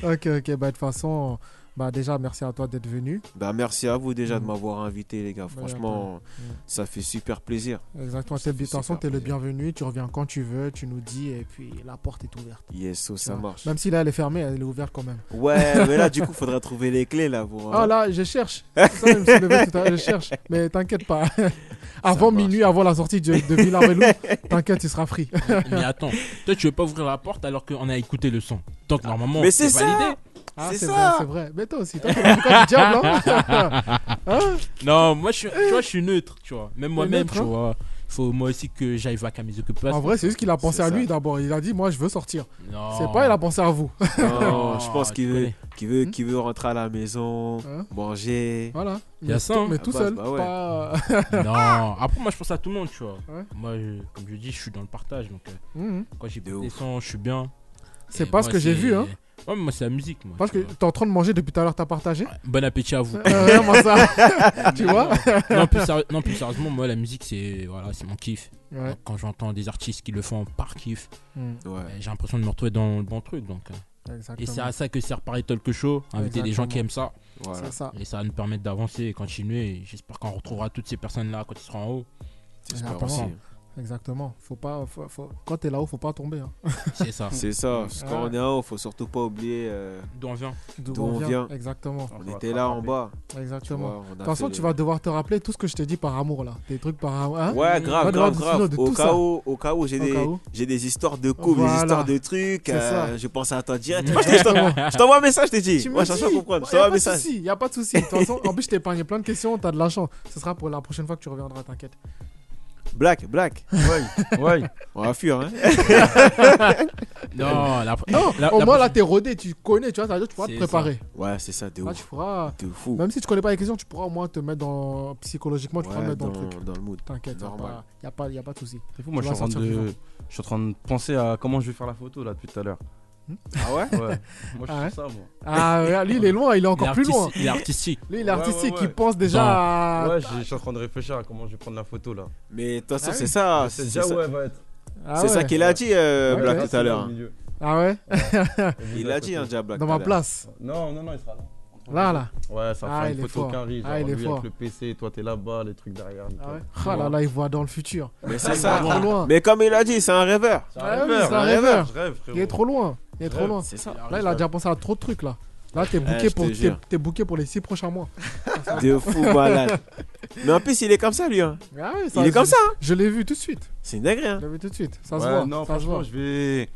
Ok, ok, bah de toute façon, bah déjà merci à toi d'être venu.
Bah merci à vous déjà de
Mm.
m'avoir invité les gars.
Bah, y a
Franchement,
Mm.
ça fait super plaisir.
Exactement,
Ça
t'es de
fait
toute façon,
super
t'es le
plaisir.
bienvenu, tu reviens quand tu veux, tu nous dis, et puis la porte est ouverte.
Yes, so,
tu
ça
vois.
marche.
Même si là elle est fermée, elle est ouverte quand même.
Ouais, mais là, du coup, faudra trouver les clés là pour. euh,
Ah là, je cherche. Ça, je me suis levé tout à l'heure, je cherche. Mais t'inquiète pas. avant
marche.
minuit, avant la sortie de, de Villarvellou, t'inquiète, tu seras free.
Mais attends, toi tu veux pas ouvrir la porte alors qu'on a écouté le son. Donc normalement,
Mais c'est
validé.
ça
Ah,
C'est
c'est
ça.
vrai, c'est vrai. Mais toi aussi, toi, t'es l'avocat du diable. Hein Hein
Non, moi je suis, tu vois, je suis neutre, tu vois. Même moi-même,
neutre,
tu
hein.
vois. Faut moi aussi que j'aille vaquer à mes occupations.
en vrai, c'est juste qu'il a pensé
C'est
à
ça. Oh.
lui d'abord. Il a dit, moi, je veux sortir.
Non.
C'est pas, il a pensé à vous.
Non, Oh, je pense
Ah,
tu
qu'il veut,
connais.
qu'il veut, qu'il veut rentrer à la maison,
Hmm Hein
manger.
Voilà.
Il y a ça, hein.
Mais
Ah
tout
bah,
seul.
bah ouais.
pas- euh,
Non. Après, moi je pense à tout le monde, tu vois.
Ouais.
Moi, je- comme je dis, je suis dans le partage. Donc euh,
Mhm.
quand j'ai
De
des
ouf.
sons, je suis bien.
C'est
Et
pas ce
moi,
que j'ai
c'est-
vu, hein.
Ouais, mais moi c'est la musique, moi.
Parce que
tu vois.
t'es en train de manger depuis tout à l'heure, t'as partagé.
Bon appétit à vous.
Euh, vraiment ça. tu vois
non, plus sérieux- non, plus sérieusement, moi la musique c'est voilà, c'est mon kiff.
Ouais.
Donc, Quand j'entends des artistes qui le font par kiff,
Mhm.
Ouais.
euh, j'ai l'impression de me retrouver dans le bon truc. Donc, euh, et c'est
Exactement.
à ça que sert Paris Talk Show, inviter des gens qui
Exactement.
aiment ça.
Voilà.
C'est ça.
Et ça va nous permettre d'avancer et continuer. Et J'espère qu'on retrouvera toutes ces personnes-là quand ils seront en haut.
J'espère aussi.
Exactement. Exactement. Faut pas, faut, faut- Quand t'es là-haut, faut pas tomber. hein.
C'est ça.
C'est
Hmm.
ça. parce que Quand
Ouais.
on est en haut, faut surtout pas oublier. euh,
D'où on vient.
D'où on vient.
Exactement.
On
on
va
était là en bas. tu
Exactement.
vois, on a
De toute façon,
fait
tu
le-
vas devoir te rappeler tout ce que je t'ai dit par amour là. Des trucs par amour. Hein
Ouais,
va
grave,
devoir
grave,
du
grave.
sino de
Au
tout
cas
ça.
où, au cas où, j'ai
Au
des,
cas où.
j'ai des histoires de couple,
Voilà.
des histoires de trucs.
C'est
euh,
ça.
je pense à toi direct.
Mm.
Moi, je t'ai- je t'en- je t'envoie un message, je t'ai dit.
Tu
Moi,
me
je cherche
dis.
à comprendre.
Ouais, y
Je t'envoie
a pas
un
de
message.
souci, y a pas de souci. De toute façon, en plus, je t'ai épargné plein de questions, t'as de la chance. Ce sera pour la prochaine fois que tu reviendras, t'inquiète.
Black, black.
Ouais, ouais.
On va fuir, hein.
Non, la, pr-
Non,
la-
au
la
moins
prochaine-
là, t'es rodé, tu connais, tu vois, ça veut dire que tu pourras te
C'est
préparer.
Ouais, c'est ça, de
Là, Ah, tu Bah,
ouf.
pourras.
De fou.
Même si tu connais pas les questions, tu pourras au moins te mettre dans. Psychologiquement, tu pourras
Ouais,
te mettre dans,
dans,
le truc.
dans le mood.
T'inquiète,
normal.
y a pas, y a pas de soucis.
C'est fou, moi
Tu
je suis,
vas
en train
sortir
de...
vivant.
je suis en train de penser à comment je vais faire la photo là depuis tout à l'heure.
Ah ouais
Ouais, moi je
Ah ouais
fais ça, moi.
Ah, regarde, lui, il est loin, il est
Il est
encore plus
artisti-
loin.
Il est artistique.
Lui, il est
Ouais, ouais,
artistique,
ouais.
il pense déjà à.
Ouais, j'ai- je suis en train de réfléchir à comment je vais prendre la photo là.
Mais de toute façon,
Ah
c'est ça. C'est
C'est déjà
ça,
ouais, va être.
Ah
c'est ça
ouais.
qu'il a dit, euh,
Ouais, ouais,
Black, tout à
c'est au
l'heure.
milieu.
Ah ouais
Au milieu de
Il
la
a dit, hein,
photo.
déjà, Black.
Dans
tout à
ma
l'heure.
place.
Non, non, non, il sera là.
Là, là.
Ouais, ça
Ah,
fera
il
une
est
photo
fort.
qu'un riz. Genre,
Ah, il est
lui
fort.
avec le PC, toi t'es là-bas, les trucs derrière. nickel.
Ah ouais Ah là là, il voit dans le futur.
Mais c'est
Il est
ça.
trop loin.
Mais comme il a dit, c'est un rêveur.
C'est
Ah
un
ouais, c'est un
rêveur,
rêveur.
je rêve, frérot.
Il est trop loin. Il est trop
Ouais,
loin.
C'est ça.
Là, il a déjà pensé à trop de trucs là. Là, t'es booké,
Eh, je
pour,
te
t'es-
jure.
t'es booké pour les 6 prochains mois.
De fou malade. Mais en plus, il est comme ça, lui. hein.
Ah ouais,
Il est comme
je-
ça. hein.
Je l'ai vu tout de suite.
C'est une dinguerie. hein.
Je l'ai vu tout de suite. Ça
Ouais,
se voit.
non,
ça se
franchement,
voit.
je vais.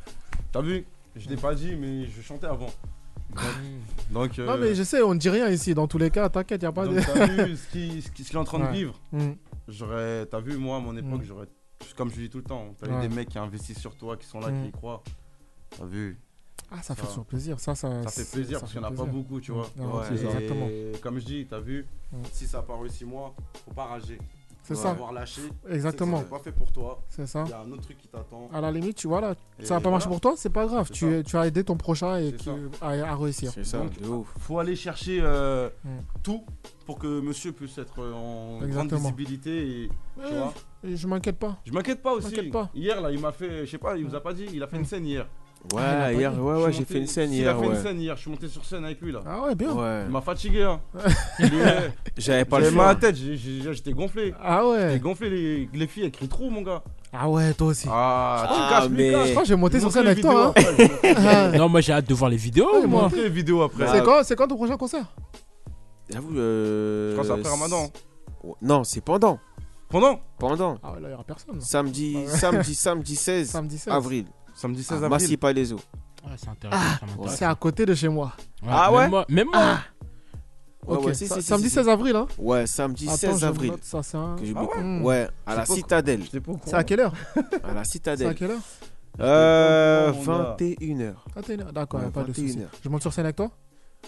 T'as vu Je l'ai pas dit, mais je chantais avant. Donc. euh,
Non, mais je sais, on ne dit rien ici. Dans tous les cas, t'inquiète, y a pas de.
donc, t'as vu ce qu'il ce qu'il est en train
Ouais.
de vivre
Hmm.
J'aurais, t'as vu, moi, à mon époque,
Mm.
j'aurais, comme je dis tout le temps, t'as
Ouais.
eu des mecs qui investissent sur toi, qui sont là,
Mm.
qui y croient. T'as vu,
Ah, ça fait
Ça.
toujours plaisir. Ça, ça,
ça fait plaisir parce qu'il n'y en a pas beaucoup, tu vois.
Non,
Ouais, c'est
ça.
Et
exactement.
Comme je dis, t'as vu,
Mm.
si ça a paru six mois, faut pas rager.
C'est
faut
ça,
Avoir lâché. c'est que
exactement.
C'est pas fait pour toi.
C'est ça.
Il y a un autre truc qui t'attend.
À la limite, tu vois là,
Et
ça n'a pas marché
voilà.
pour toi, c'est pas grave.
C'est
Tu, tu as aidé ton prochain et
C'est
qui,
ça.
à, à réussir.
C'est ça,
Donc,
de ouf.
Faut aller chercher euh,
Mm.
tout pour que monsieur puisse être en grande
Exactement.
visibilité. Et, tu
Ouais.
vois.
Et je m'inquiète pas.
Je m'inquiète pas aussi.
M'inquiète pas.
Hier, là, il m'a fait, je sais pas, il vous a pas dit, il a fait une
Mm.
scène hier.
Ah,
Ouais,
il a
hier,
pas
ouais,
Je
ouais,
suis
j'ai
monté-
fait une scène
s'il
hier,
a fait une
ouais.
scène hier, je suis monté sur scène avec lui là.
Ah ouais, bien.
Ouais.
Il m'a fatigué hein. Il est-
J'avais pas le
J'avais mal à
choix.
la tête, j'ai- j'ai- j'étais gonflé.
Ah
J'étais
ouais.
gonflé, les, les filles elles crient trop mon gars.
Ah ouais, toi aussi.
Ah, tu
Ah,
me caches,
mais-
mais... caches.
Je crois que j'ai monté
Je
sur scène
montrerai les
avec toi. hein.
vidéos après, je
Ah.
Non, moi j'ai hâte de voir les vidéos,
Ouais,
vous
moi.
montrerai les vidéos après.
Ah,
C'est quand, c'est quand ton prochain concert
J'avoue, euh.
Je pense après Ramadan.
Ouais, Non, c'est pendant.
Pendant
Pendant.
Ah ouais, là, il n'y aura personne.
Samedi,
Ouais.
samedi, samedi 16
Samedi 16.
avril.
Samedi 16
Massi
avril.
Massy Palaiso.
Ah, c'est intéressant, ça m'intéresse.
C'est à côté de chez moi.
Ah ouais
Même moi. même moi.
Ouais,
Ok,
ouais, si,
sa-
si, si,
samedi
si.
16 avril, hein
Ouais, samedi
Attends,
16
je
avril.
note Ça, c'est un-
Que j'ai
Ah
oublié.
ouais
Hmm.
Ouais, à la
pas-
citadelle.
J'étais pas au courant.
C'est à quelle heure
À la
C'est à
citadelle.
quelle heure
Euh.
J'étais pas au courant, mon gars.
21h.
Ah, t'es une heure. D'accord,
Ouais,
y a pas de
21
souci.
heures.
Je monte sur scène avec toi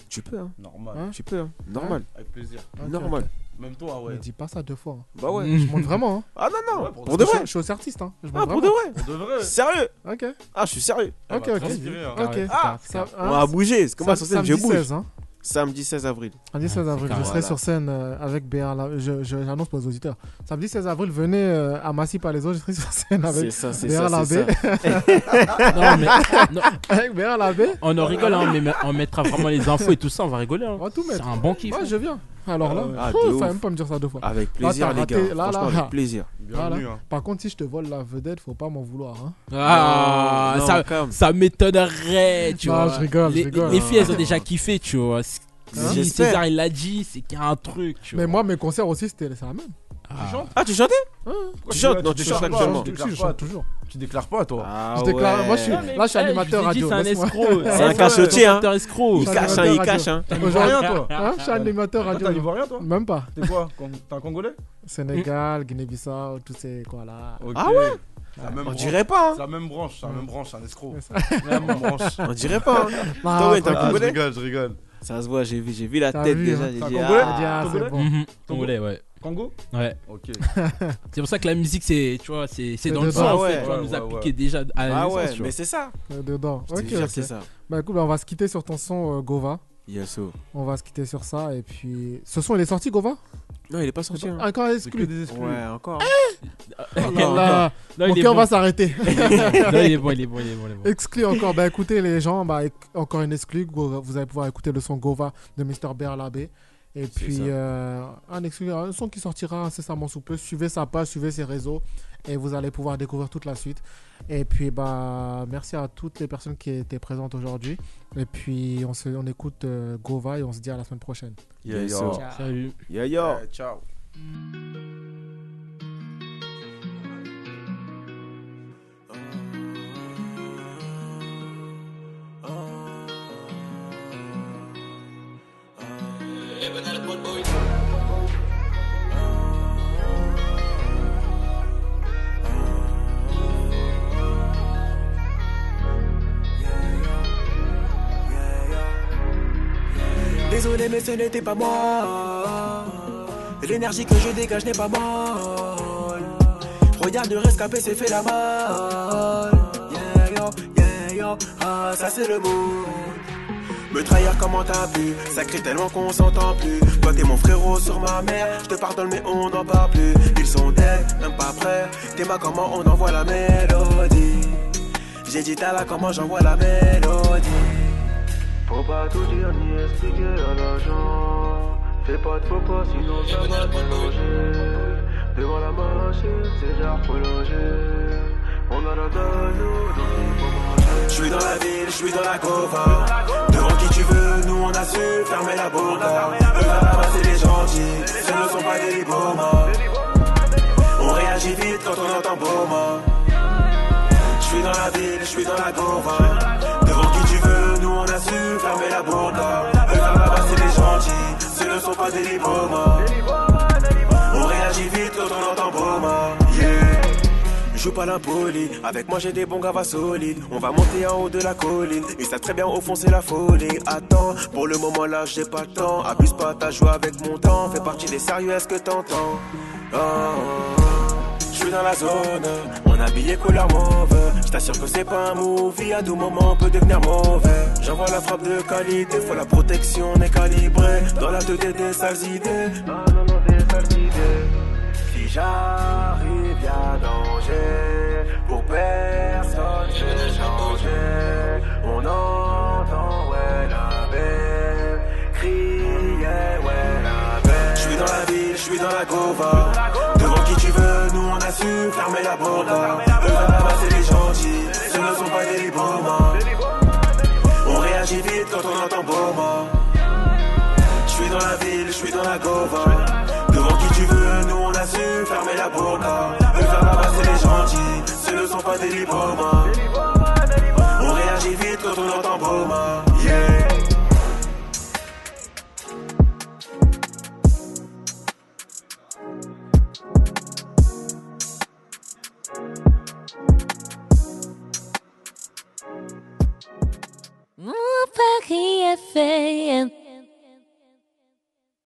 Tu peux, hein.
Normal.
Hein
Tu peux, hein. Normal.
Avec plaisir.
Ok,
Normal.
ok.
Même toi, ouais.
Ne dis pas ça deux fois. hein.
Bah ouais.
Mm.
Je monte vraiment. hein.
Ah non, non.
Ouais,
pour,
pour
de
Je suis-
vrai.
Je suis aussi artiste. hein. Je monte
Ah, pour de
vraiment.
vrai.
On devrait.
Sérieux.
Ok,
Ah, je suis sérieux.
Elle
ok,
va
ok.
transpirer, hein.
Ok.
Ah,
Ça-
On va
hein,
bouger. C'est comme ça,
sam-
sur scène, je
samedi
bouge.
16, hein.
Samedi 16 avril.
Samedi 16 avril, je
carré.
serai
Voilà.
sur scène euh, avec BR. là, je- je- J'annonce pour les auditeurs. Samedi 16 avril, venez euh, à Massy Palaiso. Je serai sur scène
C'est
Ah, avec,
ça, c'est
Derrière
ça, c'est ça.
l'abbé.
Non, mais non,
avec BR Labbé.
on en rigole, hein, mais on mettra vraiment les infos et tout ça, on va rigoler. hein.
On va tout
C'est
mettre.
un bon kiff.
Moi, je viens. Alors là,
Ah,
faut-
de
faut
ouf.
même pas me dire ça deux fois.
Avec plaisir,
t'as
les
raté,
gars.
là, là.
Franchement, avec plaisir.
Bienvenue.
Voilà.
hein.
Par contre, si je te vole la vedette, faut pas m'en vouloir. hein.
Ah,
Non,
ça,
calme.
ça m'étonnerait, tu
Non,
vois.
je rigole, je
les,
rigole.
les filles, elles ont déjà kiffé, tu vois. Si
Hein
si
J'espère.
César, il l'a dit, c'est qu'il y a un truc, tu
Mais
vois.
moi, mes concerts aussi, c'était c'est la même.
Ah.
Tu chantes
Ah, tu chantais
Pourquoi
Tu chantes,
déclares-
non, tu chantes
déclares pas,
actuellement.
Tu
Si, je
déclares pas,
chante toujours.
tu déclares pas, toi.
Ah
Je déclare- moi, je suis-
ouais.
là, je suis
Eh,
animateur
vous ai dit,
radio,
C'est un
laisse-moi.
escroc.
Ah C'est un
Ouais,
cachotier, hein.
C'est un escroc.
Il
Ça,
cache,
c'est
hein, il
radio.
cache, hein.
T'es ivoirien, toi.
Hein, je suis animateur
Toi, T'es un
radio.
ivoirien, toi.
Même pas.
T'es quoi Con- T'es un Congolais
Sénégal, Guinée-Bissau, tous ces quoi là.
Ah
ouais même
On
branche.
dirait pas,
C'est
hein.
la même branche, c'est la même branche, c'est un escroc.
C'est
La même branche.
On dirait pas, hein.
Bah,
Toi, ouais, t'as-
quoi.
Ah, je
Congolais
rigole, je rigole.
Ça se voit, j'ai vu, j'ai vu la
T'as
tête
vu,
déjà.
hein.
J'ai
T'as
dit,
congolais
ah,
Ah, c'est bon.
Mhm. Congolais, ouais.
Congo
Ouais.
Ok.
C'est pour ça que la musique, c'est, tu vois, c'est, c'est
C'est
dans le
dedans.
sang,
Ah
en
ouais,
fait. Tu vois,
ouais,
on nous
ouais,
a
ouais.
piqué déjà à la
Ah
naissance,
ouais,
tu vois.
mais c'est ça.
Euh, Dedans.
Je te
Ok,
jure,
ok.
c'est ça.
Bah écoute, bah, on va se quitter sur ton son euh, Gova.
Yasso.
On va se quitter sur ça et puis. Ce son il est sorti Gova
Non, il est pas sorti. hein.
Encore
C'est que
exclu.
des exclus.
Ouais, encore.
Oh
encore,
là,
Non, Ah,
Mon
il est
cœur
bon.
va s'arrêter.
Non, il est bon, il est bon, il est bon, il est bon.
exclu encore. Bah écoutez les gens, bah éc- encore une exclu. Gova- Vous allez pouvoir écouter le son Gova de Mr. Berlabé. Et puis
ça.
euh, un exclu, un son qui sortira incessamment sous peu. Suivez sa page, suivez ses réseaux et vous allez pouvoir découvrir toute la suite. Et puis bah merci à toutes les personnes qui étaient présentes aujourd'hui. Et puis on se, on écoute euh, Gova et on se dit à la semaine prochaine.
Yeah,
Yes,
yo.
Ah
sir.
Salut.
Yo, yo.
Ouais, Ciao.
Ah, mais ce n'était pas moi. L'énergie que je dégage n'est pas molle. Regarde le rescapé s'est fait la malle. Yeah yo, yeah yo, ah ça c'est le mot. Me trahir comment t'as pu Sacré tellement qu'on s'entend plus Toi t'es mon frérot sur ma mère Je te pardonne mais on n'en parle plus Ils sont dead, même pas prêts T'es ma comment on envoie la mélodie J'ai dit t'as là comment j'envoie la mélodie Faut pas tout dire ni expliquer à la gens Fais pas de faux pas sinon ça va te loger Devant la machine c'est genre prolongé On a la dalle dans je suis dans la ville, je suis dans la cova Devant qui tu veux, nous on a su fermer la bourre Eux là passer les gentils, ce ne sont pas des libomans On réagit vite quand on entend Boma Je suis dans la ville, je suis dans la cova Devant qui tu veux, nous on a su fermer la bourre Eux là passer les gentils, ce ne sont pas des libomans On réagit vite quand on entend Boma yeah. Joue pas l'impoli, avec moi j'ai des bons gavas solides. On va monter en haut de la colline, ils savent très bien au fond c'est la folie. Attends, pour le moment là j'ai pas le temps. Abuse pas, ta joie avec mon temps. Fais partie des sérieux, est-ce que t'entends oh, Je suis dans la zone, mon habillé couleur mauve. Je t'assure que c'est pas un movie, à tout moment on peut devenir mauvais. J'envoie la frappe de qualité, faut la protection, on est calibré. Dans la 2D des sales idées. Non, non, non, des sales idées. Si j'arrive, y'a danger. Pour personne, j'ai changé. On entend, ouais, la baie. Crier, ouais, la baie. J'suis dans la ville, j'suis dans la gova. Devant qui tu veux, nous on a su fermer la bande. Eux là-bas, c'est les gentils. Ce ne sont pas des libomans. On réagit vite quand on entend Boma. J'suis dans la ville, j'suis dans la gova. Devant qui tu veux, nous on a su fermer la bourre Eux là-bas c'est les gentils, ce ne sont pas des libomans On réagit vite quand on entend Boma Yeah
Mon Paris est fait.